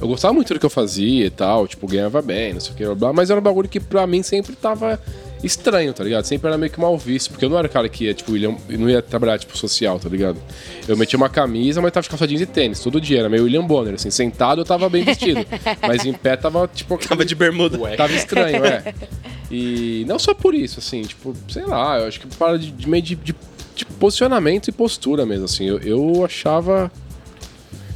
Speaker 4: Eu gostava muito do que eu fazia e tal, tipo, ganhava bem, não sei o que, blá, blá, mas era um bagulho que pra mim sempre tava estranho, tá ligado? Sempre era meio que mal visto, porque eu não era o cara que ia, tipo, William, não ia trabalhar, tipo, social, tá ligado? Eu metia uma camisa, mas tava de calça jeans e tênis, todo dia, era meio William Bonner, assim, sentado eu tava bem vestido, mas em pé tava, tipo...
Speaker 5: Tava de bermuda.
Speaker 4: Tava estranho, é. E não só por isso, assim, tipo, sei lá, eu acho que para de, de meio de, de- de posicionamento e postura mesmo, assim. Eu, eu achava.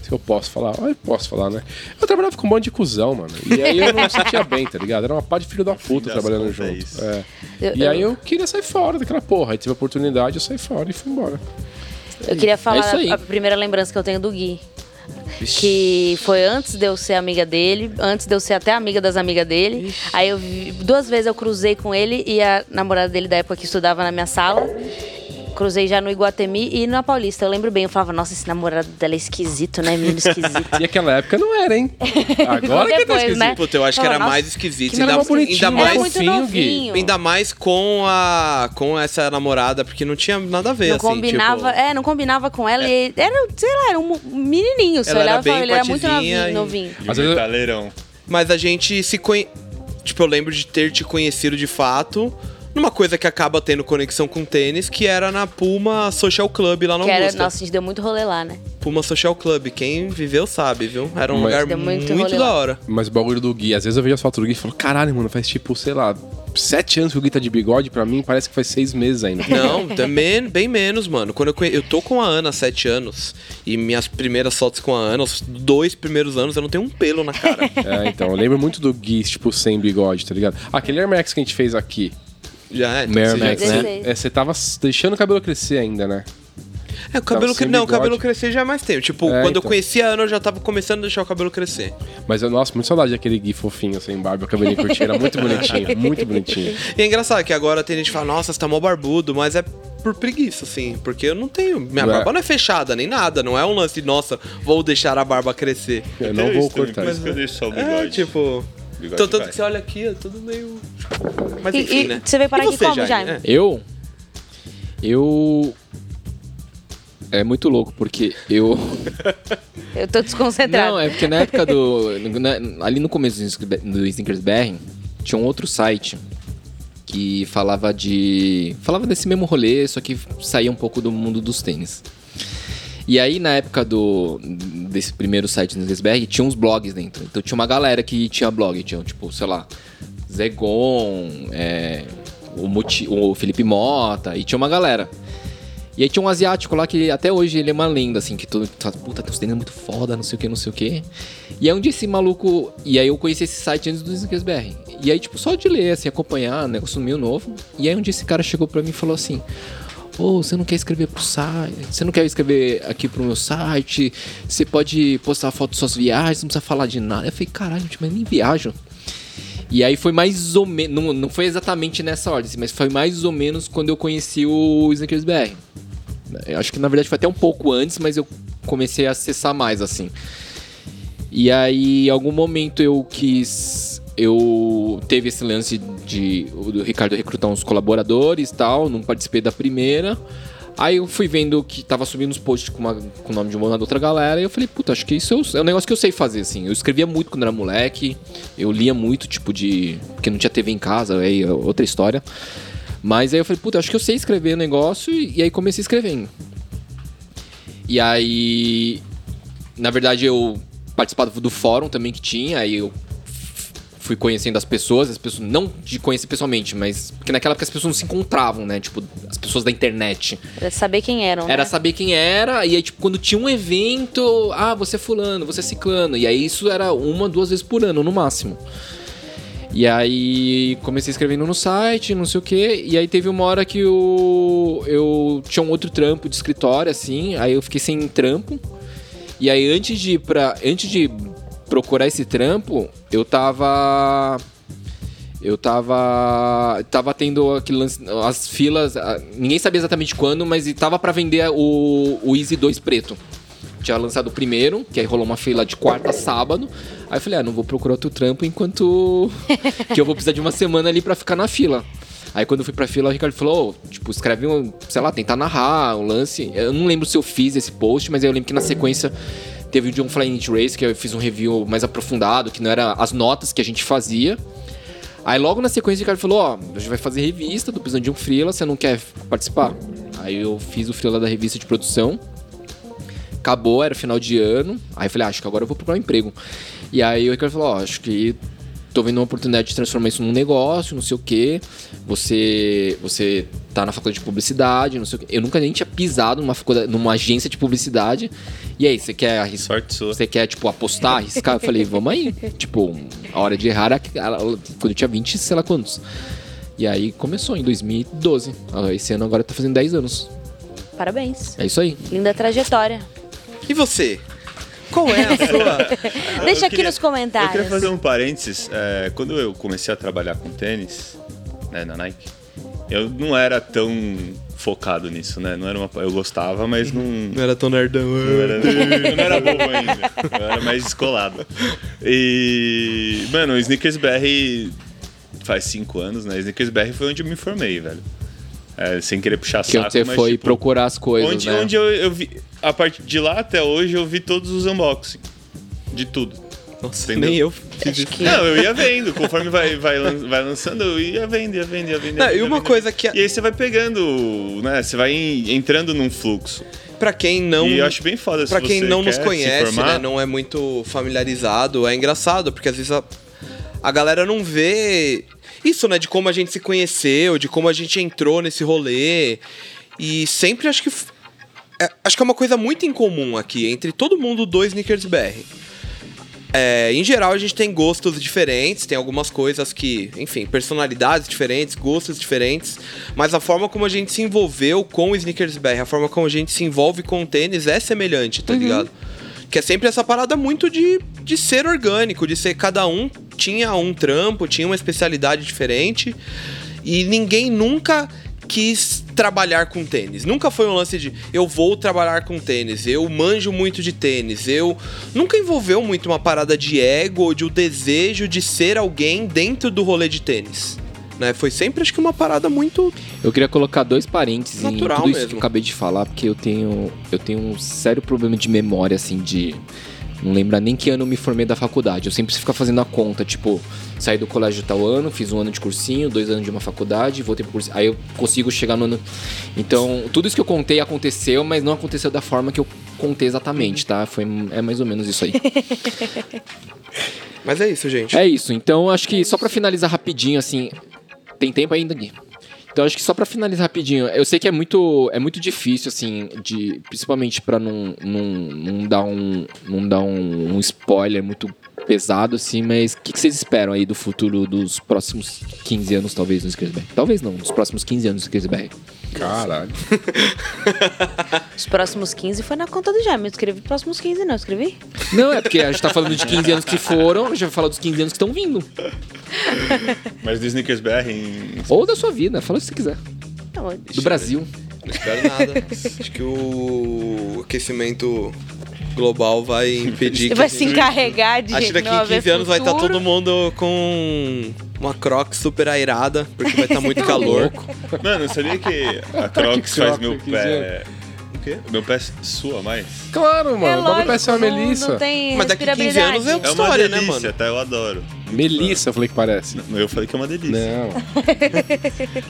Speaker 4: Se eu posso falar, ah, eu posso falar, né? Eu trabalhava com um monte de cuzão, mano. E aí eu não me sentia bem, tá ligado? Era uma pá de filho da puta
Speaker 3: das
Speaker 4: trabalhando
Speaker 3: contas, é
Speaker 4: junto.
Speaker 3: isso.
Speaker 4: É.
Speaker 2: Eu-
Speaker 4: E aí eu queria sair fora daquela porra. Aí tive a oportunidade, eu saí fora e fui embora.
Speaker 2: Eu queria falar
Speaker 1: isso aí.
Speaker 2: a primeira lembrança que eu tenho do Gui. Que foi antes de eu ser amiga dele, antes de eu ser até amiga das amigas dele. Aí eu vi- duas vezes eu cruzei com ele e a namorada dele da época que estudava na minha sala. Cruzei já no Iguatemi e na Paulista. Eu lembro bem, eu falava, nossa, esse namorado dela é esquisito, né? Menino esquisito.
Speaker 4: E aquela época não era, hein? Agora que tá
Speaker 2: Depois,
Speaker 4: esquisito.
Speaker 2: né?
Speaker 5: Puta, eu acho que era
Speaker 2: Fala,
Speaker 5: mais
Speaker 2: nossa,
Speaker 5: esquisito.
Speaker 4: que
Speaker 5: Ainda,
Speaker 4: era mó bonitinho,
Speaker 5: ainda
Speaker 4: né?
Speaker 2: Era
Speaker 5: mais,
Speaker 2: É muito
Speaker 4: fofinho, Gui.
Speaker 2: novinho.
Speaker 5: ainda mais com a com essa namorada, porque não tinha nada a ver,
Speaker 2: Não
Speaker 5: assim.
Speaker 2: combinava,
Speaker 5: tipo, É.
Speaker 2: é, não combinava com ela. E era, sei lá, era um menininho. Você
Speaker 5: Ela era
Speaker 2: olhava e falava,
Speaker 5: bem
Speaker 2: ele era muito
Speaker 5: patizinha
Speaker 2: novinho,
Speaker 5: e-
Speaker 2: novinho.
Speaker 3: E
Speaker 4: Às
Speaker 3: o
Speaker 4: vezes-
Speaker 3: metaleirão.
Speaker 5: tipo, Mas a gente se conhe... Tipo, eu lembro de ter te conhecido de fato numa coisa que acaba tendo conexão com tênis, que era na Puma Social Club lá no
Speaker 2: Que era,
Speaker 5: Augusta.
Speaker 2: nossa, a gente deu muito rolê lá, né?
Speaker 5: Puma Social Club, quem viveu sabe, viu? Era um
Speaker 4: Mas-
Speaker 5: lugar
Speaker 2: Deu muito
Speaker 5: muito,
Speaker 2: rolê
Speaker 5: da
Speaker 2: lá.
Speaker 5: hora.
Speaker 4: Mas o bagulho do Gui, às vezes eu vejo as fotos do Gui e falo, caralho, mano, faz tipo, sei lá, sete anos que o Gui tá de bigode, pra mim parece que faz seis meses ainda.
Speaker 5: Não, também bem menos, mano. Quando eu, conhe... eu tô com a Ana há sete anos e minhas primeiras fotos com a Ana, os dois primeiros anos, eu não tenho um pelo na cara.
Speaker 4: É, então, eu lembro muito do Gui, tipo, sem bigode, tá ligado? Aquele Air Max que a gente fez aqui,
Speaker 5: Já é. então
Speaker 4: Air
Speaker 5: você já-
Speaker 4: Max, né?
Speaker 2: 16.
Speaker 4: É, Você tava s- deixando o cabelo crescer ainda, né?
Speaker 5: É, o cabelo
Speaker 4: Tava
Speaker 5: cre...
Speaker 4: sem
Speaker 5: Não, o cabelo
Speaker 4: bigode.
Speaker 5: crescer já é mais tempo. Tipo,
Speaker 4: Tá É,
Speaker 5: quando eu
Speaker 4: então.
Speaker 5: conheci a Ana, eu já tava começando a deixar o cabelo crescer.
Speaker 4: Mas, eu, nossa, muito saudade daquele Gui fofinho, sem barba, cabelinho curtinho, era muito bonitinho, muito bonitinho.
Speaker 5: E é engraçado que agora tem gente que fala, nossa, você tá mó barbudo, mas é por preguiça, assim. Porque eu não tenho. Minha
Speaker 4: Não é.
Speaker 5: barba não é fechada nem nada. Não é um lance de, nossa, vou deixar a barba crescer.
Speaker 4: Eu não
Speaker 3: tenho
Speaker 4: vou
Speaker 3: isso também,
Speaker 4: cortar
Speaker 3: Por isso
Speaker 4: isso.
Speaker 3: que eu deixo só o bigode.
Speaker 5: É, tipo.
Speaker 3: Bigode
Speaker 5: Então, tanto
Speaker 3: vai.
Speaker 5: que você olha aqui, é tudo meio. Mas
Speaker 2: E-
Speaker 5: enfim,
Speaker 2: e
Speaker 5: né?
Speaker 2: você veio parar
Speaker 5: E
Speaker 2: aqui como, Jaime?
Speaker 5: É.
Speaker 1: Eu. Eu. É muito louco, porque eu.
Speaker 2: Eu tô desconcentrada.
Speaker 1: Não, é porque na época do. na- ali no começo do Sneakers- do Sneakers BR, tinha um outro site que falava de. Falava desse mesmo rolê, só que saía um pouco do mundo dos tênis. E aí, na época do desse primeiro site do Sneakers BR, tinha uns blogs dentro. Então tinha uma galera que tinha blog, tinha, tipo, sei lá, Zegon, é, o, Muti- o Felipe Mota, e tinha uma galera. E aí tinha um asiático lá que até hoje ele é uma lenda, assim, que todo fala, puta, tem uns tênis muito foda, não sei o que, não sei o que. E aí um dia esse maluco. E aí eu conheci esse site antes do Sneakers BR. E aí, tipo, só de ler, assim, acompanhar, um negócio meio novo. E aí um dia esse cara chegou pra mim e falou assim. Ô, você não quer escrever pro site? Você não quer escrever aqui pro meu site? Você pode postar foto das suas viagens, não precisa falar de nada. Eu falei, caralho, mas nem viajo. E aí foi mais ou menos. Não, não foi exatamente nessa ordem, assim, mas foi mais ou menos quando eu conheci o Snickers BR. Eu acho que na verdade foi até um pouco antes, mas eu comecei a acessar mais, assim. E aí, em algum momento eu quis. Eu teve esse lance de o do Ricardo recrutar uns colaboradores e tal, não participei da primeira. Aí eu fui vendo que tava subindo os posts com, uma- com o nome de uma da outra galera e eu falei, puta, acho que isso eu- é um negócio que eu sei fazer, assim. Eu escrevia muito quando era moleque, eu lia muito, tipo, de. Porque não tinha TV em casa, aí é outra história. Mas aí eu falei, puta, acho que eu sei escrever o negócio e, e aí comecei escrevendo. E aí. Na verdade, eu participava do fórum também que tinha, aí eu f- fui conhecendo as pessoas, as pessoas. Não de conhecer pessoalmente, mas. Porque naquela época as pessoas não se encontravam, né? Tipo, as pessoas da internet.
Speaker 2: Pra saber quem eram.
Speaker 1: Era
Speaker 2: né?
Speaker 1: saber quem era, e aí, tipo, quando tinha um evento, ah, você é fulano, você é ciclano. E aí isso era uma, duas vezes por ano, no máximo. E aí comecei escrevendo no site, não sei o quê. E aí teve uma hora que eu, eu tinha um outro trampo de escritório, assim, aí eu fiquei sem trampo. E aí antes de ir pra. Antes de procurar esse trampo, eu tava. Eu tava. Tava tendo aquele lance, as filas. ah, Ninguém sabia exatamente quando, mas e tava pra vender o, o Easy 2 preto. Tinha lançado o primeiro, que aí rolou uma fila de quarta a sábado. Aí eu falei, ah, não vou procurar outro trampo enquanto. que eu vou precisar de uma semana ali pra ficar na fila. Aí quando eu fui pra fila, o Ricardo falou, "Ô, tipo, escreve um, sei lá, tentar narrar um lance. Eu não lembro se eu fiz esse post, mas eu lembro que na sequência teve o John Flying Race, que eu fiz um review mais aprofundado, que não era as notas que a gente fazia. Aí logo na sequência o Ricardo falou, ó, a gente vai fazer revista, tô precisando de um freela, você não quer participar? Aí eu fiz o freela da revista de produção. Acabou, era final de ano. Aí eu falei, ah, acho que agora eu vou procurar um emprego. E aí o Ricardo falou, ó, acho que tô vendo uma oportunidade de transformar isso num negócio, não sei o quê. Você você tá na faculdade de publicidade, não sei o quê. Eu nunca nem tinha pisado numa faculdade, numa agência de publicidade. E aí, você quer arriscar?
Speaker 3: Sorte sua.
Speaker 1: Você quer, tipo, apostar, arriscar? Eu falei, vamos aí. Tipo, a hora de errar era era- quando eu tinha 20, sei lá quantos. E aí começou em 2012. Ah, Esse ano agora tá fazendo 10 anos.
Speaker 2: Parabéns.
Speaker 1: É isso aí.
Speaker 2: Linda trajetória.
Speaker 5: E você? Qual é a sua?
Speaker 2: Deixa
Speaker 3: Eu
Speaker 2: aqui
Speaker 3: queria-
Speaker 2: nos comentários.
Speaker 3: Eu queria fazer um parênteses. É, quando eu comecei a trabalhar com tênis, né, na Nike, eu não era tão focado nisso, né? Não era uma, eu gostava, mas não,
Speaker 5: Não era tão nerdão. né?
Speaker 3: eu era, eu não era bobo ainda. Eu era mais descolado. E. Mano, o Snickers BR faz cinco anos, né? Snickers BR foi onde eu me formei, velho. É, sem querer puxar
Speaker 1: Que
Speaker 3: saco,
Speaker 1: você
Speaker 3: mas,
Speaker 1: foi
Speaker 3: tipo,
Speaker 1: procurar as coisas,
Speaker 3: onde,
Speaker 1: né?
Speaker 3: onde eu, eu vi. A partir de lá até hoje eu vi todos os unboxing. De tudo.
Speaker 5: Nossa,
Speaker 3: Entendeu?
Speaker 5: nem eu fiz isso.
Speaker 3: Não, eu ia vendo. Conforme vai, vai, lan- vai lançando, eu ia vendo, ia vendo, ia vendo. ia
Speaker 5: Não, e
Speaker 3: vendo,
Speaker 5: uma
Speaker 3: ia vendo.
Speaker 5: coisa que-
Speaker 3: E aí você vai pegando, né? Você vai em- entrando num fluxo.
Speaker 5: Pra quem não.
Speaker 3: E eu acho bem foda se
Speaker 5: Pra quem
Speaker 3: você
Speaker 5: não
Speaker 3: quer
Speaker 5: nos
Speaker 3: se
Speaker 5: conhece,
Speaker 3: formar,
Speaker 5: né, não é muito familiarizado, é engraçado, porque às vezes a, a galera não vê isso, né, de como a gente se conheceu, de como a gente entrou nesse rolê. E sempre acho que f- é, acho que é uma coisa muito incomum aqui entre todo mundo do Snickers BR. É, em geral, a gente tem gostos diferentes, tem algumas coisas que, enfim, personalidades diferentes, gostos diferentes, mas a forma como a gente se envolveu com o Sneakers BR, a forma como a gente se envolve com o tênis é semelhante, tá ligado? Que é sempre essa parada muito de, de ser orgânico, de ser cada um tinha um trampo, tinha uma especialidade diferente e ninguém nunca quis trabalhar com tênis. Nunca foi um lance de eu vou trabalhar com tênis, eu manjo muito de tênis, eu nunca envolveu muito uma parada de ego ou de o desejo de ser alguém dentro do rolê de tênis. Né? Foi sempre acho que uma parada muito
Speaker 1: Eu queria colocar dois parênteses
Speaker 5: Natural
Speaker 1: em tudo isso
Speaker 5: mesmo.
Speaker 1: que eu acabei de falar, porque eu tenho, eu tenho um sério problema de memória, assim, de. Não lembrar nem que ano eu me formei da faculdade. Eu sempre preciso ficar fazendo a conta, tipo, saí do colégio tal ano, fiz um ano de cursinho, dois anos de uma faculdade, voltei pro cursinho. Aí eu consigo chegar no ano. Então, tudo isso que eu contei aconteceu, mas não aconteceu da forma que eu contei exatamente, tá? Foi, é mais ou menos isso aí.
Speaker 5: Mas é isso, gente.
Speaker 1: É isso. Então, acho que só pra finalizar rapidinho, assim, tem tempo ainda, Gui? Então, acho que só pra finalizar rapidinho, eu sei que é muito, é muito difícil, assim, de, principalmente pra não, não, não dar, um, não dar um, um spoiler muito pesado, assim, mas o que, que vocês esperam aí do futuro dos próximos 15 anos, talvez, no Skillsbr? Talvez não, dos próximos 15 anos no Skillsbr.
Speaker 4: Caralho.
Speaker 2: Tá Os próximos 15 foi na conta do Jaime. Eu escrevi próximos 15, não. eu Escrevi?
Speaker 1: Não, é porque a gente tá falando de 15 anos que foram, a gente vai falar dos 15 anos que estão vindo.
Speaker 3: Mas do Snickers BR em
Speaker 1: Ou da sua vida, fala o que você quiser.
Speaker 2: Não, eu-
Speaker 1: Do Brasil.
Speaker 5: Não espero nada. Acho que o aquecimento global vai
Speaker 2: Você
Speaker 5: impedir que.
Speaker 2: vai se encarregar de
Speaker 5: Acho que daqui em
Speaker 2: não É
Speaker 5: 15 anos vai estar todo
Speaker 2: mundo.
Speaker 5: mundo com uma croc super airada, porque vai estar muito
Speaker 4: tá
Speaker 2: Tá
Speaker 5: calor.
Speaker 3: Mano, sabia que a Crocs faz
Speaker 4: Crocs
Speaker 3: meu
Speaker 4: aqui,
Speaker 3: pé. O quê? Meu pé sua mais.
Speaker 4: Claro, mano. o bagulho parece uma melissa.
Speaker 2: É Não tem
Speaker 5: Mas daqui 15
Speaker 2: respirabilidade.
Speaker 5: anos eu-
Speaker 3: É uma
Speaker 5: História, né,
Speaker 3: delícia,
Speaker 5: mano?
Speaker 3: tá? Eu adoro.
Speaker 4: Melissa, eu falei que parece.
Speaker 3: Eu falei que é uma
Speaker 5: Né?
Speaker 3: delícia.
Speaker 4: Não.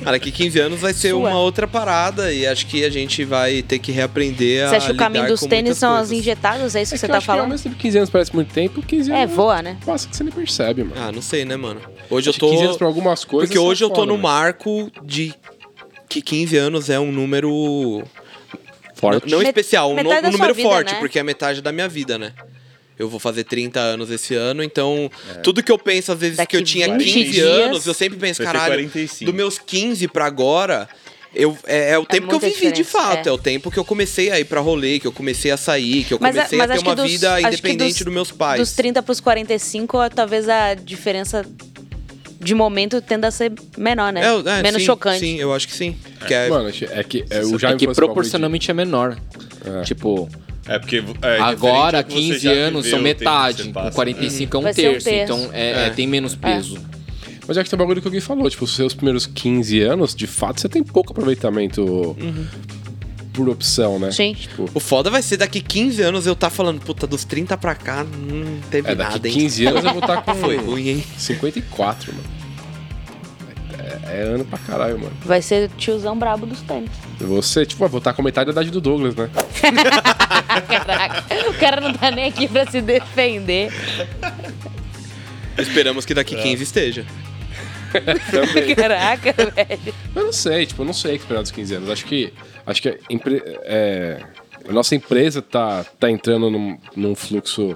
Speaker 5: Cara, daqui 15 anos vai ser
Speaker 2: Sua.
Speaker 5: uma outra parada e acho que a gente vai ter que reaprender a.
Speaker 2: Você acha que o
Speaker 5: Ah, lidar
Speaker 2: caminho dos
Speaker 5: com
Speaker 2: tênis
Speaker 5: muitas
Speaker 2: são
Speaker 5: coisas.
Speaker 2: as injetadas? É isso que
Speaker 4: É
Speaker 2: você
Speaker 4: eu
Speaker 2: tá
Speaker 4: acho que Ao
Speaker 2: falando?
Speaker 4: mesmo tempo, 15 anos parece muito tempo, 15
Speaker 2: É,
Speaker 4: anos.
Speaker 2: voa, né?
Speaker 4: Passa que você nem percebe, mano.
Speaker 5: Ah, não sei, né, mano? Hoje
Speaker 4: Acho
Speaker 5: eu tô.
Speaker 4: que 15 anos pra algumas coisas.
Speaker 5: Porque
Speaker 4: são
Speaker 5: hoje eu tô
Speaker 4: foda, né?
Speaker 5: no
Speaker 4: mano.
Speaker 5: marco de que 15 anos é um número.
Speaker 4: Forte.
Speaker 5: Não
Speaker 2: Met-
Speaker 5: especial, um, no-
Speaker 2: metade da
Speaker 5: um número
Speaker 2: sua vida,
Speaker 5: forte,
Speaker 2: né?
Speaker 5: porque é metade da minha vida, né? Eu vou fazer 30 anos esse ano, então tudo que eu penso, às vezes, que eu
Speaker 2: Daqui
Speaker 5: tinha
Speaker 2: 20
Speaker 5: 15
Speaker 2: dias.
Speaker 5: anos, eu sempre penso,
Speaker 3: Vai ter
Speaker 5: caralho,
Speaker 3: 45.
Speaker 5: dos meus 15 pra agora. Eu, é, é o tempo que eu
Speaker 2: muita
Speaker 5: vivi de
Speaker 2: diferença,
Speaker 5: fato, é.
Speaker 2: é.
Speaker 5: o tempo que eu comecei a ir pra rolê, que eu comecei a sair, que eu
Speaker 2: Mas, a-
Speaker 5: comecei
Speaker 2: mas
Speaker 5: a ter
Speaker 2: acho
Speaker 5: uma
Speaker 2: que dos,
Speaker 5: vida
Speaker 2: acho que
Speaker 5: independente
Speaker 2: dos,
Speaker 5: dos meus pais.
Speaker 2: Dos 30 pros 45, ó, talvez a diferença de momento tenda a ser menor, né?
Speaker 5: É, é,
Speaker 2: Menos
Speaker 5: sim,
Speaker 2: chocante.
Speaker 5: Sim, eu acho que sim. Que é-
Speaker 4: Mano, é que é,
Speaker 1: Só que
Speaker 4: o Jaime falou esse bagulho de-
Speaker 1: proporcionalmente é menor. Tipo,
Speaker 3: É porque. é
Speaker 1: agora
Speaker 3: diferente do que você
Speaker 1: 15
Speaker 3: já
Speaker 1: anos
Speaker 3: viveu,
Speaker 1: são
Speaker 3: tem que
Speaker 1: metade.
Speaker 3: você
Speaker 1: Com
Speaker 3: passa,
Speaker 1: 45 é um
Speaker 2: Vai ser um
Speaker 1: terço.
Speaker 2: terço.
Speaker 1: Então é,
Speaker 5: É.
Speaker 1: é, tem menos peso.
Speaker 4: Mas é que tem um bagulho que alguém falou, tipo, os seus primeiros 15 anos, de fato, você tem pouco aproveitamento
Speaker 5: Uhum.
Speaker 4: por opção, né?
Speaker 2: Sim.
Speaker 4: Tipo,
Speaker 5: O foda vai ser daqui 15 anos eu tá falando, puta, dos 30 pra cá, hum, teve
Speaker 4: é,
Speaker 5: nada,
Speaker 4: daqui
Speaker 5: hein?
Speaker 4: 15 anos eu vou estar com
Speaker 5: Foi ruim, hein?
Speaker 4: 54, mano. É, é ano pra caralho, mano.
Speaker 2: Vai ser o tiozão brabo dos tênis.
Speaker 4: Você, tipo, ah, vou estar com metade da idade do Douglas, né?
Speaker 2: Caraca, o cara não tá nem aqui pra se defender.
Speaker 5: Esperamos que daqui 15 esteja.
Speaker 2: Caraca, velho.
Speaker 4: Eu não sei, tipo, eu não sei o que esperar dos 15 anos. Acho que. Acho que a empre- é, a nossa empresa tá, tá entrando num, num fluxo.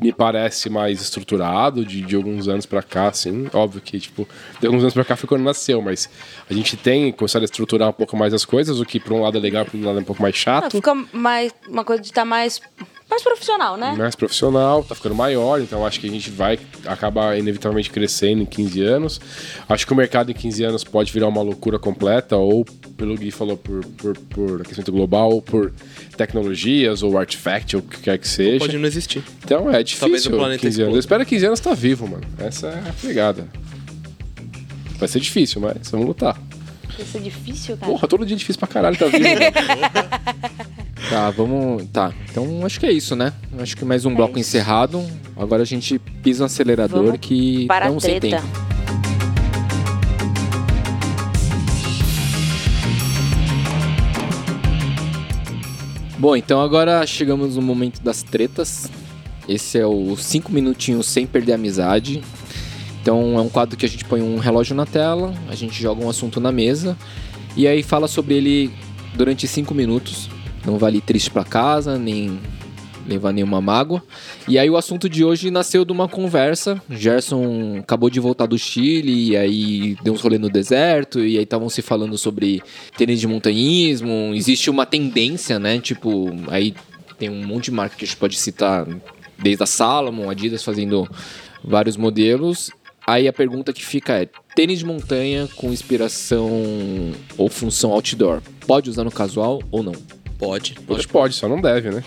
Speaker 4: Me parece mais estruturado de, de alguns anos pra cá, assim. Óbvio que, tipo, de alguns anos pra cá foi quando nasceu, mas a gente tem começado a estruturar um pouco mais as coisas, o que por um lado é legal, por um lado é um pouco mais
Speaker 2: Não,
Speaker 4: chato,
Speaker 2: fica mais uma coisa de estar mais, mais profissional, né?
Speaker 4: mais profissional, tá ficando maior, então acho que a gente vai acabar inevitavelmente crescendo em 15 anos. Acho que o mercado em 15 anos pode virar uma loucura completa, ou pelo Gui falou, por, por, por aquecimento global, ou por tecnologias, ou artifact, ou o que quer que seja.
Speaker 5: Pode não existir.
Speaker 4: Então é difícil.
Speaker 5: Talvez o planeta
Speaker 4: 15 anos.
Speaker 5: exploda.
Speaker 4: Eu espero que 15 anos tá vivo, mano. Essa é a pegada. Vai ser difícil, mas vamos lutar.
Speaker 2: Isso é difícil, cara.
Speaker 4: Porra, todo dia é difícil pra caralho tá vivo. mano.
Speaker 1: Tá, vamos. Tá. Então acho que é isso, né? Acho que
Speaker 2: É
Speaker 1: mais um bloco encerrado. Agora a gente pisa no acelerador
Speaker 2: Vamos
Speaker 1: que
Speaker 2: para
Speaker 1: não
Speaker 2: a
Speaker 1: sem
Speaker 2: treta.
Speaker 1: tempo. Bom, então agora chegamos no momento das tretas. Esse é o 5 minutinhos sem perder a amizade. Então é um quadro que a gente põe um relógio na tela, a gente joga um assunto na mesa e aí fala sobre ele durante 5 minutos. Não vale ir triste pra casa, nem levar nenhuma mágoa. E aí o assunto de hoje nasceu de uma conversa. Gerson acabou de voltar do Chile e aí deu uns rolê no deserto e aí estavam se falando sobre tênis de montanhismo. Existe uma tendência, né? Tipo, aí tem um monte de marca que a gente pode citar, desde a Salomon, Adidas fazendo vários modelos. Aí a pergunta que fica é: tênis de montanha com inspiração ou função outdoor, pode usar no casual ou não?
Speaker 5: Pode.
Speaker 4: Pode, pode, só não deve, né?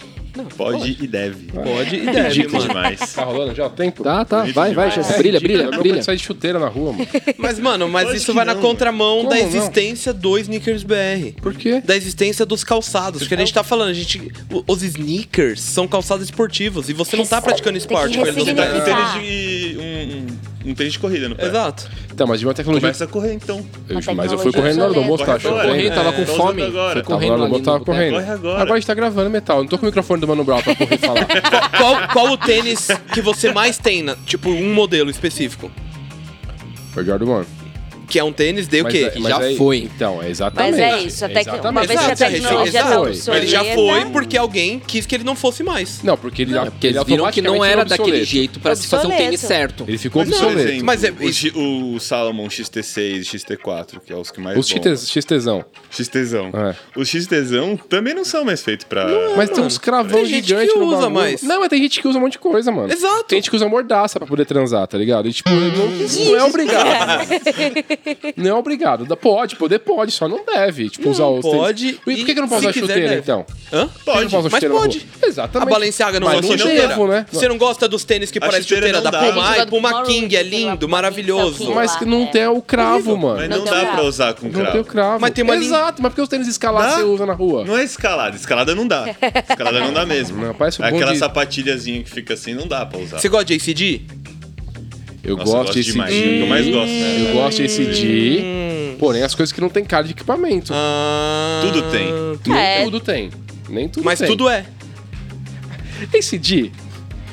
Speaker 3: Pode e deve.
Speaker 5: Pode e deve,
Speaker 3: Ridículo
Speaker 5: mano.
Speaker 3: demais.
Speaker 4: Tá rolando já o tempo? É,
Speaker 1: Tá, tá,
Speaker 3: Bonito
Speaker 1: vai, vai,
Speaker 3: demais.
Speaker 1: Gerson, brilha, brilha,
Speaker 4: Eu
Speaker 1: brilha.
Speaker 4: sair de chuteira na rua, mano.
Speaker 5: Mas, mano, mas
Speaker 3: Lógico
Speaker 5: isso
Speaker 3: que
Speaker 5: vai na
Speaker 3: não,
Speaker 5: contramão
Speaker 4: mano.
Speaker 5: da
Speaker 4: Como não?
Speaker 5: existência do Sneakers BR.
Speaker 4: Por quê?
Speaker 5: Da existência dos calçados. Porque a gente tá falando, a gente. o- Os sneakers são calçados esportivos. E você não tá praticando
Speaker 2: Tem que
Speaker 5: esporte com eles
Speaker 3: Você
Speaker 5: no
Speaker 3: tá
Speaker 5: pé.
Speaker 3: com
Speaker 2: ressignificar.
Speaker 5: né?
Speaker 3: tênis de. um- Um, um tênis de corrida no pé.
Speaker 5: Exato.
Speaker 4: Tá, mas de uma tecnologia.
Speaker 3: Começa a correr então.
Speaker 2: Uma
Speaker 4: Eu- mas eu
Speaker 2: tecnologia
Speaker 4: fui correndo na hora do almoço,
Speaker 3: obsoleta.
Speaker 4: tá? Achei
Speaker 3: Corre
Speaker 1: Correndo,
Speaker 4: correndo.
Speaker 1: tava com
Speaker 3: É, tô
Speaker 1: fome.
Speaker 3: usando agora.
Speaker 1: Foi
Speaker 3: Tava
Speaker 4: Tava
Speaker 1: correndo
Speaker 4: na hora
Speaker 1: ali
Speaker 4: do almoço,
Speaker 1: no
Speaker 4: tava
Speaker 1: boteco.
Speaker 4: correndo.
Speaker 3: Corre agora.
Speaker 4: a gente tá gravando metal. Não tô com o microfone do Mano Brown pra correr e falar.
Speaker 5: Qual, qual o tênis que você mais tem, na- tipo, um modelo específico?
Speaker 4: Foi Jordan One.
Speaker 5: Que é um tênis de o quê?
Speaker 1: mas- Já foi.
Speaker 4: Então, é
Speaker 2: Mas
Speaker 4: exatamente.
Speaker 2: é isso, até que uma
Speaker 4: exatamente.
Speaker 2: vez que a
Speaker 5: Exato, é isso,
Speaker 2: tecnologia
Speaker 5: exato.
Speaker 2: tá
Speaker 4: Foi.
Speaker 5: Mas
Speaker 2: obsoleta...
Speaker 5: ele já foi porque alguém quis que ele não fosse mais.
Speaker 4: Não, porque ele,
Speaker 1: É Porque eles viram que não
Speaker 4: automaticamente
Speaker 1: era
Speaker 4: é obsoleto.
Speaker 1: daquele jeito assim, pra se fazer um
Speaker 2: Obsoleto.
Speaker 1: tênis certo.
Speaker 4: Ele ficou
Speaker 5: Mas não,
Speaker 3: Por
Speaker 4: obsoleto.
Speaker 3: exemplo,
Speaker 5: Mas é-
Speaker 3: o, X- o Salomon XT6 e XT4, que é os que mais
Speaker 4: Os
Speaker 3: bombam.
Speaker 4: XTs, XTzão.
Speaker 3: XTzão.
Speaker 4: É.
Speaker 3: Os XTzão também não são mais feitos pra...
Speaker 4: Mas tem
Speaker 5: mano.
Speaker 4: uns cravão
Speaker 5: Tem gente que
Speaker 4: gigante no
Speaker 5: usa
Speaker 4: bagulho.
Speaker 5: mais.
Speaker 4: Não, mas tem gente que usa um monte de coisa, mano.
Speaker 5: Exato.
Speaker 4: Tem gente que usa mordaça pra poder transar, tá ligado? E tipo, não, não é obrigado. Não, obrigado. Da- Pode, poder pode, só não deve. Tipo, usar os tênis.
Speaker 5: pode,
Speaker 4: E por que, que eu não
Speaker 5: e
Speaker 4: posso
Speaker 5: se
Speaker 4: usar
Speaker 5: quiser,
Speaker 4: chuteira,
Speaker 5: deve.
Speaker 4: então?
Speaker 5: Hã?
Speaker 4: Por que eu não posso usar
Speaker 5: mas
Speaker 4: chuteira na
Speaker 5: pode.
Speaker 4: rua? Exatamente.
Speaker 5: A Balenciaga não
Speaker 4: Mas
Speaker 5: usa
Speaker 4: não
Speaker 5: chuteira.
Speaker 4: devo, né?
Speaker 5: Você não gosta dos tênis que
Speaker 3: A
Speaker 5: parece
Speaker 3: chuteira
Speaker 5: chuteira,
Speaker 3: não
Speaker 5: da
Speaker 3: dá.
Speaker 5: Puma? Ai,
Speaker 2: Gente,
Speaker 5: Puma
Speaker 2: do
Speaker 5: King, é lindo,
Speaker 2: Puma
Speaker 5: maravilhoso.
Speaker 2: King.
Speaker 4: Mas que não
Speaker 2: É.
Speaker 4: tem o cravo,
Speaker 3: Mas
Speaker 4: mano.
Speaker 3: não,
Speaker 2: Não
Speaker 3: dá
Speaker 2: dá.
Speaker 3: pra usar com
Speaker 4: Não tem o
Speaker 3: cravo.
Speaker 4: cravo.
Speaker 5: Mas tem uma linha-
Speaker 4: Exato, mas porque os tênis escalados
Speaker 3: Dá?
Speaker 4: você usa na rua?
Speaker 3: Não é escalada, escalada não dá. Escalada não dá mesmo.
Speaker 4: Não, parece um
Speaker 3: Aquela
Speaker 4: bonde.
Speaker 3: sapatilhazinha que fica assim, não dá pra usar.
Speaker 5: Você gosta de ACD?
Speaker 4: Eu
Speaker 3: Nossa,
Speaker 4: gosto de
Speaker 3: demais.
Speaker 4: ACD.
Speaker 3: É o que eu mais gosto, né?
Speaker 4: Eu gosto de ACD, porém as coisas que não tem cara de equipamento.
Speaker 5: Hum, Ah,
Speaker 3: Tudo tem.
Speaker 4: Nem
Speaker 2: É.
Speaker 4: tudo tem. Nem tudo
Speaker 5: Mas
Speaker 4: tem.
Speaker 5: tudo é.
Speaker 4: ACD.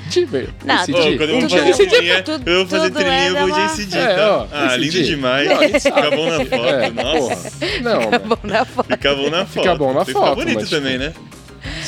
Speaker 4: Diver.
Speaker 2: Não,
Speaker 3: Ô,
Speaker 4: ACD.
Speaker 3: quando eu vou
Speaker 2: Tudo
Speaker 3: fazer
Speaker 2: bem.
Speaker 3: trilhinha,
Speaker 2: Tudo-
Speaker 3: eu vou fazer
Speaker 2: tudo é
Speaker 3: trilhinha, eu vou de
Speaker 2: dela.
Speaker 3: ACD,
Speaker 4: É,
Speaker 3: tá?
Speaker 4: ó,
Speaker 3: ah,
Speaker 4: ACD.
Speaker 3: lindo demais.
Speaker 4: Não, ele sabe.
Speaker 3: fica bom na foto,
Speaker 4: É.
Speaker 3: nossa.
Speaker 2: Tá
Speaker 4: Não,
Speaker 5: né?
Speaker 4: mano,
Speaker 2: Na foto.
Speaker 3: Fica bom na foto.
Speaker 4: Fica bom na
Speaker 3: Tem que
Speaker 4: foto,
Speaker 3: Ficar bonito
Speaker 4: mas, tipo,
Speaker 3: também, né?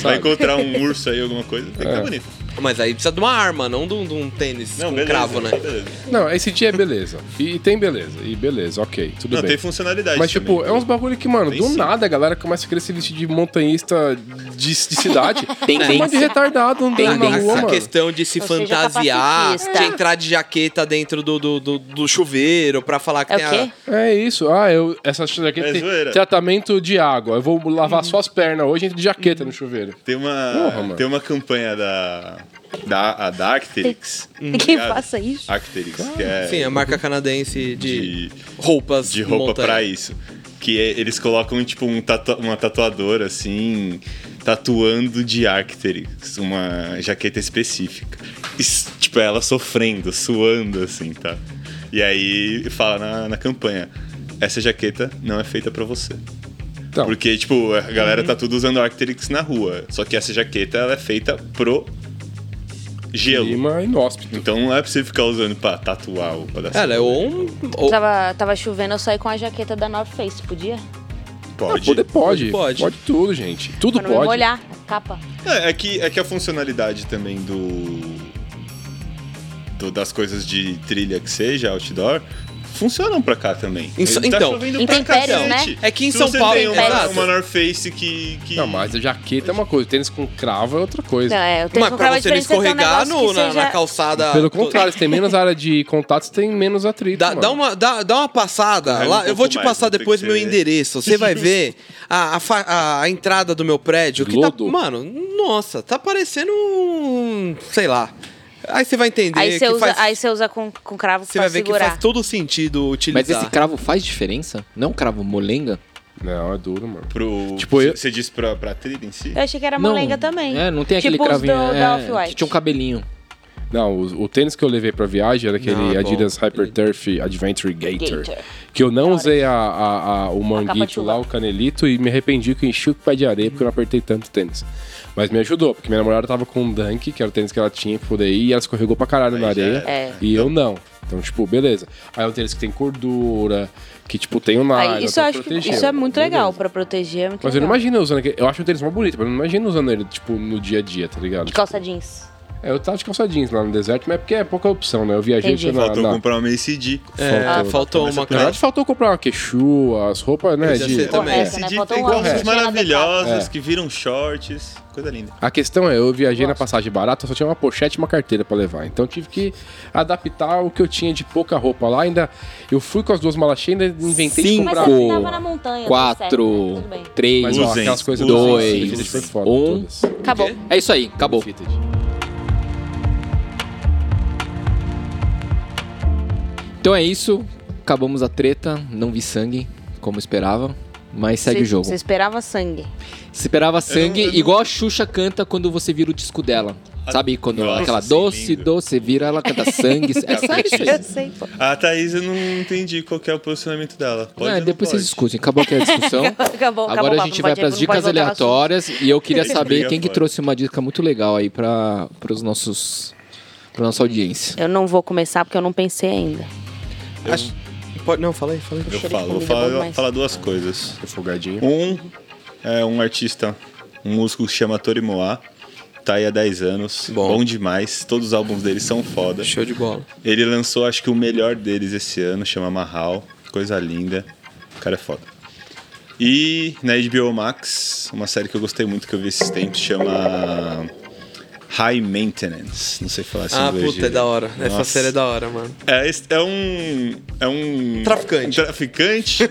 Speaker 3: Vai
Speaker 4: sabe?
Speaker 3: encontrar um urso aí, alguma coisa, tem que ficar
Speaker 4: É.
Speaker 3: bonito.
Speaker 5: Mas aí precisa de uma arma, não de um, de um tênis
Speaker 3: Não,
Speaker 5: com
Speaker 3: beleza.
Speaker 5: cravo, né?
Speaker 3: só beleza.
Speaker 4: Não, ACD é beleza. E tem beleza. E beleza, ok. Tudo
Speaker 3: Não,
Speaker 4: bem.
Speaker 3: tem funcionalidade
Speaker 4: Mas, tipo,
Speaker 3: também. né?
Speaker 4: é uns bagulho que, mano,
Speaker 3: Tem
Speaker 4: do
Speaker 3: sim.
Speaker 4: nada a galera começa a querer se vestir de montanhista de, de cidade.
Speaker 1: Tendência.
Speaker 4: Mas de retardado andando na rua,
Speaker 5: A- Ah, Essa
Speaker 4: mano.
Speaker 5: questão de se
Speaker 2: Ou seja,
Speaker 5: fantasiar,
Speaker 2: capacitista.
Speaker 5: de entrar de jaqueta dentro do, do, do- do chuveiro pra falar que
Speaker 2: É
Speaker 5: tem
Speaker 2: o quê?
Speaker 5: a.
Speaker 4: É isso. Ah, eu, essa jaqueta
Speaker 3: É
Speaker 4: tem
Speaker 3: zoeira.
Speaker 4: tratamento de água. Eu vou lavar só as pernas hoje entre de jaqueta no chuveiro.
Speaker 3: Tem uma,
Speaker 4: Porra, mano.
Speaker 3: tem uma campanha da, da, a da Arcteryx.
Speaker 2: Que faça isso.
Speaker 3: Arcteryx, que é
Speaker 5: Sim, a marca canadense de,
Speaker 3: de,
Speaker 5: roupas.
Speaker 3: de roupa
Speaker 5: montanha.
Speaker 3: pra isso. Que é- eles colocam, tipo, um tatua- uma tatuadora, assim, tatuando de Arcteryx, uma jaqueta específica. E, s- tipo, ela sofrendo, suando, assim, tá? E aí fala na, na campanha, essa jaqueta não é feita pra você.
Speaker 4: Então,
Speaker 3: Porque, tipo, a galera tá tudo usando Arcteryx na rua. Só que essa jaqueta, ela é feita pro gelo.
Speaker 4: clima inóspito.
Speaker 3: Então não é pra você ficar usando pra tatuar ou pra dar
Speaker 5: Ela é ou um. ou-
Speaker 2: Tava, tava chovendo, eu saí com a jaqueta da North Face, podia?
Speaker 3: pode.
Speaker 4: Poder pode.
Speaker 5: Pode.
Speaker 4: Pode. tudo, gente. Tudo
Speaker 2: pra não me
Speaker 4: pode.
Speaker 2: molhar, capa.
Speaker 3: É, é que, é que a funcionalidade também do, do- das coisas de trilha que seja, outdoor, funcionam pra cá também.
Speaker 5: Em Sa-
Speaker 3: Ele tá
Speaker 5: então,
Speaker 3: chovendo pra
Speaker 2: intempéries,
Speaker 3: cacete.
Speaker 5: né? É que em
Speaker 3: Se
Speaker 5: São
Speaker 3: você
Speaker 5: Paulo-
Speaker 3: tem uma,
Speaker 5: Intempéries.
Speaker 3: uma North Face que... que...
Speaker 4: Não, mas a jaqueta é uma coisa, o tênis com cravo é outra coisa.
Speaker 2: Não, é, eu tenho
Speaker 5: Mas pra você não escorregar no- na, na calçada.
Speaker 4: Pelo contrário, você tem menos área de contato, você tem menos atrito.
Speaker 5: é Dá,
Speaker 4: mano.
Speaker 5: dá uma, dá, dá uma passada
Speaker 3: Carrega um
Speaker 5: lá. eu vou
Speaker 3: pouco
Speaker 5: te
Speaker 3: mais,
Speaker 5: passar
Speaker 3: não tem
Speaker 5: depois
Speaker 3: que
Speaker 5: meu
Speaker 3: ser-
Speaker 5: endereço. Você vai ver a, a, fa- a- a entrada do meu prédio. Que tá,
Speaker 4: Lodo.
Speaker 5: mano, nossa, tá parecendo um. Sei lá. Aí você vai entender.
Speaker 2: Aí você
Speaker 5: que
Speaker 2: usa,
Speaker 5: faz-
Speaker 2: aí você usa com, com cravo
Speaker 5: você
Speaker 2: pra
Speaker 5: vai ver que
Speaker 2: segurar.
Speaker 5: faz todo sentido
Speaker 1: Mas
Speaker 5: utilizar.
Speaker 1: esse cravo faz diferença? Não é um cravo molenga?
Speaker 4: Não, é duro, mano.
Speaker 3: Pro,
Speaker 4: Tipo, eu-
Speaker 3: Você diz pra, pra trilha em si?
Speaker 2: Eu achei que era
Speaker 1: Não.
Speaker 2: molenga também.
Speaker 1: É, não tem aquele
Speaker 2: tipo os
Speaker 1: cravinho.
Speaker 2: do-
Speaker 1: é,
Speaker 2: da Off-White.
Speaker 1: que tinha um
Speaker 2: Hum,
Speaker 1: cabelinho.
Speaker 4: Não, o, o tênis que eu levei pra viagem era aquele
Speaker 5: Não, é bom.
Speaker 4: Adidas Hyperturf Adventure Gator.
Speaker 2: Gator.
Speaker 4: Que eu não usei a, a- a-
Speaker 2: capa
Speaker 4: o
Speaker 2: de
Speaker 4: manguito
Speaker 2: chuva.
Speaker 4: lá, o canelito, e me arrependi que eu enchi o pé de areia porque eu não apertei tanto o tênis. Mas me ajudou, porque minha namorada tava com um dunk, que era o tênis que ela tinha pra poder ir, e ela escorregou pra caralho na
Speaker 3: Aí já
Speaker 4: areia.
Speaker 3: era.
Speaker 2: É.
Speaker 4: E eu não. Então, tipo, beleza. Aí é um tênis que tem cordura, que, tipo, tem o nylon.
Speaker 2: Aí, isso, eu
Speaker 4: pra
Speaker 2: acho que,
Speaker 4: proteger.
Speaker 2: isso é muito
Speaker 4: Beleza.
Speaker 2: legal pra proteger. É muito
Speaker 4: Mas eu não
Speaker 2: legal.
Speaker 4: imagino eu usando aquele. Eu acho um tênis mais bonito, mas eu não imagino usando ele, tipo, no dia a dia, tá ligado?
Speaker 2: De calça jeans.
Speaker 4: É, eu tava de calça jeans lá no deserto, mas é porque é pouca opção, né? Eu viajei
Speaker 2: Entendi.
Speaker 4: pra na,
Speaker 3: Faltou
Speaker 4: na...
Speaker 3: comprar uma ACD.
Speaker 5: É,
Speaker 4: faltou- né?
Speaker 5: faltou uma
Speaker 4: Na
Speaker 5: cara.
Speaker 1: né?
Speaker 4: verdade, faltou comprar uma quechua, as roupas, né?
Speaker 5: Pois é, você
Speaker 4: De...
Speaker 5: também.
Speaker 4: É.
Speaker 2: Correto. né?
Speaker 3: ACD
Speaker 2: Faltou
Speaker 3: tem
Speaker 2: um
Speaker 3: calças
Speaker 2: óculos de
Speaker 3: maravilhosas
Speaker 4: adequado.
Speaker 3: que viram shorts. Coisa linda.
Speaker 4: A questão é, eu viajei na passagem barata, eu só tinha uma pochete e uma carteira pra levar. Então eu tive que adaptar o que eu tinha de pouca roupa lá. Ainda eu fui com as duas malas cheias, ainda inventei de
Speaker 1: Cinco.
Speaker 2: Mas
Speaker 4: comprar.
Speaker 2: você não tava na montanha. tá certo, né?
Speaker 1: Quatro,
Speaker 2: Tudo bem.
Speaker 1: três,
Speaker 4: Mas ó, aquelas coisas
Speaker 1: dois,
Speaker 4: do Vintage foi foda,
Speaker 1: um.
Speaker 4: todas.
Speaker 2: Acabou.
Speaker 1: É isso aí, acabou.
Speaker 4: Vintage.
Speaker 1: Então é isso. Acabamos a treta. Não vi sangue, como esperava. Mas segue
Speaker 2: Você-
Speaker 1: o jogo.
Speaker 2: Você esperava sangue.
Speaker 1: Se esperava sangue,
Speaker 3: eu não-
Speaker 1: igual a Xuxa canta quando você vira o disco dela.
Speaker 3: Ah,
Speaker 1: Sabe? Quando
Speaker 3: nossa,
Speaker 1: aquela
Speaker 3: sim,
Speaker 1: doce,
Speaker 3: lindo.
Speaker 1: doce, vira, ela canta sangue. É sério isso aí.
Speaker 2: sei, pô.
Speaker 3: A Thaís, eu não entendi qual que é o posicionamento dela. Pode
Speaker 1: É,
Speaker 3: ou não
Speaker 1: depois
Speaker 3: pode?
Speaker 1: vocês discutem. Acabou aqui a discussão.
Speaker 2: Acabou, acabou
Speaker 1: Agora
Speaker 2: o
Speaker 1: a
Speaker 2: papo,
Speaker 1: gente
Speaker 2: não
Speaker 1: vai
Speaker 2: pode-
Speaker 1: para as
Speaker 2: não
Speaker 1: dicas
Speaker 2: pode voltar no assunto.
Speaker 1: aleatórias e eu queria saber
Speaker 3: Obrigado,
Speaker 1: quem que
Speaker 3: Flávio.
Speaker 1: trouxe uma dica muito legal aí para os nossos para nossa audiência.
Speaker 2: Eu não vou começar porque eu não pensei ainda.
Speaker 5: Acho- Pode... Não, falei, falei.
Speaker 3: Eu
Speaker 2: Cheiro de
Speaker 3: falo, vou
Speaker 2: comida
Speaker 3: falar,
Speaker 2: é bom demais.
Speaker 3: falar duas coisas.
Speaker 4: Foi folgadinho.
Speaker 3: Um é um artista, um músico que chama Torimoá. Tá aí há 10 anos.
Speaker 5: Bom.
Speaker 3: Bom. demais. Todos os álbuns dele são foda.
Speaker 5: Show de bola.
Speaker 3: Ele lançou, acho que o melhor deles esse ano, chama Marral. Coisa linda. O cara é foda. E na HBO Max, uma série que eu gostei muito que eu vi esses tempos, chama High Maintenance. Não sei falar assim.
Speaker 5: Ah, puta, é da hora. Essa série é da hora, mano.
Speaker 3: É, este- é um. É um.
Speaker 5: Traficante.
Speaker 3: Um traficante.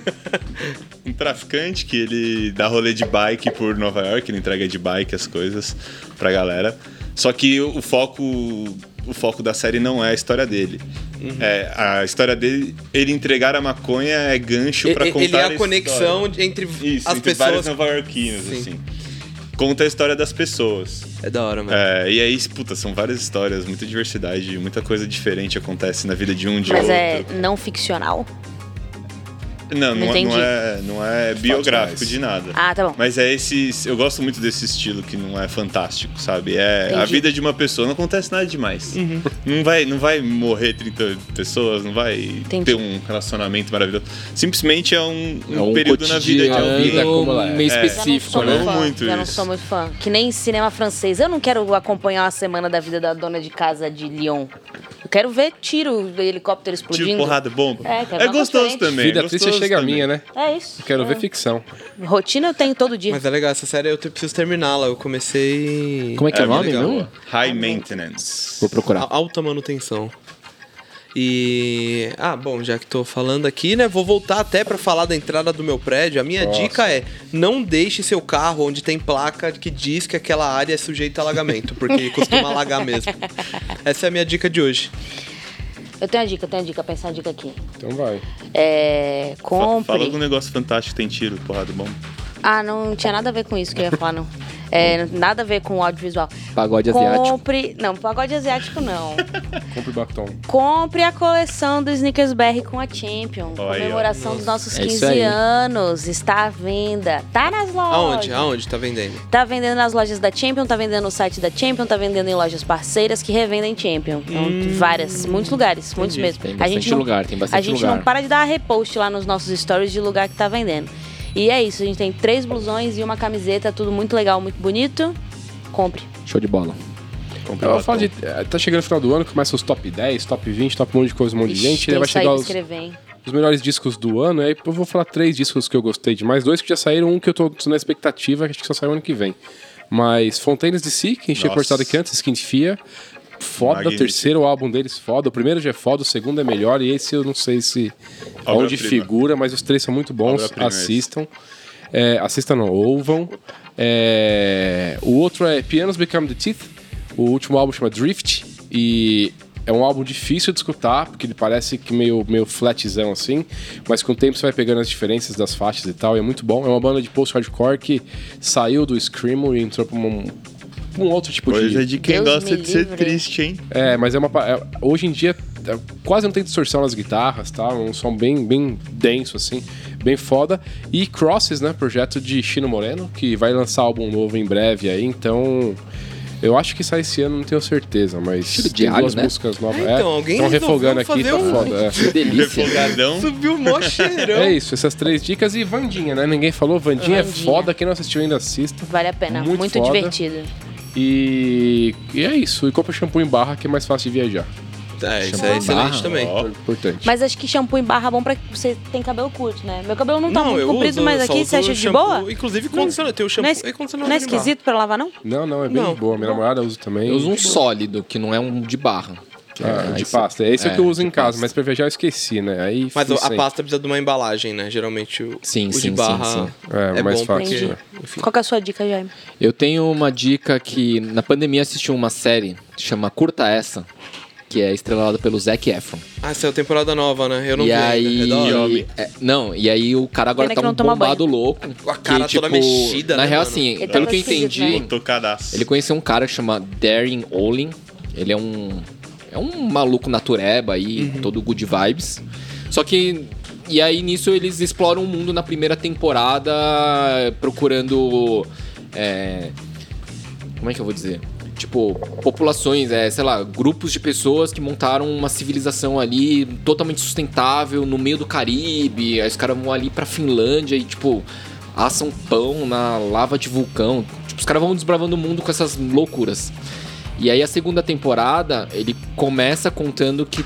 Speaker 3: um traficante que ele dá rolê de bike por Nova York, ele entrega de bike as coisas pra galera. Só que o o foco. O foco da série não é a história dele.
Speaker 5: Uhum.
Speaker 3: É, a história dele, ele entregar a maconha é gancho pra
Speaker 5: E- e-
Speaker 3: contar
Speaker 5: Ele é a
Speaker 3: história.
Speaker 5: conexão entre
Speaker 3: Isso,
Speaker 5: as
Speaker 3: entre
Speaker 5: pessoas.
Speaker 3: vários nova-iorquinos,
Speaker 5: Sim.
Speaker 3: assim. Conta a história das pessoas.
Speaker 5: É da hora, mano.
Speaker 3: É, e aí, puta, são várias histórias, muita diversidade, muita coisa diferente acontece na vida de um, de
Speaker 2: Mas
Speaker 3: outro.
Speaker 2: é não ficcional?
Speaker 3: Não, não, é-
Speaker 2: Entendi.
Speaker 3: não é, não é biográfico de nada.
Speaker 2: Ah, tá bom.
Speaker 3: Mas é esses. Eu gosto muito desse estilo que não é fantástico, sabe? É a
Speaker 2: Entendi.
Speaker 3: vida de uma pessoa, não acontece nada demais. Não, vai, não vai morrer 30 pessoas, não vai
Speaker 2: Entendi.
Speaker 3: ter um relacionamento maravilhoso. Simplesmente é um, um
Speaker 1: É um
Speaker 3: período na vida de
Speaker 1: cotidiano,
Speaker 3: alguém.
Speaker 4: como ela é.
Speaker 1: meio
Speaker 3: É.
Speaker 2: Já não
Speaker 1: específico,
Speaker 2: sou
Speaker 1: né?
Speaker 2: muito
Speaker 3: né?
Speaker 2: fã.
Speaker 3: Muito
Speaker 2: já não
Speaker 3: isso.
Speaker 2: sou muito fã. Que nem cinema francês. Eu não quero acompanhar uma semana da vida da dona de casa de Lyon. Eu quero ver tiro, helicóptero explodindo.
Speaker 3: Tipo porrada, bomba.
Speaker 2: É, cara,
Speaker 3: É gostoso
Speaker 2: diferente.
Speaker 3: também.
Speaker 4: Vida
Speaker 3: gostoso
Speaker 4: triste chega a
Speaker 3: também.
Speaker 4: minha, né?
Speaker 2: É isso.
Speaker 4: Eu quero
Speaker 2: É.
Speaker 4: ver ficção.
Speaker 2: Rotina eu tenho todo dia.
Speaker 5: Mas é legal, essa série eu te- preciso terminá-la. Eu comecei.
Speaker 1: Como é que é, o
Speaker 3: bem
Speaker 1: nome,
Speaker 3: legal.
Speaker 1: não?
Speaker 3: High Maintenance.
Speaker 1: Vou procurar.
Speaker 5: A- Alta manutenção. E. Ah, bom, já que tô falando aqui, né? Vou voltar até pra falar da entrada do meu prédio. A minha dica é: não deixe seu carro onde tem placa que diz que aquela área é sujeita a alagamento, porque costuma alagar mesmo. Essa é a minha dica de hoje.
Speaker 2: Eu tenho a dica, eu tenho a dica, pensar a dica aqui.
Speaker 4: Então vai.
Speaker 2: É.
Speaker 3: Fa-
Speaker 2: Compre.
Speaker 3: Fala de um negócio fantástico, tem tiro, porrada, bomba.
Speaker 2: Ah, não tinha nada a ver com isso que eu ia falar, não. É, nada a ver com o audiovisual.
Speaker 1: Pagode asiático.
Speaker 2: Compre. Não, pagode asiático não.
Speaker 4: Compre batom.
Speaker 2: Compre a coleção do Sneakers BR com a Champion.
Speaker 3: Olha aí, ó.
Speaker 2: comemoração dos nossos
Speaker 1: É isso
Speaker 2: 15
Speaker 1: aí.
Speaker 2: anos. Está à venda. Tá nas lojas.
Speaker 5: Aonde? Aonde tá vendendo?
Speaker 2: Tá vendendo nas lojas da Champion, tá vendendo no site da Champion, tá vendendo em lojas parceiras que revendem Champion. Então, várias, muitos lugares, muitos mesmo.
Speaker 1: Tem bastante lugar, tem bastante
Speaker 2: A gente
Speaker 1: lugar.
Speaker 2: não para de dar repost lá nos nossos stories de lugar que tá vendendo. E é isso, a gente tem três blusões e uma camiseta, tudo muito legal, muito bonito. Compre.
Speaker 1: Show de bola.
Speaker 3: Compra
Speaker 4: Eu
Speaker 3: batom.
Speaker 4: falo de, tá chegando o final do ano, começa os top 10, top 20, top um monte de coisa, um monte de
Speaker 2: Ixi,
Speaker 4: gente.
Speaker 2: tem
Speaker 4: Aí vai
Speaker 2: isso aí
Speaker 4: chegar
Speaker 2: pra
Speaker 4: os,
Speaker 2: escrever, hein?
Speaker 4: os melhores discos do ano. Aí eu vou falar três discos que eu gostei demais, dois que já saíram, um que eu tô, tô na expectativa, que acho que só sai ano que vem. Mas Fontaines de Si, que a gente tinha
Speaker 3: Nossa.
Speaker 4: postado aqui antes, Skin Fia. Foda,
Speaker 3: Magnífico.
Speaker 4: terceiro álbum deles foda. O primeiro já é foda, o segundo é melhor. E esse eu não sei se onde
Speaker 3: Obra-prima.
Speaker 4: figura, mas os três são muito bons.
Speaker 3: Obra-prima esse.
Speaker 4: Assistam. É, assistam, não, ouvam. É, o outro é Pianos Become the Teeth. O último álbum chama Drift. E é um álbum difícil de escutar, porque ele parece que meio, meio flatzão assim. Mas com o tempo você vai pegando as diferenças das faixas e tal. E é muito bom. É uma banda de post-hardcore que saiu do Screamo e entrou pra um, pra um outro tipo de.
Speaker 3: Coisa de quem
Speaker 2: Deus
Speaker 3: gosta
Speaker 2: me
Speaker 3: de ser
Speaker 2: livre.
Speaker 3: triste, hein?
Speaker 4: É, mas é uma. pa- é- hoje em dia é, quase não tem distorção nas guitarras, tá? Um som bem, bem denso, assim, bem foda. E Crosses, né? Projeto de Chino Moreno, que vai lançar álbum novo em breve aí, então. Eu acho que sai esse ano, não tenho certeza, mas.
Speaker 1: Estilo de
Speaker 4: tem
Speaker 1: alho,
Speaker 4: duas
Speaker 1: né?
Speaker 4: músicas novas.
Speaker 5: Ah, então, alguém
Speaker 4: Estão
Speaker 5: resolveu
Speaker 4: refogando aqui,
Speaker 5: fazer
Speaker 4: tá
Speaker 5: um- Então.
Speaker 4: foda. é.
Speaker 1: Que delícia.
Speaker 3: Refogadão.
Speaker 5: Subiu mó cheirão.
Speaker 4: É isso, essas três dicas e Vandinha, né? Ninguém falou, Vandinha, é
Speaker 2: Vandinha.
Speaker 4: foda, quem não assistiu ainda assista.
Speaker 2: Vale a pena,
Speaker 4: Muito
Speaker 2: muito,
Speaker 4: foda.
Speaker 2: divertido.
Speaker 4: E, e é isso, e compra shampoo em barra que é mais fácil de viajar.
Speaker 5: É, isso é excelente
Speaker 1: Ah,
Speaker 5: também.
Speaker 3: ó.
Speaker 4: Importante.
Speaker 2: Mas acho que shampoo em barra é bom pra você tem cabelo curto, né? Meu cabelo não tá muito comprido, mas
Speaker 5: só
Speaker 2: aqui
Speaker 5: uso
Speaker 2: você acha de
Speaker 5: shampoo,
Speaker 2: boa?
Speaker 5: Inclusive, condicionador. Eu tenho o shampoo
Speaker 2: Não é,
Speaker 5: e
Speaker 2: es-
Speaker 5: condicionador.
Speaker 2: não é
Speaker 5: de barba.
Speaker 2: esquisito pra lavar, não?
Speaker 4: Não, não, é bem
Speaker 5: Não.
Speaker 4: de boa. Minha namorada usa também. Tipo,
Speaker 1: Eu uso um sólido, que não é um de barra. Que
Speaker 4: Ah,
Speaker 1: é
Speaker 4: de
Speaker 1: esse-
Speaker 4: pasta. É esse é, o que eu uso
Speaker 1: de
Speaker 4: em casa,
Speaker 1: pasta.
Speaker 4: mas pra viajar eu esqueci, né? Aí
Speaker 5: Mas
Speaker 4: fui
Speaker 5: a
Speaker 4: sem.
Speaker 5: pasta precisa de uma embalagem, né? Geralmente o,
Speaker 1: Sim,
Speaker 5: o
Speaker 1: sim,
Speaker 5: de
Speaker 1: sim,
Speaker 5: barra
Speaker 1: sim.
Speaker 4: É,
Speaker 5: é
Speaker 4: mais
Speaker 5: bom
Speaker 4: fácil,
Speaker 5: porque-
Speaker 4: né?
Speaker 5: enfim.
Speaker 2: Qual que é a sua dica, Jaime?
Speaker 1: Eu tenho uma dica que na pandemia assisti uma série que chama Curta Essa, que é estrelada pelo Zac Efron.
Speaker 5: Ah, essa é a temporada nova, né? Eu não
Speaker 1: e
Speaker 5: vi
Speaker 1: aí,
Speaker 5: ainda. É da hora.
Speaker 1: é, não, e aí o cara agora
Speaker 2: Pena
Speaker 1: tá
Speaker 2: que
Speaker 1: um
Speaker 2: não toma
Speaker 1: bombado louco.
Speaker 5: Com a cara
Speaker 1: que,
Speaker 5: toda
Speaker 1: tipo,
Speaker 5: mexida,
Speaker 1: Na
Speaker 5: né,
Speaker 1: real,
Speaker 5: mano?
Speaker 1: assim,
Speaker 2: Ele
Speaker 1: pelo
Speaker 2: tá
Speaker 1: que eu
Speaker 2: esquisito,
Speaker 1: entendi,
Speaker 2: né?
Speaker 3: Tocadaço.
Speaker 1: ele conheceu um cara que chama Darren Olin. Ele é um é um maluco natureba aí, todo good vibes. Só que e aí nisso eles exploram o mundo na primeira temporada procurando é, como é que eu vou dizer? Tipo, populações, é, sei lá, grupos de pessoas que montaram uma civilização ali totalmente sustentável no meio do Caribe. Aí os caras vão ali pra Finlândia e, tipo, assam pão na lava de vulcão. Tipo, os caras vão desbravando o mundo com essas loucuras. E aí a segunda temporada, ele começa contando que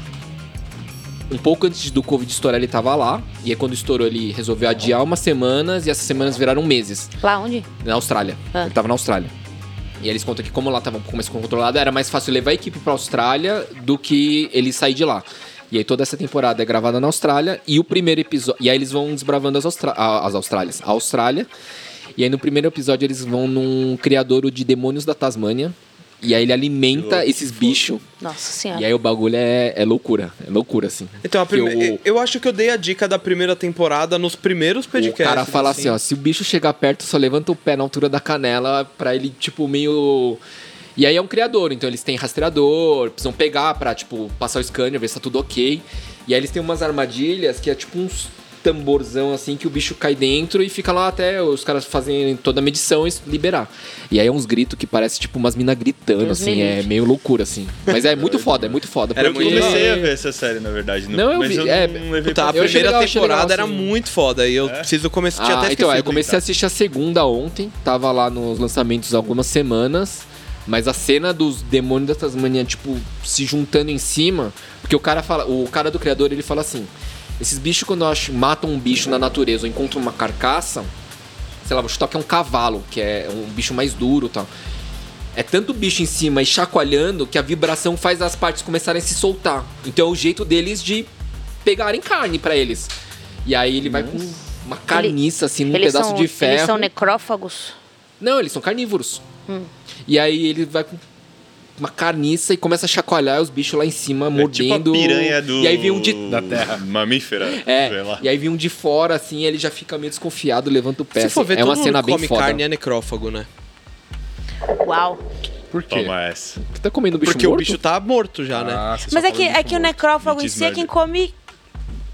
Speaker 1: um pouco antes do Covid estourar, ele tava lá. E aí quando estourou, ele resolveu adiar umas semanas e essas semanas viraram meses.
Speaker 2: Lá onde?
Speaker 1: Na Austrália.
Speaker 2: Ah.
Speaker 1: Ele tava na Austrália. E eles contam que como lá tava um mais controlado, era mais fácil levar a equipe pra Austrália do que ele sair de lá. E aí toda essa temporada é gravada na Austrália e o primeiro episódio. E aí eles vão desbravando as, Austra- a- as Austrálias. A Austrália. E aí no primeiro episódio eles vão num criadouro de demônios da Tasmânia. E aí ele alimenta esses bichos.
Speaker 2: Nossa
Speaker 1: E
Speaker 2: senhora.
Speaker 1: aí o bagulho é, é loucura. É loucura, assim.
Speaker 5: Então, a
Speaker 1: Que
Speaker 5: prime... eu...
Speaker 1: o-
Speaker 5: acho que eu dei a dica da primeira temporada nos primeiros
Speaker 1: O
Speaker 5: podcasts.
Speaker 1: cara fala assim, ó, se o bicho chegar perto, só levanta o pé na altura da canela pra ele, tipo, meio... E aí é um criador, então eles têm rastreador, precisam pegar pra, tipo, passar o scanner, ver se tá tudo ok. E aí eles têm umas armadilhas que é tipo uns tamborzão, assim, que o bicho cai dentro e fica lá até os caras fazem toda a medição e liberar. E aí é uns gritos que parece, tipo, umas minas gritando,
Speaker 2: Deus
Speaker 1: assim,
Speaker 2: me
Speaker 1: é
Speaker 2: livre.
Speaker 1: meio loucura, assim. Mas é muito foda, é muito foda.
Speaker 5: Era
Speaker 3: eu
Speaker 5: muito
Speaker 3: comecei
Speaker 5: legal.
Speaker 3: a ver essa série, na verdade. no-
Speaker 1: Não, eu
Speaker 3: mas
Speaker 1: vi-
Speaker 3: eu
Speaker 1: é,
Speaker 3: não levei
Speaker 5: Puta, a
Speaker 1: Eu
Speaker 3: pra
Speaker 1: achei
Speaker 5: primeira
Speaker 1: legal, achei
Speaker 5: temporada
Speaker 1: legal,
Speaker 5: era
Speaker 1: assim.
Speaker 5: muito foda e eu preciso começar. Tinha até
Speaker 1: Ah, então,
Speaker 5: esquecido
Speaker 1: eu comecei
Speaker 5: de
Speaker 1: a assistir a segunda ontem, tava lá nos lançamentos há algumas semanas, mas a cena dos demônios da Tasmania, tipo, se juntando em cima, porque o cara fala, o cara do criador, ele fala assim, esses bichos quando eu acho- matam um bicho na natureza ou encontram uma carcaça, sei lá, vou chutar que é um cavalo, que é um bicho mais duro e tal. É tanto bicho em cima e chacoalhando que a vibração faz as partes começarem a se soltar. Então é o jeito deles de pegarem carne pra eles. E aí ele vai com uma carniça, assim, num
Speaker 2: Eles
Speaker 1: pedaço
Speaker 2: são,
Speaker 1: de ferro.
Speaker 2: eles são necrófagos.
Speaker 1: Não, eles são carnívoros.
Speaker 2: Hum.
Speaker 1: E aí ele vai com uma carniça e começa a chacoalhar os bichos lá em cima,
Speaker 3: É tipo a
Speaker 1: mordendo.
Speaker 3: piranha do...
Speaker 1: E aí vem um de.
Speaker 4: Da terra.
Speaker 3: Mamífera. sei
Speaker 1: É,
Speaker 3: lá.
Speaker 1: e aí vem um de fora, assim, ele já fica meio desconfiado, levanta o pé.
Speaker 5: Se for
Speaker 1: assim.
Speaker 5: ver,
Speaker 1: é uma
Speaker 5: todo
Speaker 1: cena
Speaker 5: mundo
Speaker 1: bem
Speaker 5: come
Speaker 1: foda.
Speaker 5: carne é necrófago, né?
Speaker 2: Uau.
Speaker 4: Por quê?
Speaker 3: Toma essa.
Speaker 1: Tu tá comendo bicho
Speaker 5: Porque
Speaker 1: morto?
Speaker 5: o bicho tá morto já, né?
Speaker 4: Ah, você
Speaker 2: Mas
Speaker 4: só
Speaker 2: é que,
Speaker 4: falou
Speaker 2: é
Speaker 4: de
Speaker 2: que o
Speaker 4: morto.
Speaker 2: necrófago em
Speaker 3: Meat
Speaker 2: si é
Speaker 3: is
Speaker 2: quem
Speaker 3: murder.
Speaker 2: come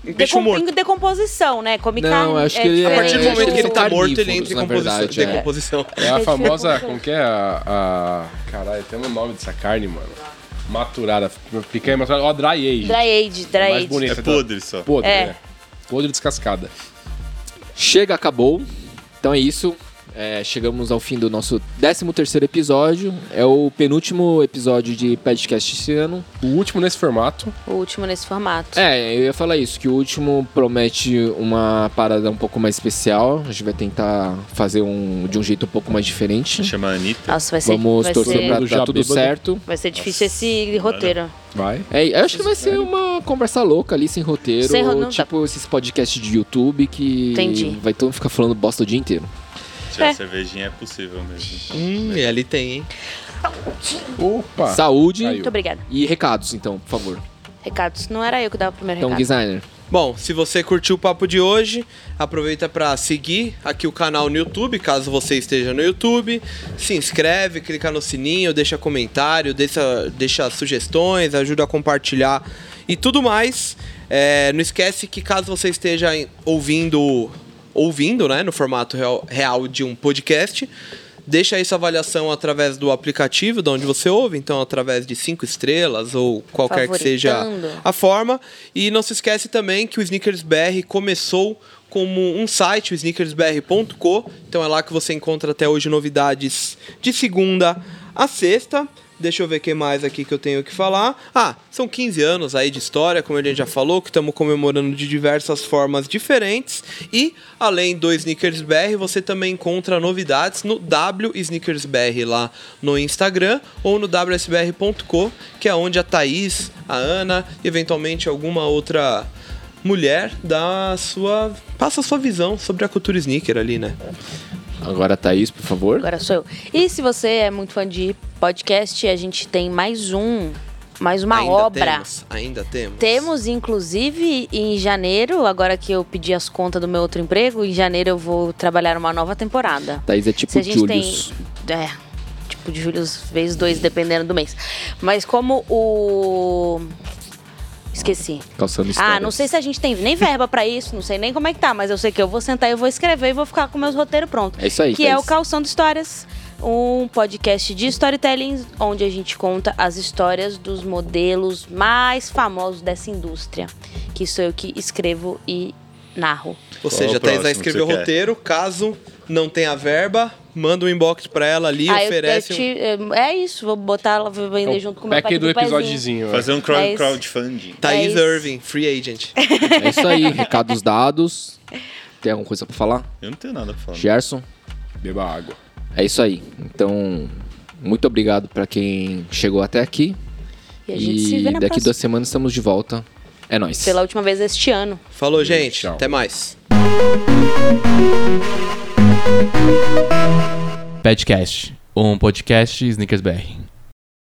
Speaker 5: Bicho
Speaker 2: decom-
Speaker 5: morto.
Speaker 2: em decomposição, né? Come carne.
Speaker 1: Não, acho que ele
Speaker 5: A partir do
Speaker 2: diferente.
Speaker 1: É,
Speaker 5: momento que ele
Speaker 1: são
Speaker 5: tá morto, ele
Speaker 1: carnívoros,
Speaker 5: entra em
Speaker 1: na
Speaker 5: composição,
Speaker 1: verdade, é.
Speaker 5: decomposição.
Speaker 4: É a
Speaker 2: Gente,
Speaker 4: famosa,
Speaker 2: como
Speaker 4: como que é a, a- Caralho, tem um nome dessa carne, mano. Maturada. Picanha maturada. Ó, dry age.
Speaker 2: Dry age, dry
Speaker 4: Mais
Speaker 2: age.
Speaker 4: bonito.
Speaker 3: É
Speaker 1: então.
Speaker 3: podre só.
Speaker 4: Podre,
Speaker 2: É.
Speaker 4: é. Podre descascada.
Speaker 1: Chega, acabou. Então é isso. É, chegamos ao fim do nosso 13 terceiro episódio. É o penúltimo episódio de podcast esse ano.
Speaker 4: O último nesse formato.
Speaker 2: O último nesse formato.
Speaker 1: É, eu ia falar isso, que o último promete uma parada um pouco mais especial. A gente vai tentar fazer um de um jeito um pouco mais diferente.
Speaker 3: Chama a Anitta.
Speaker 2: Nossa, vai ser,
Speaker 1: Vamos
Speaker 2: vai
Speaker 1: torcer
Speaker 2: ser,
Speaker 1: pra
Speaker 4: Já
Speaker 1: dar tudo
Speaker 4: bêbado.
Speaker 1: certo.
Speaker 2: vai ser difícil esse roteiro.
Speaker 4: Vai.
Speaker 1: É, eu acho que vai ser uma conversa louca ali, sem roteiro.
Speaker 2: Sem ro- não dá.
Speaker 1: tipo esses podcasts de YouTube que
Speaker 2: Entendi.
Speaker 1: vai todo mundo ficar falando bosta o dia inteiro.
Speaker 3: Tirar
Speaker 2: É.
Speaker 3: cervejinha é possível mesmo.
Speaker 5: Hum, e ali tem, hein?
Speaker 4: Opa!
Speaker 1: Saúde
Speaker 4: Ah, Caiu.
Speaker 2: Muito obrigada.
Speaker 1: e recados, então, por favor.
Speaker 2: Recados, não era eu que dava o primeiro
Speaker 1: Então,
Speaker 2: recado.
Speaker 1: designer.
Speaker 5: Bom, se você curtiu o papo de hoje, aproveita para seguir aqui o canal no YouTube, caso você esteja no YouTube. Se inscreve, clica no sininho, deixa comentário, deixa, deixa sugestões, ajuda a compartilhar e tudo mais. É, não esquece que caso você esteja em- ouvindo, ouvindo, né, no formato real, real de um podcast, Deixa aí sua avaliação através do aplicativo de onde você ouve, então através de cinco estrelas ou qualquer que seja
Speaker 2: Favoritando.
Speaker 5: a forma. E não se esquece também que o Sneakers BR começou como um site, o sneakersbr.co. Então é lá que você encontra até hoje novidades de segunda a sexta. Deixa eu ver o que mais aqui que eu tenho que falar. Ah, são 15 anos aí de história, como a gente já falou, que estamos comemorando de diversas formas diferentes. E, além do Sneakers BR, você também encontra novidades no W Sneakers BR lá no Instagram ou no wsbr.co, que é onde a Thaís, a Ana, e eventualmente alguma outra mulher dá a sua passa a sua visão sobre a cultura sneaker ali, né?
Speaker 1: Agora, Thaís, por favor.
Speaker 2: Agora sou eu. E se você é muito fã de podcast, a gente tem mais um, mais uma
Speaker 5: ainda
Speaker 2: obra.
Speaker 5: temos, ainda temos.
Speaker 2: Temos, inclusive, em janeiro, agora que eu pedi as contas do meu outro emprego, em janeiro eu vou trabalhar uma nova temporada.
Speaker 1: Thaís é tipo
Speaker 2: Se a gente
Speaker 1: Julius.
Speaker 2: tem. É, tipo de Julius vezes dois, dependendo do mês. Mas como o. Esqueci.
Speaker 1: Calçando histórias.
Speaker 2: Ah, não sei se a gente tem nem verba pra isso, não sei nem como é que tá, mas eu sei que eu vou sentar, eu vou escrever e vou ficar com meus roteiros prontos.
Speaker 1: É isso aí,
Speaker 2: Que
Speaker 1: Thaís.
Speaker 2: é o Calçando Histórias, um podcast de storytelling onde a gente conta as histórias dos modelos mais famosos dessa indústria, que sou eu que escrevo e narro.
Speaker 5: Ou
Speaker 3: Qual
Speaker 5: seja,
Speaker 3: é
Speaker 5: a
Speaker 3: o
Speaker 5: Thaís vai
Speaker 3: próximo que
Speaker 5: escrever o
Speaker 3: você quer?
Speaker 5: roteiro, caso não tenha verba, manda um inbox pra ela ali,
Speaker 2: Ah, eu-
Speaker 5: oferece.
Speaker 2: eu
Speaker 5: um-
Speaker 2: te- é isso, vou botar ela vou vender
Speaker 4: É o
Speaker 2: junto com o meu
Speaker 4: pack
Speaker 2: pack
Speaker 4: do
Speaker 2: pezinho.
Speaker 4: episódiozinho.
Speaker 3: Fazer um crowd-
Speaker 2: É isso.
Speaker 3: crowdfunding.
Speaker 5: Thaís
Speaker 2: é isso.
Speaker 5: Irving, free agent.
Speaker 1: É isso aí, recados dados. Tem alguma coisa pra falar?
Speaker 3: Eu não tenho nada pra falar.
Speaker 1: Gerson?
Speaker 4: é. Beba água.
Speaker 1: É isso aí. Então, Muito obrigado pra quem chegou até aqui.
Speaker 2: E a gente se vê na
Speaker 1: daqui
Speaker 2: próxima.
Speaker 1: duas semanas estamos de volta. É nóis.
Speaker 2: Pela última vez este ano.
Speaker 5: Falou, gente.
Speaker 4: Tchau.
Speaker 5: Até mais.
Speaker 6: Padcast, um podcast Snickers BR.